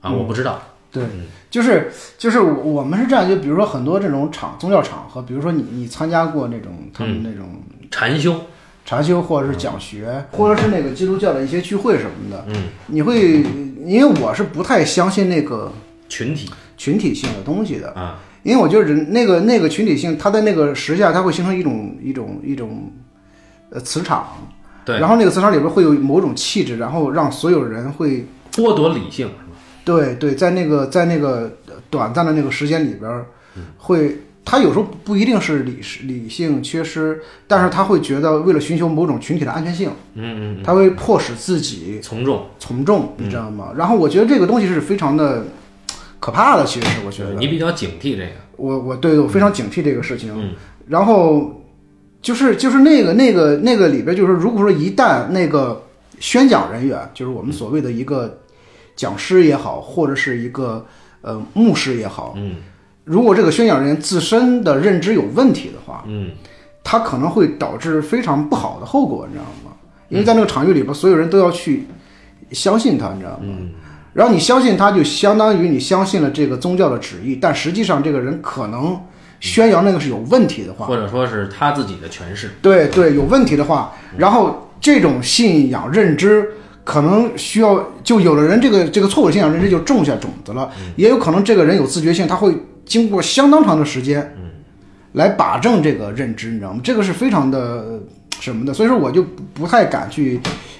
Speaker 1: 啊，
Speaker 2: 嗯
Speaker 1: 我不知道。
Speaker 2: 对，
Speaker 1: 嗯
Speaker 2: 就是就是我我们是这样，就比如说很多这种场宗教场合，比如说你你参加过那种他
Speaker 1: 嗯
Speaker 2: 们那种
Speaker 1: 禅修，
Speaker 2: 禅修或者是讲学，或者是那个基督教的一些聚会什么的，
Speaker 1: 嗯，
Speaker 2: 你会，因为我是不太相信那个
Speaker 1: 群体
Speaker 2: 群体性的东西的，
Speaker 1: 啊，
Speaker 2: 因为我觉得人那个那个群体性，它在那个时下，它会形成一种一种一种呃磁场，
Speaker 1: 对，
Speaker 2: 然后那个磁场里边会有某种气质，然后让所有人会
Speaker 1: 剥夺理性是吧？
Speaker 2: 对对，在那个在那个短暂的那个时间里边儿，
Speaker 1: 嗯
Speaker 2: 会他有时候不一定是理理性缺失，但是他会觉得为了寻求某种群体的安全性，
Speaker 1: 嗯嗯
Speaker 2: 他会迫使自己
Speaker 1: 嗯，从众。
Speaker 2: 从众，你知道吗？然后我觉得这个东西是非常的可怕的，其实是我觉得
Speaker 1: 你比较警惕这个，
Speaker 2: 我我对我非常警惕这个事情。
Speaker 1: 嗯
Speaker 2: 然后就是就是那个那个那个里边，就是如果说一旦那个宣讲人员，就是
Speaker 1: 嗯
Speaker 2: 我们所谓的一个讲师也好，或者是一个呃牧师也好，
Speaker 1: 嗯
Speaker 2: 如果这个宣讲人员自身的认知有问题的话，
Speaker 1: 嗯，
Speaker 2: 他可能会导致非常不好的后果，你知道吗？因为在那个场域里边，所有人都要去相信他，你知道吗？
Speaker 1: 嗯
Speaker 2: 然后你相信他，就相当于你相信了这个宗教的旨意，但实际上这个人可能宣扬那个是有问题的话，
Speaker 1: 或者说是他自己的诠释，
Speaker 2: 对对，有问题的话，然后这种信仰认知可能需要，就有的人这个这个错误的信仰认知就种下种子了，也有可能这个人有自觉性，他会经过相当长的时间，来把正这个认知，你知道吗？这个是非常的呃什么的，所以说我就不不太敢去，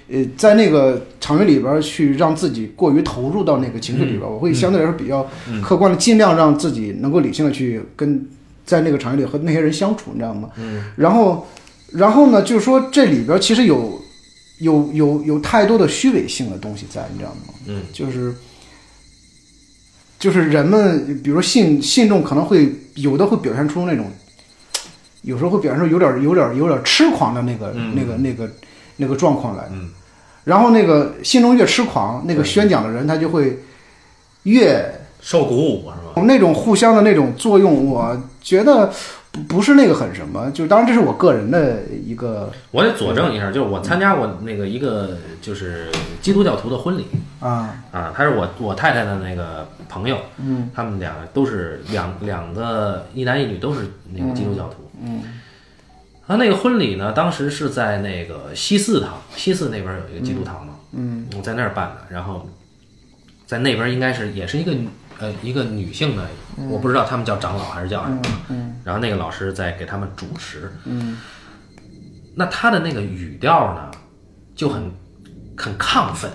Speaker 2: 呃，在那个场域里边儿去让自己过于投入到那个情绪里边儿，我会相对来说比较客观的，尽量让自己能够理性的去跟在那个场域里和那些人相处，你知道吗？嗯，然后。然后呢，就是说这里边其实有有有有太多的虚伪性的东西在，你知道吗？
Speaker 1: 嗯，
Speaker 2: 就是就是人们，比如信信众可能会有的会表现出那种，有时候会表现出有点有点有点痴狂的那个、那个那个那个状况来。
Speaker 1: 嗯，
Speaker 2: 然后那个信众越痴狂，那个宣讲的人他就会越
Speaker 1: 受鼓舞是吧？
Speaker 2: 那种互相的那种作用，我觉得不不是那个很什么，就当然这是我个人的一个。
Speaker 1: 我得佐证一下，就是我参加过那个一个就是基督教徒的婚礼
Speaker 2: 啊，
Speaker 1: 啊，他是我我太太的那个朋友，
Speaker 2: 嗯，
Speaker 1: 他们俩都是两两个一男一女都是那个基督教徒，
Speaker 2: 嗯，
Speaker 1: 他那个婚礼呢，当时是在那个西四堂，西四那边有一个基督堂嘛，
Speaker 2: 嗯，
Speaker 1: 我在那儿办的，然后在那边应该是也是一个女呃一个女性的，我不知道他们叫长老还是叫什么，啊
Speaker 2: 嗯
Speaker 1: 然后那个老师在给他们主持，
Speaker 2: 嗯
Speaker 1: 那他的那个语调呢，就很很亢奋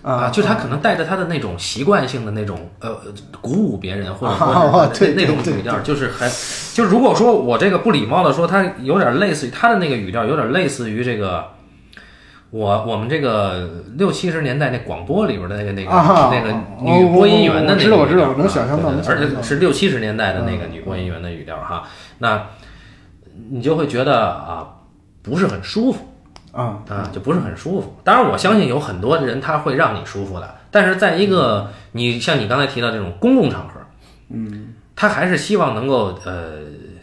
Speaker 2: 啊，
Speaker 1: 就他可能带着他的那种习惯性的那种呃鼓舞别人， 或者说
Speaker 2: 啊
Speaker 1: 那
Speaker 2: 对
Speaker 1: 那
Speaker 2: 对
Speaker 1: 种
Speaker 2: 对
Speaker 1: 语调，就是很就如果说我这个不礼貌的说，他有点类似于他的那个语调，有点类似于这个我我们这个六七十年代那广播里边的那个那个、
Speaker 2: 啊
Speaker 1: 那个
Speaker 2: 哦
Speaker 1: 女播音员的那个
Speaker 2: 我知
Speaker 1: 语调
Speaker 2: 道我知道我能想象到
Speaker 1: 啊对
Speaker 2: 能想象
Speaker 1: 对
Speaker 2: 到嗯
Speaker 1: 而且是六七十年代的那个女播音员的语调哈，那你就会觉得啊不是很舒服。
Speaker 2: 啊，
Speaker 1: 啊，就不是很舒服。当然，我相信有很多人他会让你舒服的，但是在一个
Speaker 2: 嗯
Speaker 1: 你像你刚才提到这种公共场合，嗯，他还是希望能够呃，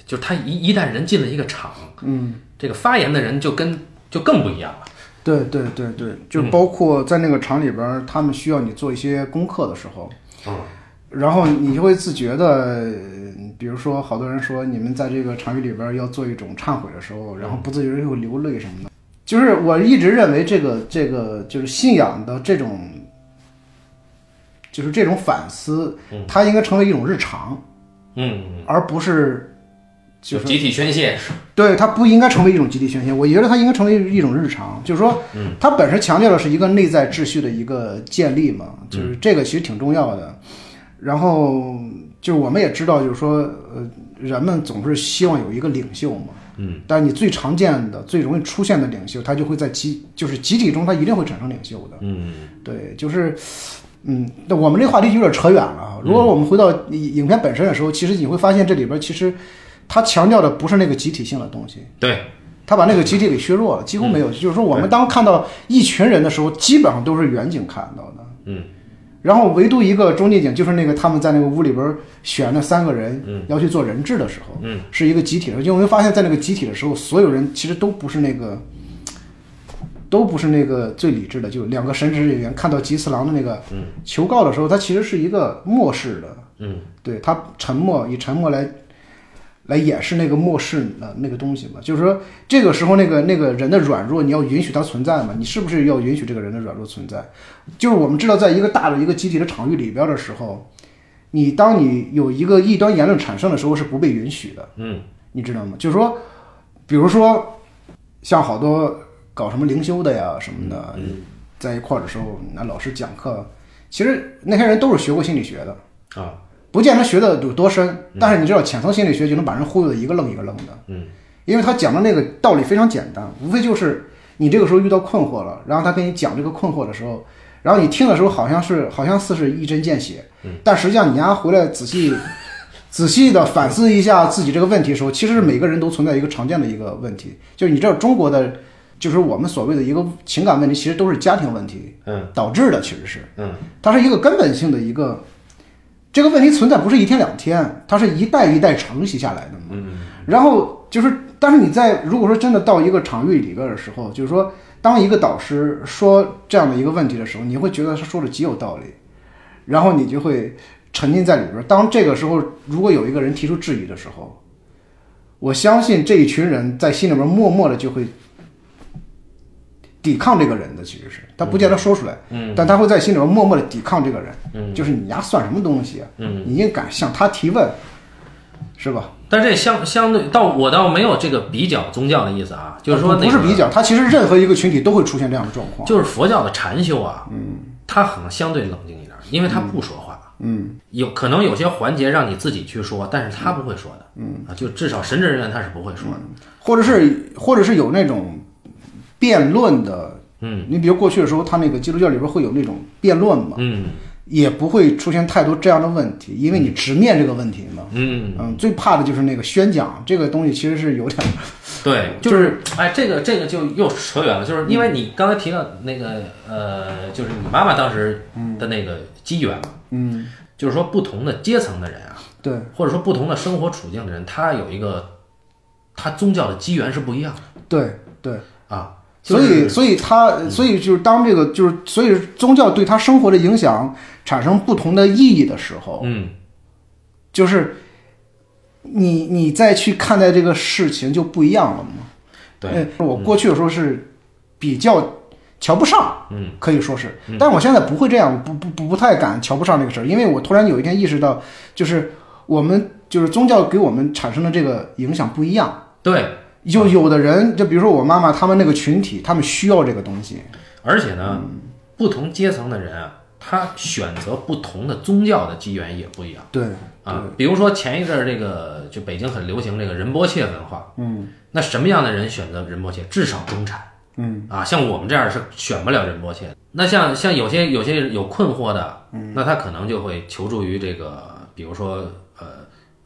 Speaker 1: 就是他一一旦人进了一个场，
Speaker 2: 嗯，
Speaker 1: 这个发言的人就跟就更不一样了。
Speaker 2: 对对对对，
Speaker 1: 嗯
Speaker 2: 就是包括在那个厂里边儿，他们需要你做一些功课的时候，
Speaker 1: 嗯，
Speaker 2: 然后你就会自觉的，嗯比如说好多人说你们在这个场域里边儿要做一种忏悔的时候，
Speaker 1: 嗯
Speaker 2: 然后不自觉地又流泪什么的。就是我一直认为这个这个就是信仰的这种，就是这种反思，它应该成为一种日常，
Speaker 1: 嗯，
Speaker 2: 而不是就
Speaker 1: 就是集体宣泄，
Speaker 2: 对，它不应该成为一种集体宣泄，我觉得它应该成为一种日常。就是说，它本身强调的是一个内在秩序的一个建立嘛，就是这个其实挺重要的。然后就是我们也知道，就是说，呃，人们总是希望有一个领袖嘛，嗯，但是你最常见的、最容易出现的领袖，他就会在集，就是集体中，他一定会产生领袖的。
Speaker 1: 嗯，
Speaker 2: 对，就是，嗯，那我们这话题有点扯远了啊。如果我们回到影影片本身的时候，其实你会发现这里边其实它强调的不是那个集体性的东西，
Speaker 1: 对，
Speaker 2: 它把那个集体给削弱了，几乎
Speaker 1: 嗯
Speaker 2: 没有。就是说，我们当看到一群人的时候，基本上都是远景看到的，
Speaker 1: 嗯，
Speaker 2: 然后唯独一个中近景，就是那个他们在那个屋里边选那三个人，
Speaker 1: 嗯
Speaker 2: 要去做人质的时候，嗯，是一个集体的时候，就我们发现，在那个集体的时候，所有人其实都不是那个，都不是那个最理智的。就两个神职人员看到吉次郎的那个求告的时候，他其实是一个漠视的，
Speaker 1: 嗯，
Speaker 2: 对他沉默以沉默来来掩饰那个漠视的那个东西嘛，就是说这个时候那个那个人的软弱，你要允许他存在嘛，你是不是要允许这个人的软弱存在？就是我们知道，在一个大的一个集体的场域里边的时候，你当你有一个异端言论产生的时候是不被允许的，
Speaker 1: 嗯，
Speaker 2: 你知道吗？就是说，比如说像好多搞什么灵修的呀什么的，在一块儿的时候，那老师讲课，其实那些人都是学过心理学的，
Speaker 1: 啊，
Speaker 2: 不见得学的有多深，但是你知道浅层心理学就能把人忽悠的一个愣一个愣的。
Speaker 1: 嗯，
Speaker 2: 因为他讲的那个道理非常简单，无非就是你这个时候遇到困惑了，然后他跟你讲这个困惑的时候，然后你听的时候好像是好像似是一针见血，
Speaker 1: 嗯
Speaker 2: 但实际上你丫回来仔细 仔细的反思一下自己这个问题的时候，其实是每个人都存在一个常见的一个问题，就是你知道中国的，就是我们所谓的一个情感问题，其实都是家庭问题
Speaker 1: 嗯
Speaker 2: 导致的，其实是。
Speaker 1: 嗯
Speaker 2: 它是一个根本性的一个这个问题存在，不是一天两天，它是一代一代承袭下来的嘛。然后就是，但是你在如果说真的到一个场域里边的时候，就是说，当一个导师说这样的一个问题的时候，你会觉得他说的极有道理，然后你就会沉浸在里边儿。当这个时候，如果有一个人提出质疑的时候，我相信这一群人在心里边默默的就会抵抗这个人的，其实是他不见得说出来，嗯，但他会在心里边默默的抵抗这个人，嗯，就是你丫算什么东西啊，嗯，你竟敢向他提问，是吧？
Speaker 1: 但这相相对到我倒没有这个比较宗教的意思啊，就是说、
Speaker 2: 啊
Speaker 1: 那
Speaker 2: 不
Speaker 1: 个、
Speaker 2: 不是比较，他其实任何一个群体都会出现这样的状况，
Speaker 1: 就是佛教的禅修啊，嗯，它可能相对冷静一点，因为他不说话，嗯，有可能有些环节让你自己去说，但是他不会说的，嗯啊，就至少神职人员他是不会说的，
Speaker 2: 或者是或者是有那种辩论的，嗯，你比如过去的时候，他那个基督教里边会有那种辩论嘛，
Speaker 1: 嗯
Speaker 2: 也不会出现太多这样的问题，因为你直面这个问题嘛。
Speaker 1: 嗯，
Speaker 2: 嗯，最怕的就是那个宣讲这个东西，其实是有点
Speaker 1: 对，就是哎，这个这个就又扯远了，就是因为你刚才提到那个呃，就是你妈妈当时的那个机缘嘛，嗯，就是说不同的阶层的人啊，
Speaker 2: 对
Speaker 1: 或者说不同的生活处境的人，他有一个他宗教的机缘是不一样的
Speaker 2: 对对，
Speaker 1: 啊，
Speaker 2: 所以所以他所以就是当这个就是所以宗教对他生活的影响产生不同的意义的时候，
Speaker 1: 嗯。
Speaker 2: 就是你你再去看待这个事情就不一样了嘛。
Speaker 1: 对
Speaker 2: 哎，我过去有时候是比较瞧不上，嗯，可以说是，但我现在不会这样，不不不不太敢瞧不上这个事儿，因为我突然有一天意识到，就是我们就是宗教给我们产生的这个影响不一样。
Speaker 1: 对，
Speaker 2: 就有的人，就比如说我妈妈他们那个群体，他们需要这个东西，
Speaker 1: 而且呢，不同阶层的人啊，他选择不同的宗教的机缘也不一样
Speaker 2: 对，
Speaker 1: 啊。比如说前一阵儿这个，就北京很流行这个仁波切文化，嗯，那什么样的人选择仁波切？至少中产，
Speaker 2: 嗯
Speaker 1: 啊，像我们这样是选不了仁波切的。那像像有些有些有困惑的，
Speaker 2: 嗯
Speaker 1: 那他可能就会求助于这个，比如说呃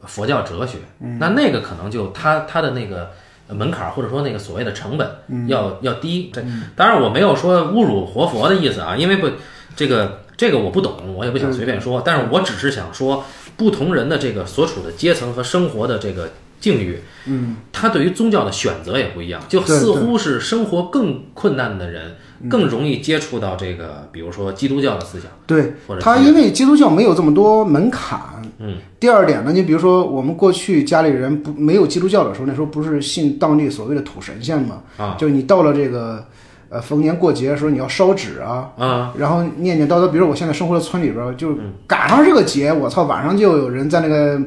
Speaker 1: 佛教哲学，那那个可能就他他的那个门槛儿或者说那个所谓的成本要、要低。这当然我没有说侮辱活佛的意思啊，因为不这个这个我不懂，我也不想随便说，但是我只是想说不同人的这个所处的阶层和生活的这个境遇，
Speaker 2: 嗯，
Speaker 1: 他对于宗教的选择也不一样，就
Speaker 2: 对
Speaker 1: 似乎是生活更困难的人更容易接触到这个，比如说基督教的思想。
Speaker 2: 对
Speaker 1: 或者
Speaker 2: 他，因为基督教没有这么多门槛。
Speaker 1: 嗯，
Speaker 2: 第二点呢，你比如说我们过去家里人不没有基督教的时候，那时候不是信当地所谓的土神仙嘛，
Speaker 1: 啊
Speaker 2: 就你到了这个呃逢年过节的时候，你要烧纸啊，
Speaker 1: 啊，嗯
Speaker 2: 然后念念叨叨，比如我现在生活的村里边儿，就赶上这个节，我操，晚上就有人在那个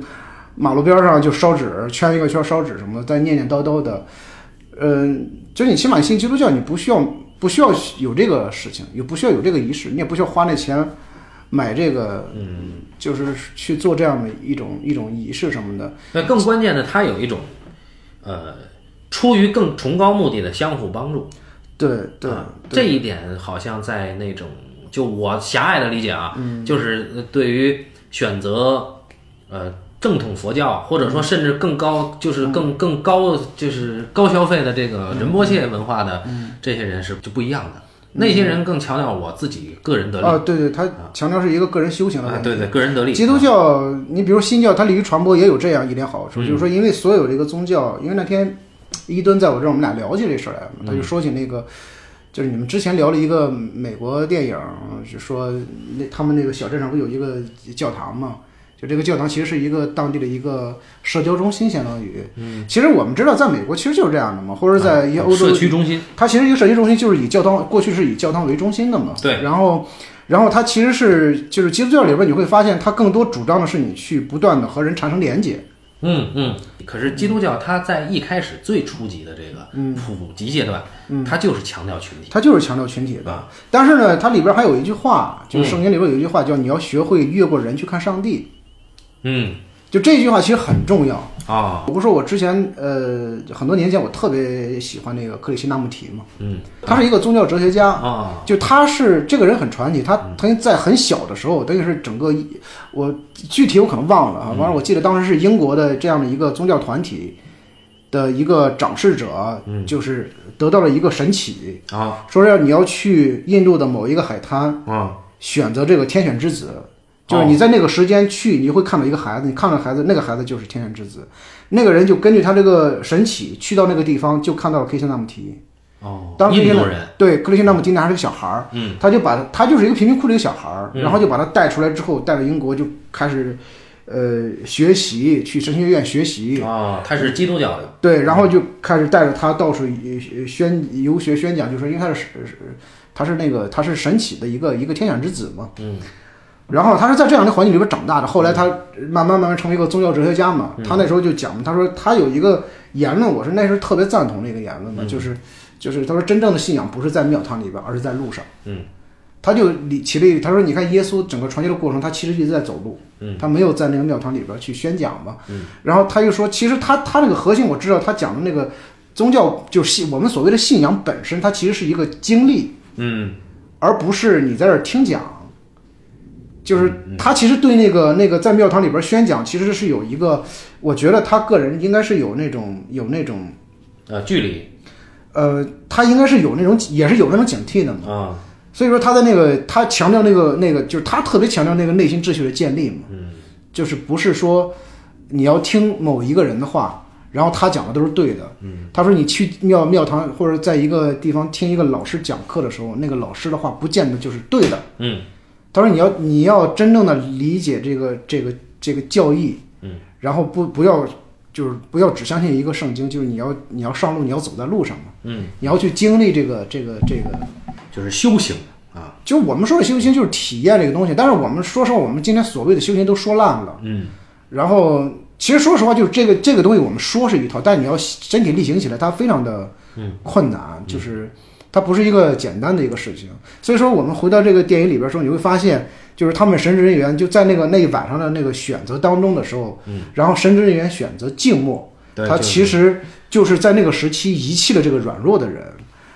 Speaker 2: 马路边儿上就烧纸，圈一个圈儿烧纸什么的，在念念叨叨的。嗯，就你起码信基督教，你不需要不需要有这个事情，也不需要有这个仪式，你也不需要花那钱买这个，嗯，就是去做这样的一种一种仪式什么的。
Speaker 1: 那更关键的，他有一种，呃，出于更崇高目的的相互帮助。
Speaker 2: 对对
Speaker 1: 啊
Speaker 2: 嗯对
Speaker 1: 这一点好像在那种就我狭隘的理解啊，
Speaker 2: 嗯
Speaker 1: 就是呃对于选择呃正统佛教，或者说甚至更高，
Speaker 2: 嗯
Speaker 1: 就是更更高，就是高消费的这个仁波切文化的
Speaker 2: 嗯
Speaker 1: 这些人是就不一样的。那些人更强调我自己个人得利
Speaker 2: 啊，对对，他强调是一个个人修行的
Speaker 1: 啊
Speaker 2: 问，题。
Speaker 1: 对对，个人得利。啊
Speaker 2: 基督教，你比如新教，它利于传播也有这样一点好
Speaker 1: 嗯
Speaker 2: 处，就是说，因为所有这个宗教，因为那天伊敦在我这儿，我们俩聊起这事儿来了嘛，
Speaker 1: 嗯
Speaker 2: 他就说起那个，就是你们之前聊了一个美国电影，就说那他们那个小镇上不有一个教堂嘛。就这个教堂其实是一个当地的一个社交中心，相当于。嗯，其实我们知道，在美国其实就是这样的嘛，或者在一些欧洲
Speaker 1: 啊社区中心，
Speaker 2: 它其实一个社区中心就是以教堂，过去是以教堂为中心的嘛。
Speaker 1: 对。
Speaker 2: 然后，然后它其实是就是基督教里边你会发现，它更多主张的是你去不断的和人产生连接。
Speaker 1: 嗯嗯。可是基督教它在一开始最初级的这个普及阶段，它就是强调群体。
Speaker 2: 它就是强调群体的。
Speaker 1: 啊
Speaker 2: 但是呢，它里边还有一句话，就是圣经里边有一句话叫“你要学会越过人去看上帝
Speaker 1: 嗯”，
Speaker 2: 就这句话其实很重要。
Speaker 1: 啊，
Speaker 2: 我不是说我之前呃很多年前我特别喜欢那个克里希那穆提嘛，
Speaker 1: 嗯
Speaker 2: 他是一个宗教哲学家，
Speaker 1: 啊。
Speaker 2: 就他是这个人很传奇，他曾经在很小的时候，等于是整个我具体我可能忘了啊，反正我记得当时是英国的这样的一个宗教团体的一个掌事者，就是得到了一个神启，
Speaker 1: 啊
Speaker 2: 说是你要去印度的某一个海滩
Speaker 1: 啊
Speaker 2: 选择这个天选之子，就是你在那个时间去，你会看到一个孩子，你看到孩子，那个孩子就是天选之子，那个人就根据他这个神启去到那个地方，就看到了 K 线纳姆提。
Speaker 1: 哦，
Speaker 2: 当时
Speaker 1: 印
Speaker 2: 那
Speaker 1: 度
Speaker 2: 个
Speaker 1: 人
Speaker 2: 对克里希那穆提那还是个小孩儿，
Speaker 1: 嗯，
Speaker 2: 他就把他他就是一个贫民窟的一个小孩儿，
Speaker 1: 嗯
Speaker 2: 然后就把他带出来之后，带到英国就开始，呃，学习去神学院学习，
Speaker 1: 哦，他是基督教的，
Speaker 2: 对，然后就开始带着他到处呃宣游学宣讲，就说因为他是是他是那个他是神启的一个一个天选之子嘛，
Speaker 1: 嗯，
Speaker 2: 然后他是在这样的环境里边长大的，后来他慢慢慢慢成为一个宗教哲学家
Speaker 1: 嗯
Speaker 2: 嘛，他那时候就讲嘛，他说他有一个言论，我是那时候特别赞同的一个言论嘛，
Speaker 1: 嗯
Speaker 2: 就是就是他说真正的信仰不是在庙堂里边，而是在路上，
Speaker 1: 嗯，
Speaker 2: 他就理起了一他说你看耶稣整个传教的过程，他其实一直在走路。
Speaker 1: 嗯
Speaker 2: 他没有在那个庙堂里边去宣讲嘛。然后他又说，其实他他那个核心我知道，他讲的那个宗教就是信我们所谓的信仰本身，它其实是一个经历，
Speaker 1: 嗯，
Speaker 2: 而不是你在这儿听讲。就是他其实对那个那个在庙堂里边宣讲，其实是有一个，我觉得他个人应该是有那种有那种，
Speaker 1: 呃，距离
Speaker 2: 呃，他应该是有那种也是有那种警惕的嘛。
Speaker 1: 啊，
Speaker 2: 所以说他的那个他强调那个那个就是他特别强调那个内心秩序的建立嘛，嗯，就是不是说你要听某一个人的话，然后他讲的都是对的，嗯，他说你去庙庙堂或者在一个地方听一个老师讲课的时候，那个老师的话不见得就是对的，
Speaker 1: 嗯
Speaker 2: 他说你要你要真正的理解这个这个这个教义，嗯，然后不不要就是不要只相信一个圣经，就是你要你要上路，你要走在路上嘛，
Speaker 1: 嗯，
Speaker 2: 你要去经历这个这个这个
Speaker 1: 就是修行啊，
Speaker 2: 就是我们说的修行就是体验这个东西，但是我们说实话，我们今天所谓的修行都说烂了。
Speaker 1: 嗯
Speaker 2: 然后其实说实话，就是这个这个东西我们说是一套，但你要身体力行起来，它非常的困难，就是它不是一个简单的一个事情。所以说，我们回到这个电影里边说，你会发现，就是他们神职人员就在那个那一晚上的那个选择当中的时候，然后神职人员选择静默，
Speaker 1: 对
Speaker 2: 他
Speaker 1: 就是
Speaker 2: 其实就是在那个时期遗弃了这个软弱的人。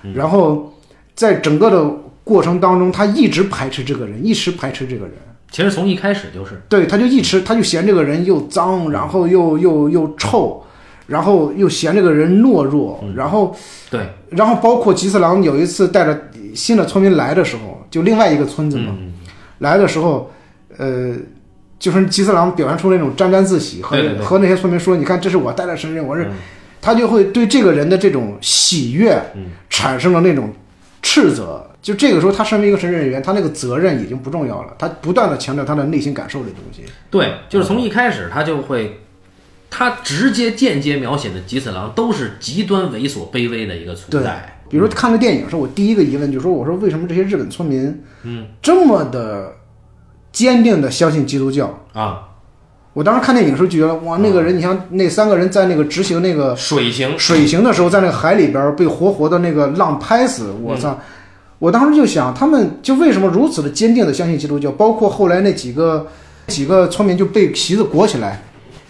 Speaker 1: 嗯
Speaker 2: 然后在整个的过程当中，他一直排斥这个人，一直排斥这个人。
Speaker 1: 其实从一开始就是，
Speaker 2: 对，他就一直他就嫌这个人又脏，然后又又又臭，然后又嫌这个人懦弱，
Speaker 1: 嗯
Speaker 2: 然后
Speaker 1: 对，
Speaker 2: 然后包括吉次郎有一次带着新的村民来的时候，就另外一个村子嘛，
Speaker 1: 嗯，
Speaker 2: 来的时候，呃，就是吉次郎表现出那种沾沾自喜，和
Speaker 1: 对对对
Speaker 2: 和那些村民说：“你看，这是我带来神人，我是。
Speaker 1: 嗯
Speaker 2: 他就会对这个人的这种喜悦
Speaker 1: 嗯
Speaker 2: 产生了那种斥责。就这个时候，他身为一个神职人员，他那个责任已经不重要了，他不断的强调他的内心感受这东西。
Speaker 1: 对，就是从一开始他就会，他直接间接描写的吉次郎都是极端猥琐卑微的一个存
Speaker 2: 对
Speaker 1: 在，，
Speaker 2: 比如看了电影，是我第一个疑问，就是说，我说为什么这些日本村民，嗯，这么的坚定的相信基督教？
Speaker 1: 啊，
Speaker 2: 我当时看电影的时候就觉得，哇，那个人，你像那三个人在那个执行那个
Speaker 1: 水行，
Speaker 2: 水行的时候，在那个海里边儿被活活的那个浪拍死，我操！我当时就想，他们就为什么如此的坚定的相信基督教？包括后来那几个几个村民就被旗子裹起来。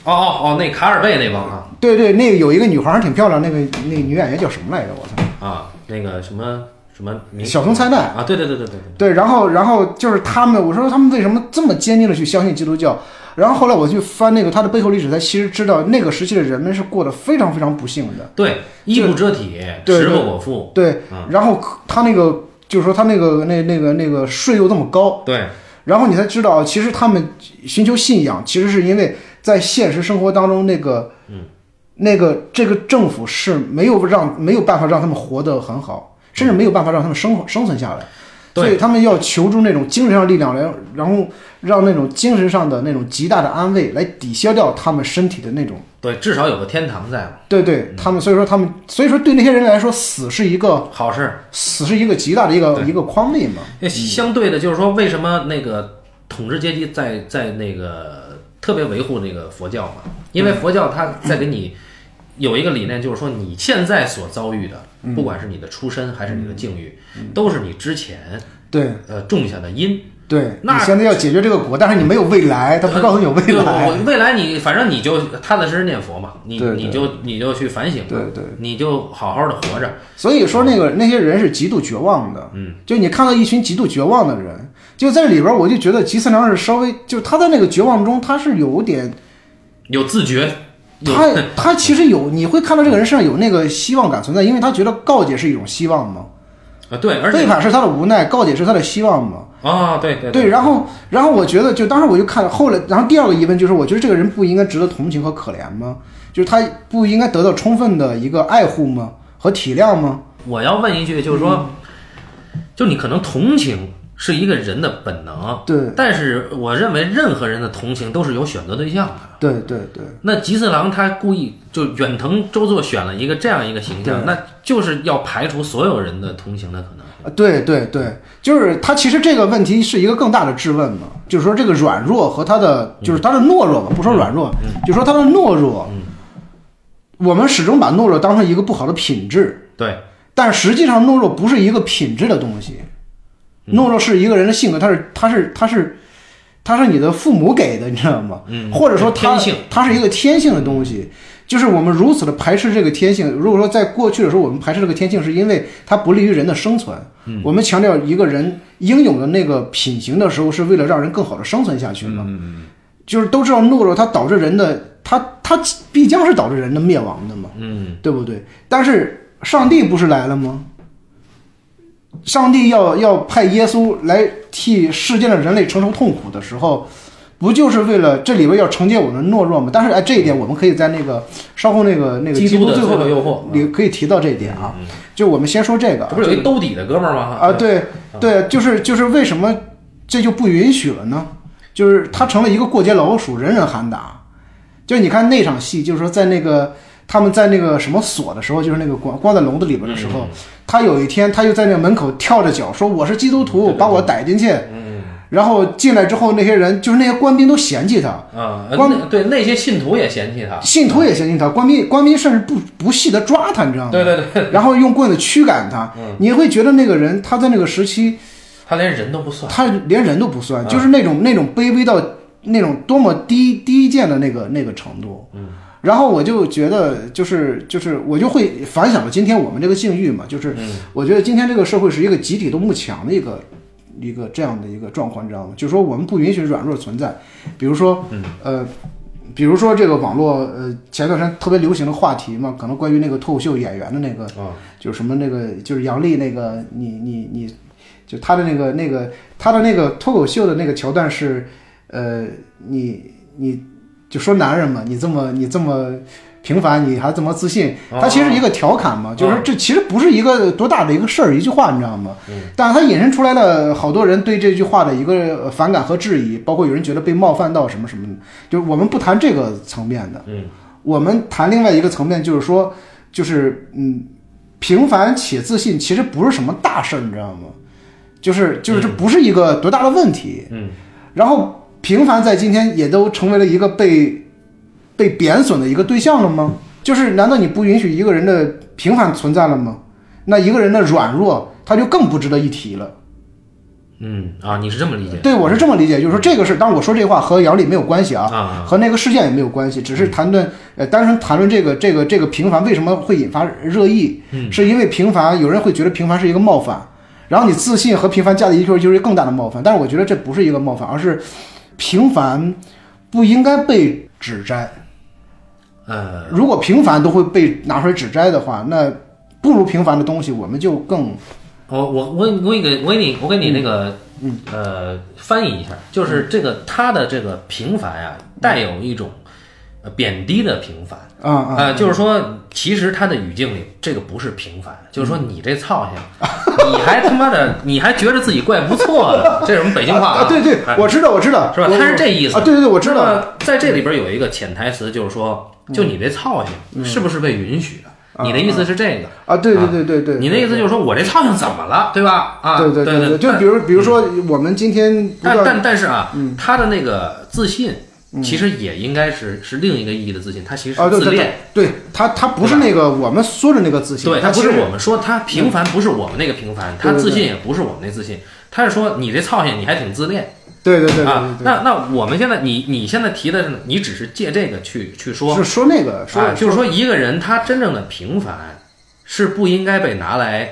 Speaker 1: 哦哦哦，那卡尔贝那帮啊
Speaker 2: 对对，那个有一个女孩儿挺漂亮，那个那个女演员叫什么来着？我操，
Speaker 1: 啊，那个什么什么名
Speaker 2: 小松菜奈。
Speaker 1: 啊，对对对对对对，
Speaker 2: 对，然后然后就是他们，我说他们为什么这么坚定的去相信基督教？然后后来我去翻那个他的背后历史，才其实知道那个时期的人们是过得非常非常不幸的。
Speaker 1: 对，衣不遮体，
Speaker 2: 对
Speaker 1: 食不
Speaker 2: 对
Speaker 1: 果腹，
Speaker 2: 对
Speaker 1: 嗯，
Speaker 2: 然后他那个就是说他那个那那个那个税又这么高，
Speaker 1: 对
Speaker 2: 然后你才知道，其实他们寻求信仰，其实是因为在现实生活当中，那个，嗯，那个这个政府是没有让没有办法让他们活得很好，甚至没有办法让他们生活生存下来，
Speaker 1: 对
Speaker 2: 所以他们要求助那种精神上的力量，来然后让那种精神上的那种极大的安慰来抵消掉他们身体的那种，
Speaker 1: 对，至少有个天堂在嘛，
Speaker 2: 对
Speaker 1: 嗯
Speaker 2: 对，他们所以说他们所以说对那些人来说，死是一个
Speaker 1: 好事。
Speaker 2: 死是一个极大的一个
Speaker 1: 对
Speaker 2: 一个框内嘛，
Speaker 1: 那相对的，就是说，为什么那个统治阶级在在那个特别维护那个佛教嘛？因
Speaker 2: 嗯
Speaker 1: 为佛教它在给你有一个理念，就是说你现在所遭遇的，
Speaker 2: 嗯
Speaker 1: 不管是你的出身还是你的境遇，都是你之前
Speaker 2: 对。
Speaker 1: 呃种下的因。
Speaker 2: 对，
Speaker 1: 那
Speaker 2: 你现在要解决这个果，但是你没有未来，他不告诉你有未
Speaker 1: 对我
Speaker 2: 来。
Speaker 1: 我未来你反正你就踏踏实实念佛嘛，你
Speaker 2: 对对
Speaker 1: 你就你就去反省嘛，
Speaker 2: 对对
Speaker 1: 你就好好的活着。
Speaker 2: 所以说，那个那些人是极度绝望的。嗯，就你看到一群极度绝望的人，就在里边儿，我就觉得吉次良是稍微，就他在那个绝望中，他是有点，
Speaker 1: 有自觉，有
Speaker 2: 他他其实有，你会看到这个人身上有那个希望感存在，因为他觉得告解是一种希望嘛，
Speaker 1: 啊对，而
Speaker 2: 背
Speaker 1: 且
Speaker 2: 叛是他的无奈，告解是他的希望嘛。
Speaker 1: 啊对对
Speaker 2: 对，然后，然后我觉得，就当时我就看后来，然后第二个疑问就是，我觉得这个人不应该值得同情和可怜吗？就是他不应该得到充分的一个爱护吗？和体谅吗？
Speaker 1: 我要问一句，就是
Speaker 2: 嗯
Speaker 1: 说，就你可能同情是一个人的本能，
Speaker 2: 对，
Speaker 1: 但是我认为任何人的同情都是有选择对象的。
Speaker 2: 对，对，对，
Speaker 1: 那吉次郎他故意就远藤周作选了一个这样一个形象，那就是要排除所有人的同情的可能性。
Speaker 2: 啊对，对，对，就是他其实这个问题是一个更大的质问嘛，就是说这个软弱和他的，就是他的懦弱吧，不说软
Speaker 1: 嗯
Speaker 2: 弱，就说他的懦弱，我们始终把懦弱当成一个不好的品质，
Speaker 1: 对，
Speaker 2: 但实际上，懦弱不是一个品质的东西，
Speaker 1: 嗯
Speaker 2: 懦弱是一个人的性格，它是它是它是它是你的父母给的，你知道吗？
Speaker 1: 嗯
Speaker 2: 或者说它
Speaker 1: 天性
Speaker 2: 它是一个天性的东西。就是我们如此的排斥这个天性。如果说在过去的时候，我们排斥这个天性，是因为它不利于人的生存。
Speaker 1: 嗯
Speaker 2: 我们强调一个人英勇的那个品行的时候，是为了让人更好的生存下去
Speaker 1: 嗯
Speaker 2: 嘛。就是都知道懦弱，它导致人的，它它必将是导致人的灭亡的嘛。
Speaker 1: 嗯，
Speaker 2: 对不对？但是上帝不是来了吗？上帝要要派耶稣来替世界的人类承受痛苦的时候，不就是为了这里边要惩戒我们的懦弱吗？但是哎，这一点我们可以在那个稍后那个那个
Speaker 1: 基督的
Speaker 2: 最
Speaker 1: 最
Speaker 2: 后
Speaker 1: 后诱惑嗯
Speaker 2: 里可以提到这一点啊。就我们先说这个啊，
Speaker 1: 这不是有一兜底的哥们儿吗？
Speaker 2: 啊，对对，就是就是为什么这就不允许了呢？就是他成了一个过街老鼠，人人喊打。就你看那场戏，就是说在那个他们在那个什么锁的时候，就是那个关关在笼子里边的时候，
Speaker 1: 嗯
Speaker 2: 他有一天他就在那门口跳着脚说我是基督徒，
Speaker 1: 对对嗯
Speaker 2: 把我逮进去。然后进来之后，那些人就是那些官兵都嫌弃他，
Speaker 1: 啊，
Speaker 2: 光
Speaker 1: 那对那些信徒也嫌弃他。
Speaker 2: 信徒也嫌弃他，官兵官兵甚至不不惜的抓他，你知道吗？
Speaker 1: 对对对，嗯
Speaker 2: 然后用棍子驱赶他，你会觉得那个人他在那个时期，
Speaker 1: 他连人都不算。
Speaker 2: 他连人都不算，
Speaker 1: 嗯
Speaker 2: 就是那种那种卑微到那种多么低低贱的那个那个程度。嗯，然后我就觉得，就是就是，我就会反想到今天我们这个境遇嘛，就是
Speaker 1: 嗯
Speaker 2: 我觉得今天这个社会是一个集体都慕强的一个一个这样的一个状况，你知道吗？就是说我们不允许软弱存在，比如说，
Speaker 1: 嗯
Speaker 2: 呃，比如说这个网络，呃，前段时间特别流行的话题嘛，可能关于那个脱口秀演员的那个，
Speaker 1: 啊
Speaker 2: 就是什么那个，就是杨笠那个，你你你，就他的那个那个他的那个脱口秀的那个桥段是，呃，你你就说男人嘛，你这么你这么平凡，你还这么自信，
Speaker 1: 哦
Speaker 2: 他其实一个调侃嘛，
Speaker 1: 哦
Speaker 2: 就是这其实不是一个多大的一个事儿，一句话你知道吗？
Speaker 1: 嗯
Speaker 2: 但是他引申出来了好多人对这句话的一个反感和质疑，包括有人觉得被冒犯到什么什么的，就是我们不谈这个层面的，
Speaker 1: 嗯，
Speaker 2: 我们谈另外一个层面，就是说，就是嗯，平凡且自信其实不是什么大事儿，你知道吗？就是就是这不是一个多大的问题，
Speaker 1: 嗯，
Speaker 2: 然后平凡在今天也都成为了一个被被贬损的一个对象了吗？就是难道你不允许一个人的平凡存在了吗？那一个人的软弱，他就更不值得一提了。
Speaker 1: 嗯啊，你是这么理解？
Speaker 2: 对，我是这么理解，就是说这个事，当然我说这话和杨笠没有关系啊，
Speaker 1: 啊嗯
Speaker 2: 和那个事件也没有关系，只是谈论呃，单纯谈论这个这个这个平凡为什么会引发热议，
Speaker 1: 嗯
Speaker 2: 是因为平凡有人会觉得平凡是一个冒犯，然后你自信和平凡加在一块儿就是一个更大的冒犯，但是我觉得这不是一个冒犯，而是平凡不应该被指摘。
Speaker 1: 呃，
Speaker 2: 如果平凡都会被拿出来指摘的话，那不如平凡的东西我们就更
Speaker 1: 我我我我给你我给你我给你那个
Speaker 2: 嗯
Speaker 1: 呃翻译一下，就是这个他的这个平凡呀，带有一种呃贬低的平凡。
Speaker 2: 啊啊、
Speaker 1: 呃，就是说，其实他的语境里，这个不是平凡，就是
Speaker 2: 嗯
Speaker 1: 说你这操性，你还他妈的，你还觉得自己怪不错的，这是我们北京话
Speaker 2: 啊，对对，
Speaker 1: 哎
Speaker 2: 我知道我知道，
Speaker 1: 是吧
Speaker 2: 我
Speaker 1: 他是这意思
Speaker 2: 啊，对对对，我知道。
Speaker 1: 那么在这里边有一个潜台词，就是说，就你这操性是不是被允许的？
Speaker 2: 嗯
Speaker 1: 你的意思是这个？
Speaker 2: 啊，对对
Speaker 1: 啊
Speaker 2: 对对对，
Speaker 1: 你的意思就是说我这操性怎么了，对吧？啊，
Speaker 2: 对
Speaker 1: 对嗯
Speaker 2: 对对，就比如比如说我们今天不
Speaker 1: 但
Speaker 2: 断嗯
Speaker 1: 但但是啊，他的那个自信其实也应该是是另一个意义的自信，他其实是
Speaker 2: 啊，对
Speaker 1: 自
Speaker 2: 对
Speaker 1: 恋
Speaker 2: 对。，对他他不是那个我们说的那个自信，
Speaker 1: 对
Speaker 2: 他
Speaker 1: 他不
Speaker 2: 其
Speaker 1: 是
Speaker 2: 实嗯
Speaker 1: 我们说他平凡，不是我们那个平凡，
Speaker 2: 对
Speaker 1: 他
Speaker 2: 对
Speaker 1: 自
Speaker 2: 对
Speaker 1: 信也不是我们那自信，他是说你这操性你还挺自恋
Speaker 2: 对对对对
Speaker 1: 啊
Speaker 2: 对。对
Speaker 1: 那那我们现在你你现在提的是，你只是借这个去去说，
Speaker 2: 是说那个
Speaker 1: 啊，
Speaker 2: 说
Speaker 1: 就是说一个人他真正的平凡是不应该被拿来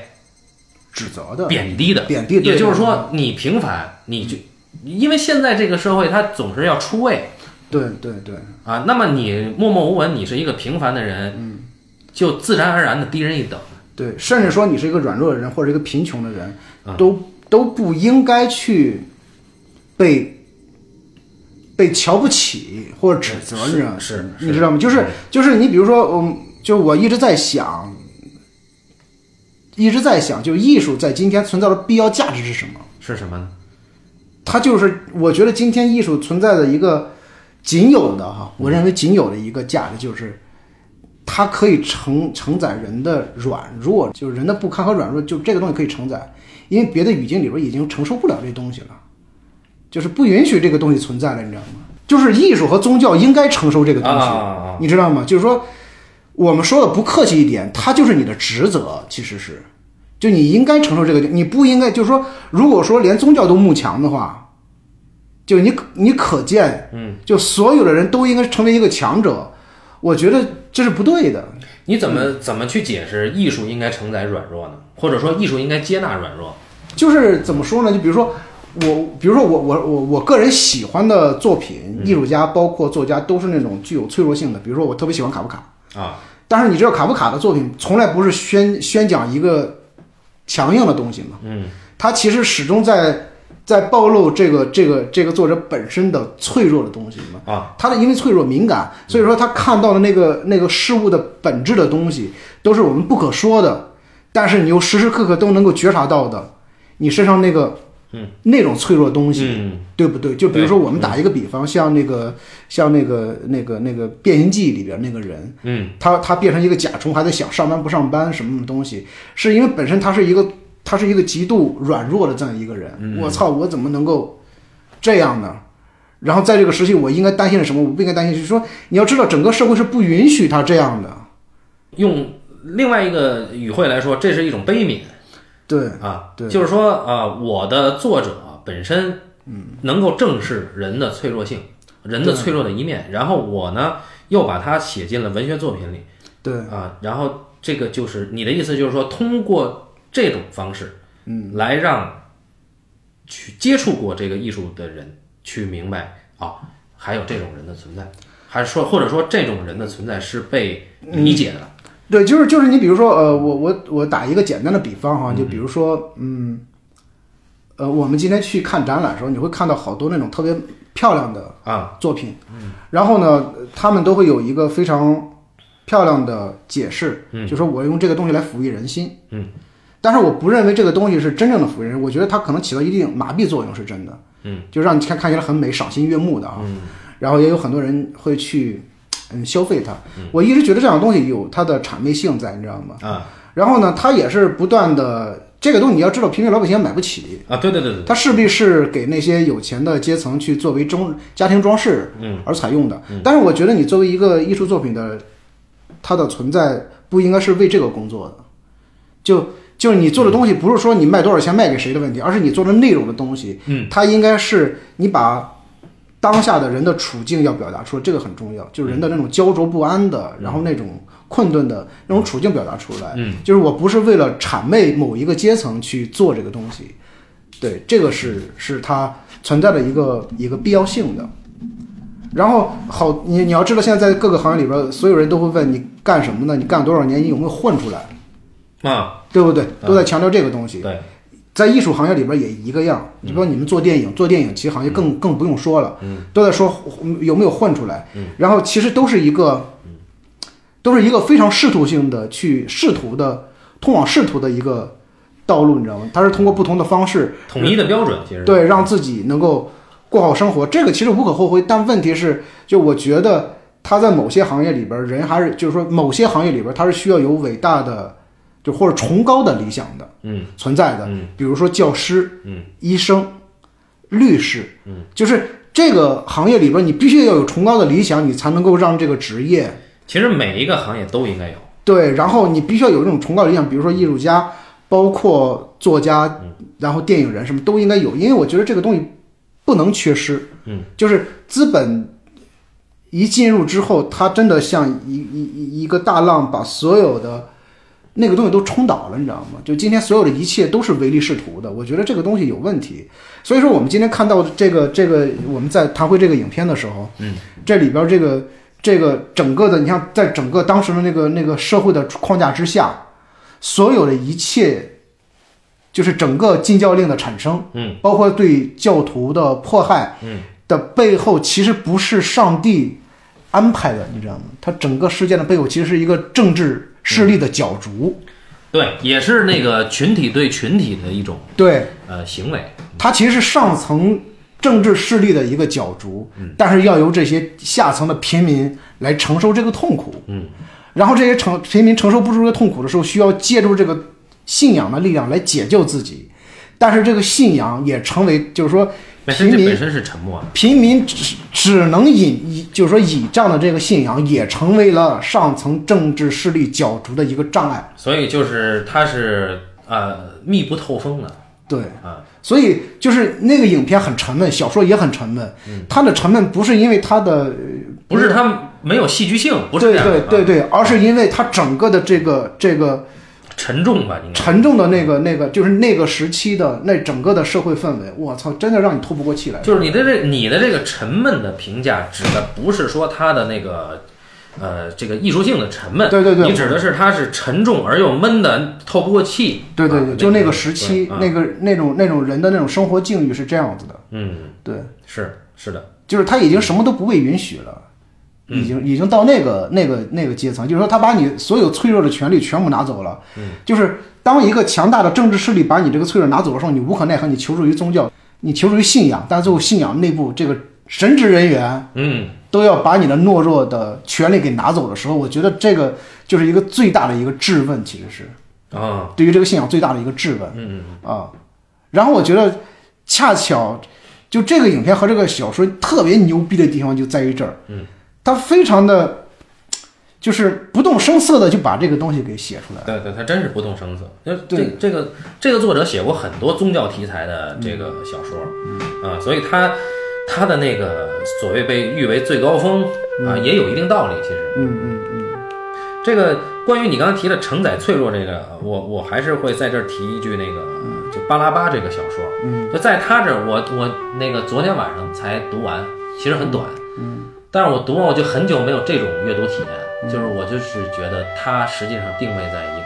Speaker 2: 指责的
Speaker 1: 贬低的，
Speaker 2: 贬低的，
Speaker 1: 也就是
Speaker 2: 对
Speaker 1: 说你平凡你就，因为现在这个社会他总是要出位
Speaker 2: 对对对
Speaker 1: 啊，那么你默默无闻，你是一个平凡的人，
Speaker 2: 嗯
Speaker 1: 就自然而然的低人一等。
Speaker 2: 对，甚至说你是一个软弱的人或者一个贫穷的人
Speaker 1: 啊，
Speaker 2: 都都不应该去被。被瞧不起或者指责，
Speaker 1: 是
Speaker 2: 你知道吗？
Speaker 1: 是是嗯
Speaker 2: 你知道吗？就是就是你比如说，嗯，就我一直在想，一直在想，就艺术在今天存在的必要价值是什么？
Speaker 1: 是什么呢？
Speaker 2: 它就是我觉得今天艺术存在的一个仅有的哈，我认为仅有的一个价值
Speaker 1: 嗯
Speaker 2: 就是，它可以承承载人的软弱，就是人的不堪和软弱，就这个东西可以承载，因为别的语境里边已经承受不了这东西了，就是不允许这个东西存在了，你知道吗？就是艺术和宗教应该承受这个东西，
Speaker 1: 啊啊啊啊
Speaker 2: 你知道吗？就是说，我们说的不客气一点，它就是你的职责，其实是。就你应该承受这个，你不应该就是说，如果说连宗教都慕强的话，就你可你可见，嗯，就所有的人都应该成为一个强者，我觉得这是不对的。
Speaker 1: 你怎么
Speaker 2: 嗯
Speaker 1: 怎么去解释艺术应该承载软弱呢？或者说艺术应该接纳软弱？
Speaker 2: 就是怎么说呢？就比如说我，比如说我我我我个人喜欢的作品，艺术家包括作家都是那种具有脆弱性的。比如说我特别喜欢卡夫卡，
Speaker 1: 啊，
Speaker 2: 但是你知道卡夫卡的作品从来不是宣宣讲一个强硬的东西嘛，
Speaker 1: 嗯，
Speaker 2: 他其实始终在在暴露这个这个这个作者本身的脆弱的东西嘛。
Speaker 1: 啊，
Speaker 2: 他的因为脆弱敏感，所以说他看到的那个那个事物的本质的东西，都是我们不可说的，但是你又时时刻刻都能够觉察到的，你身上那个嗯那种脆弱的东西，
Speaker 1: 嗯，
Speaker 2: 对不对？就比如说，我们打一个比方，像那个像那个那个那个《变形记》里边那个人，
Speaker 1: 嗯，
Speaker 2: 他他变成一个甲虫，还在想上班不上班什么什么东西，是因为本身他是一个他是一个极度软弱的这样一个人。我操，我怎么能够这样呢？然后在这个时期，我应该担心了什么？我不应该担心，就是说，你要知道，整个社会是不允许他这样的。
Speaker 1: 用另外一个语汇来说，这是一种悲悯
Speaker 2: 对，
Speaker 1: 啊，
Speaker 2: 对
Speaker 1: 就是说啊，我的作者本身，嗯，能够正视人的脆弱性，人的脆弱的一面，然后我呢又把它写进了文学作品里
Speaker 2: 对，
Speaker 1: 啊。然后这个就是你的意思，就是说通过这种方式，嗯，来让去接触过这个艺术的人去明白啊，还有这种人的存在，还是说或者说这种人的存在是被理解的，
Speaker 2: 对，就是就是你比如说，呃，我我我打一个简单的比方哈，就比如说，嗯，呃，我们今天去看展览的时候，你会看到好多那种特别漂亮的
Speaker 1: 啊
Speaker 2: 作品，然后呢，他们都会有一个非常漂亮的解释，就说我用这个东西来抚育人心，嗯，但是我不认为这个东西是真正的抚育人心，我觉得它可能起到一定麻痹作用是真的，嗯，就让你看看起来很美、赏心悦目的啊，然后也有很多人会去嗯消费它，我一直觉得这样的东西有它的谄媚性在，你知道吗？
Speaker 1: 啊
Speaker 2: 然后呢，它也是不断的，这个东西你要知道，平民老百姓也买不起，
Speaker 1: 啊！对对对对，
Speaker 2: 它势必是给那些有钱的阶层去作为中家庭装饰，嗯，而采用的。但是我觉得你作为一个艺术作品的，它的存在不应该是为这个工作的，就就是你做的东西不是说你卖多少钱卖给谁的问题，而是你做的内容的东西，嗯，它应该是你把当下的人的处境要表达出来，这个很重要，就是人的那种焦灼不安的，然后那种困顿的那种处境表达出来，嗯，就是我不是为了谄媚某一个阶层去做这个东西。对，这个是是它存在的一个一个必要性的。然后好，你你要知道，现在在各个行业里边，所有人都会问你干什么呢？你干多少年？你有没有混出来？
Speaker 1: 啊
Speaker 2: 对不对？
Speaker 1: 嗯
Speaker 2: 都在强调这个东西。
Speaker 1: 对
Speaker 2: 在艺术行业里边也一个样，你包括你们做电影，做电影其实行业更更不用说了，都在说有没有混出来，然后其实都是一个，都是一个非常试图性的去试图的通往仕途的一个道路，你知道吗？它是通过不同的方式
Speaker 1: 统一的标准其实
Speaker 2: 对，让自己能够过好生活，这个其实无可厚非。但问题是，就我觉得他在某些行业里边儿，人还是就是说某些行业里边儿，他是需要有伟大的，就或者崇高的理想的，
Speaker 1: 嗯，
Speaker 2: 存在的，
Speaker 1: 嗯，
Speaker 2: 比如说教师，
Speaker 1: 嗯，
Speaker 2: 医生，律师，嗯，就是这个行业里边儿，你必须要有崇高的理想，你才能够让这个职业
Speaker 1: 其实每一个行业都应该有，
Speaker 2: 对，然后你必须要有这种崇高理想，比如说艺术家，包括作家，然后电影人什么都应该有，因为我觉得这个东西不能缺失。
Speaker 1: 嗯，
Speaker 2: 就是资本一进入之后，它真的像一一一一个大浪，把所有的那个东西都冲倒了，你知道吗？就今天所有的一切都是唯利是图的，我觉得这个东西有问题。所以说，我们今天看到的这个这个我们在谈回这个影片的时候，嗯，这里边这个这个整个的，你像在整个当时的那个那个社会的框架之下，所有的一切，就是整个禁教令的产生，
Speaker 1: 嗯，
Speaker 2: 包括对教徒的迫害，
Speaker 1: 嗯，
Speaker 2: 的背后其实不是上帝安排的，你知道吗？它整个事件的背后其实是一个政治势力的角逐，
Speaker 1: 嗯对，也是那个群体对群体的一种
Speaker 2: 对，
Speaker 1: 呃行为，
Speaker 2: 它其实是上层政治势力的一个角逐，
Speaker 1: 嗯
Speaker 2: 但是要由这些下层的平民来承受这个痛苦，
Speaker 1: 嗯，
Speaker 2: 然后这些承平民承受不住这个痛苦的时候，需要借助这个信仰的力量来解救自己，但是这个信仰也成为就是说
Speaker 1: 本身
Speaker 2: 平
Speaker 1: 这
Speaker 2: 民
Speaker 1: 本身是沉默的，
Speaker 2: 平民只只能倚倚，就是说倚仗的这个信仰，也成为了上层政治势力角逐的一个障碍，
Speaker 1: 所以就是它是呃密不透风的
Speaker 2: 对。
Speaker 1: 啊，
Speaker 2: 所以就是那个影片很沉闷，小说也很沉闷。它的沉闷不是因为它的呃
Speaker 1: 嗯不是它没有戏剧性，不是
Speaker 2: 对
Speaker 1: 这样的
Speaker 2: 对对
Speaker 1: 啊
Speaker 2: 对，而是因为它整个的这个这个
Speaker 1: 沉重吧，应该
Speaker 2: 沉重的那个那个就是那个时期的那整个的社会氛围，我操，真的让你透不过气来。
Speaker 1: 就是你的这你的这个沉闷的评价，指的不是说它的那个。呃，这个艺术性的沉闷，
Speaker 2: 对对对
Speaker 1: 你指的是它是沉重而又闷的，透不过气。
Speaker 2: 对对
Speaker 1: 啊
Speaker 2: 对，就那个时期
Speaker 1: 对啊
Speaker 2: 那个那种那种人的那种生活境遇是这样子的。
Speaker 1: 嗯，
Speaker 2: 对，
Speaker 1: 是是的，
Speaker 2: 就是他已经什么都不被允许了。已经已经到那个那个那个阶层，就是说他把你所有脆弱的权利全部拿走了。嗯，就是当一个强大的政治势力把你这个脆弱拿走的时候，你无可奈何，你求助于宗教，你求助于信仰，但最后信仰内部这个神职人员
Speaker 1: 嗯，
Speaker 2: 都要把你的懦弱的权利给拿走的时候，我觉得这个就是一个最大的一个质问，其实是。
Speaker 1: 啊，
Speaker 2: 对于这个信仰最大的一个质问。嗯啊，然后我觉得恰巧就这个影片和这个小说特别牛逼的地方就在于这儿，嗯，它非常的就是不动声色的就把这个东西给写出来。
Speaker 1: 对对，他真是不动声色。那这
Speaker 2: 对
Speaker 1: 这个这个作者写过很多宗教题材的这个
Speaker 2: 嗯
Speaker 1: 小说，啊，所以他他的那个所谓被誉为最高峰啊，也有一定道理。其实
Speaker 2: 嗯嗯
Speaker 1: 这个关于你刚才提的承载脆弱这个，我我还是会在这儿提一句那个，
Speaker 2: 嗯
Speaker 1: 就巴拉巴这个小说，就在他这儿，我我那个昨天晚上才读完，其实很短，
Speaker 2: 嗯
Speaker 1: 但是我读完我就很久没有这种阅读体验，就是我就是觉得它实际上定位在一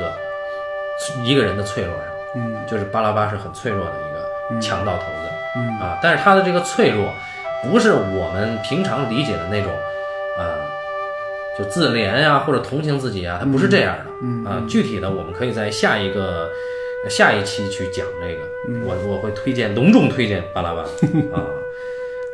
Speaker 1: 个一个人的脆弱上。
Speaker 2: 嗯
Speaker 1: 就是巴拉巴是很脆弱的一个强盗头子，
Speaker 2: 嗯
Speaker 1: 啊，但是他的这个脆弱，不是我们平常理解的那种，啊，就自怜呀、或者同情自己啊，他不是这样的，
Speaker 2: 嗯
Speaker 1: 啊，具体的我们可以在下一个下一期去讲这个，
Speaker 2: 嗯
Speaker 1: 我我会推荐隆重推荐巴 拉巴啊。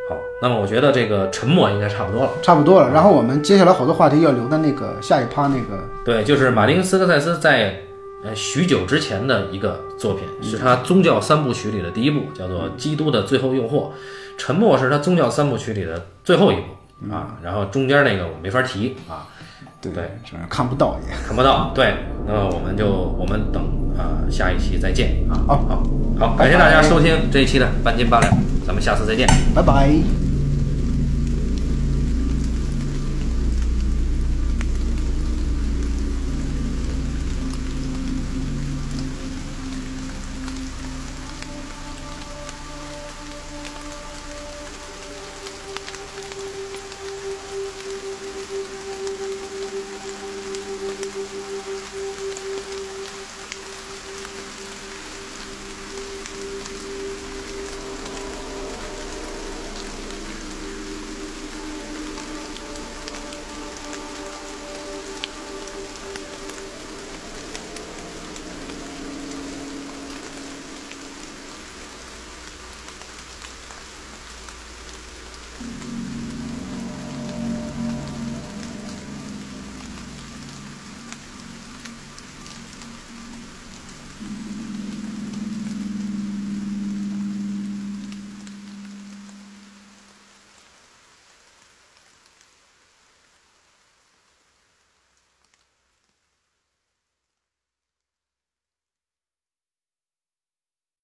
Speaker 1: 好，那么我觉得这个沉默应该差不多了。
Speaker 2: 嗯，差不多了。然后我们接下来好多话题要留在那个下一趴那个
Speaker 1: 对，就是马丁斯科塞斯在呃许久之前的一个作品，是他宗教三部曲里的第一部，叫做《基督的最后诱惑》。沉默是他宗教三部曲里的最后一部啊，然后中间那个我没法提啊，
Speaker 2: 对
Speaker 1: 对，
Speaker 2: 这样看不到也。
Speaker 1: 看不到。对，那么我们就我们等啊、呃下一期再见啊。
Speaker 2: 好
Speaker 1: 好好，感谢大家收听这一期的半斤八两，咱们下次再见。
Speaker 2: 拜拜。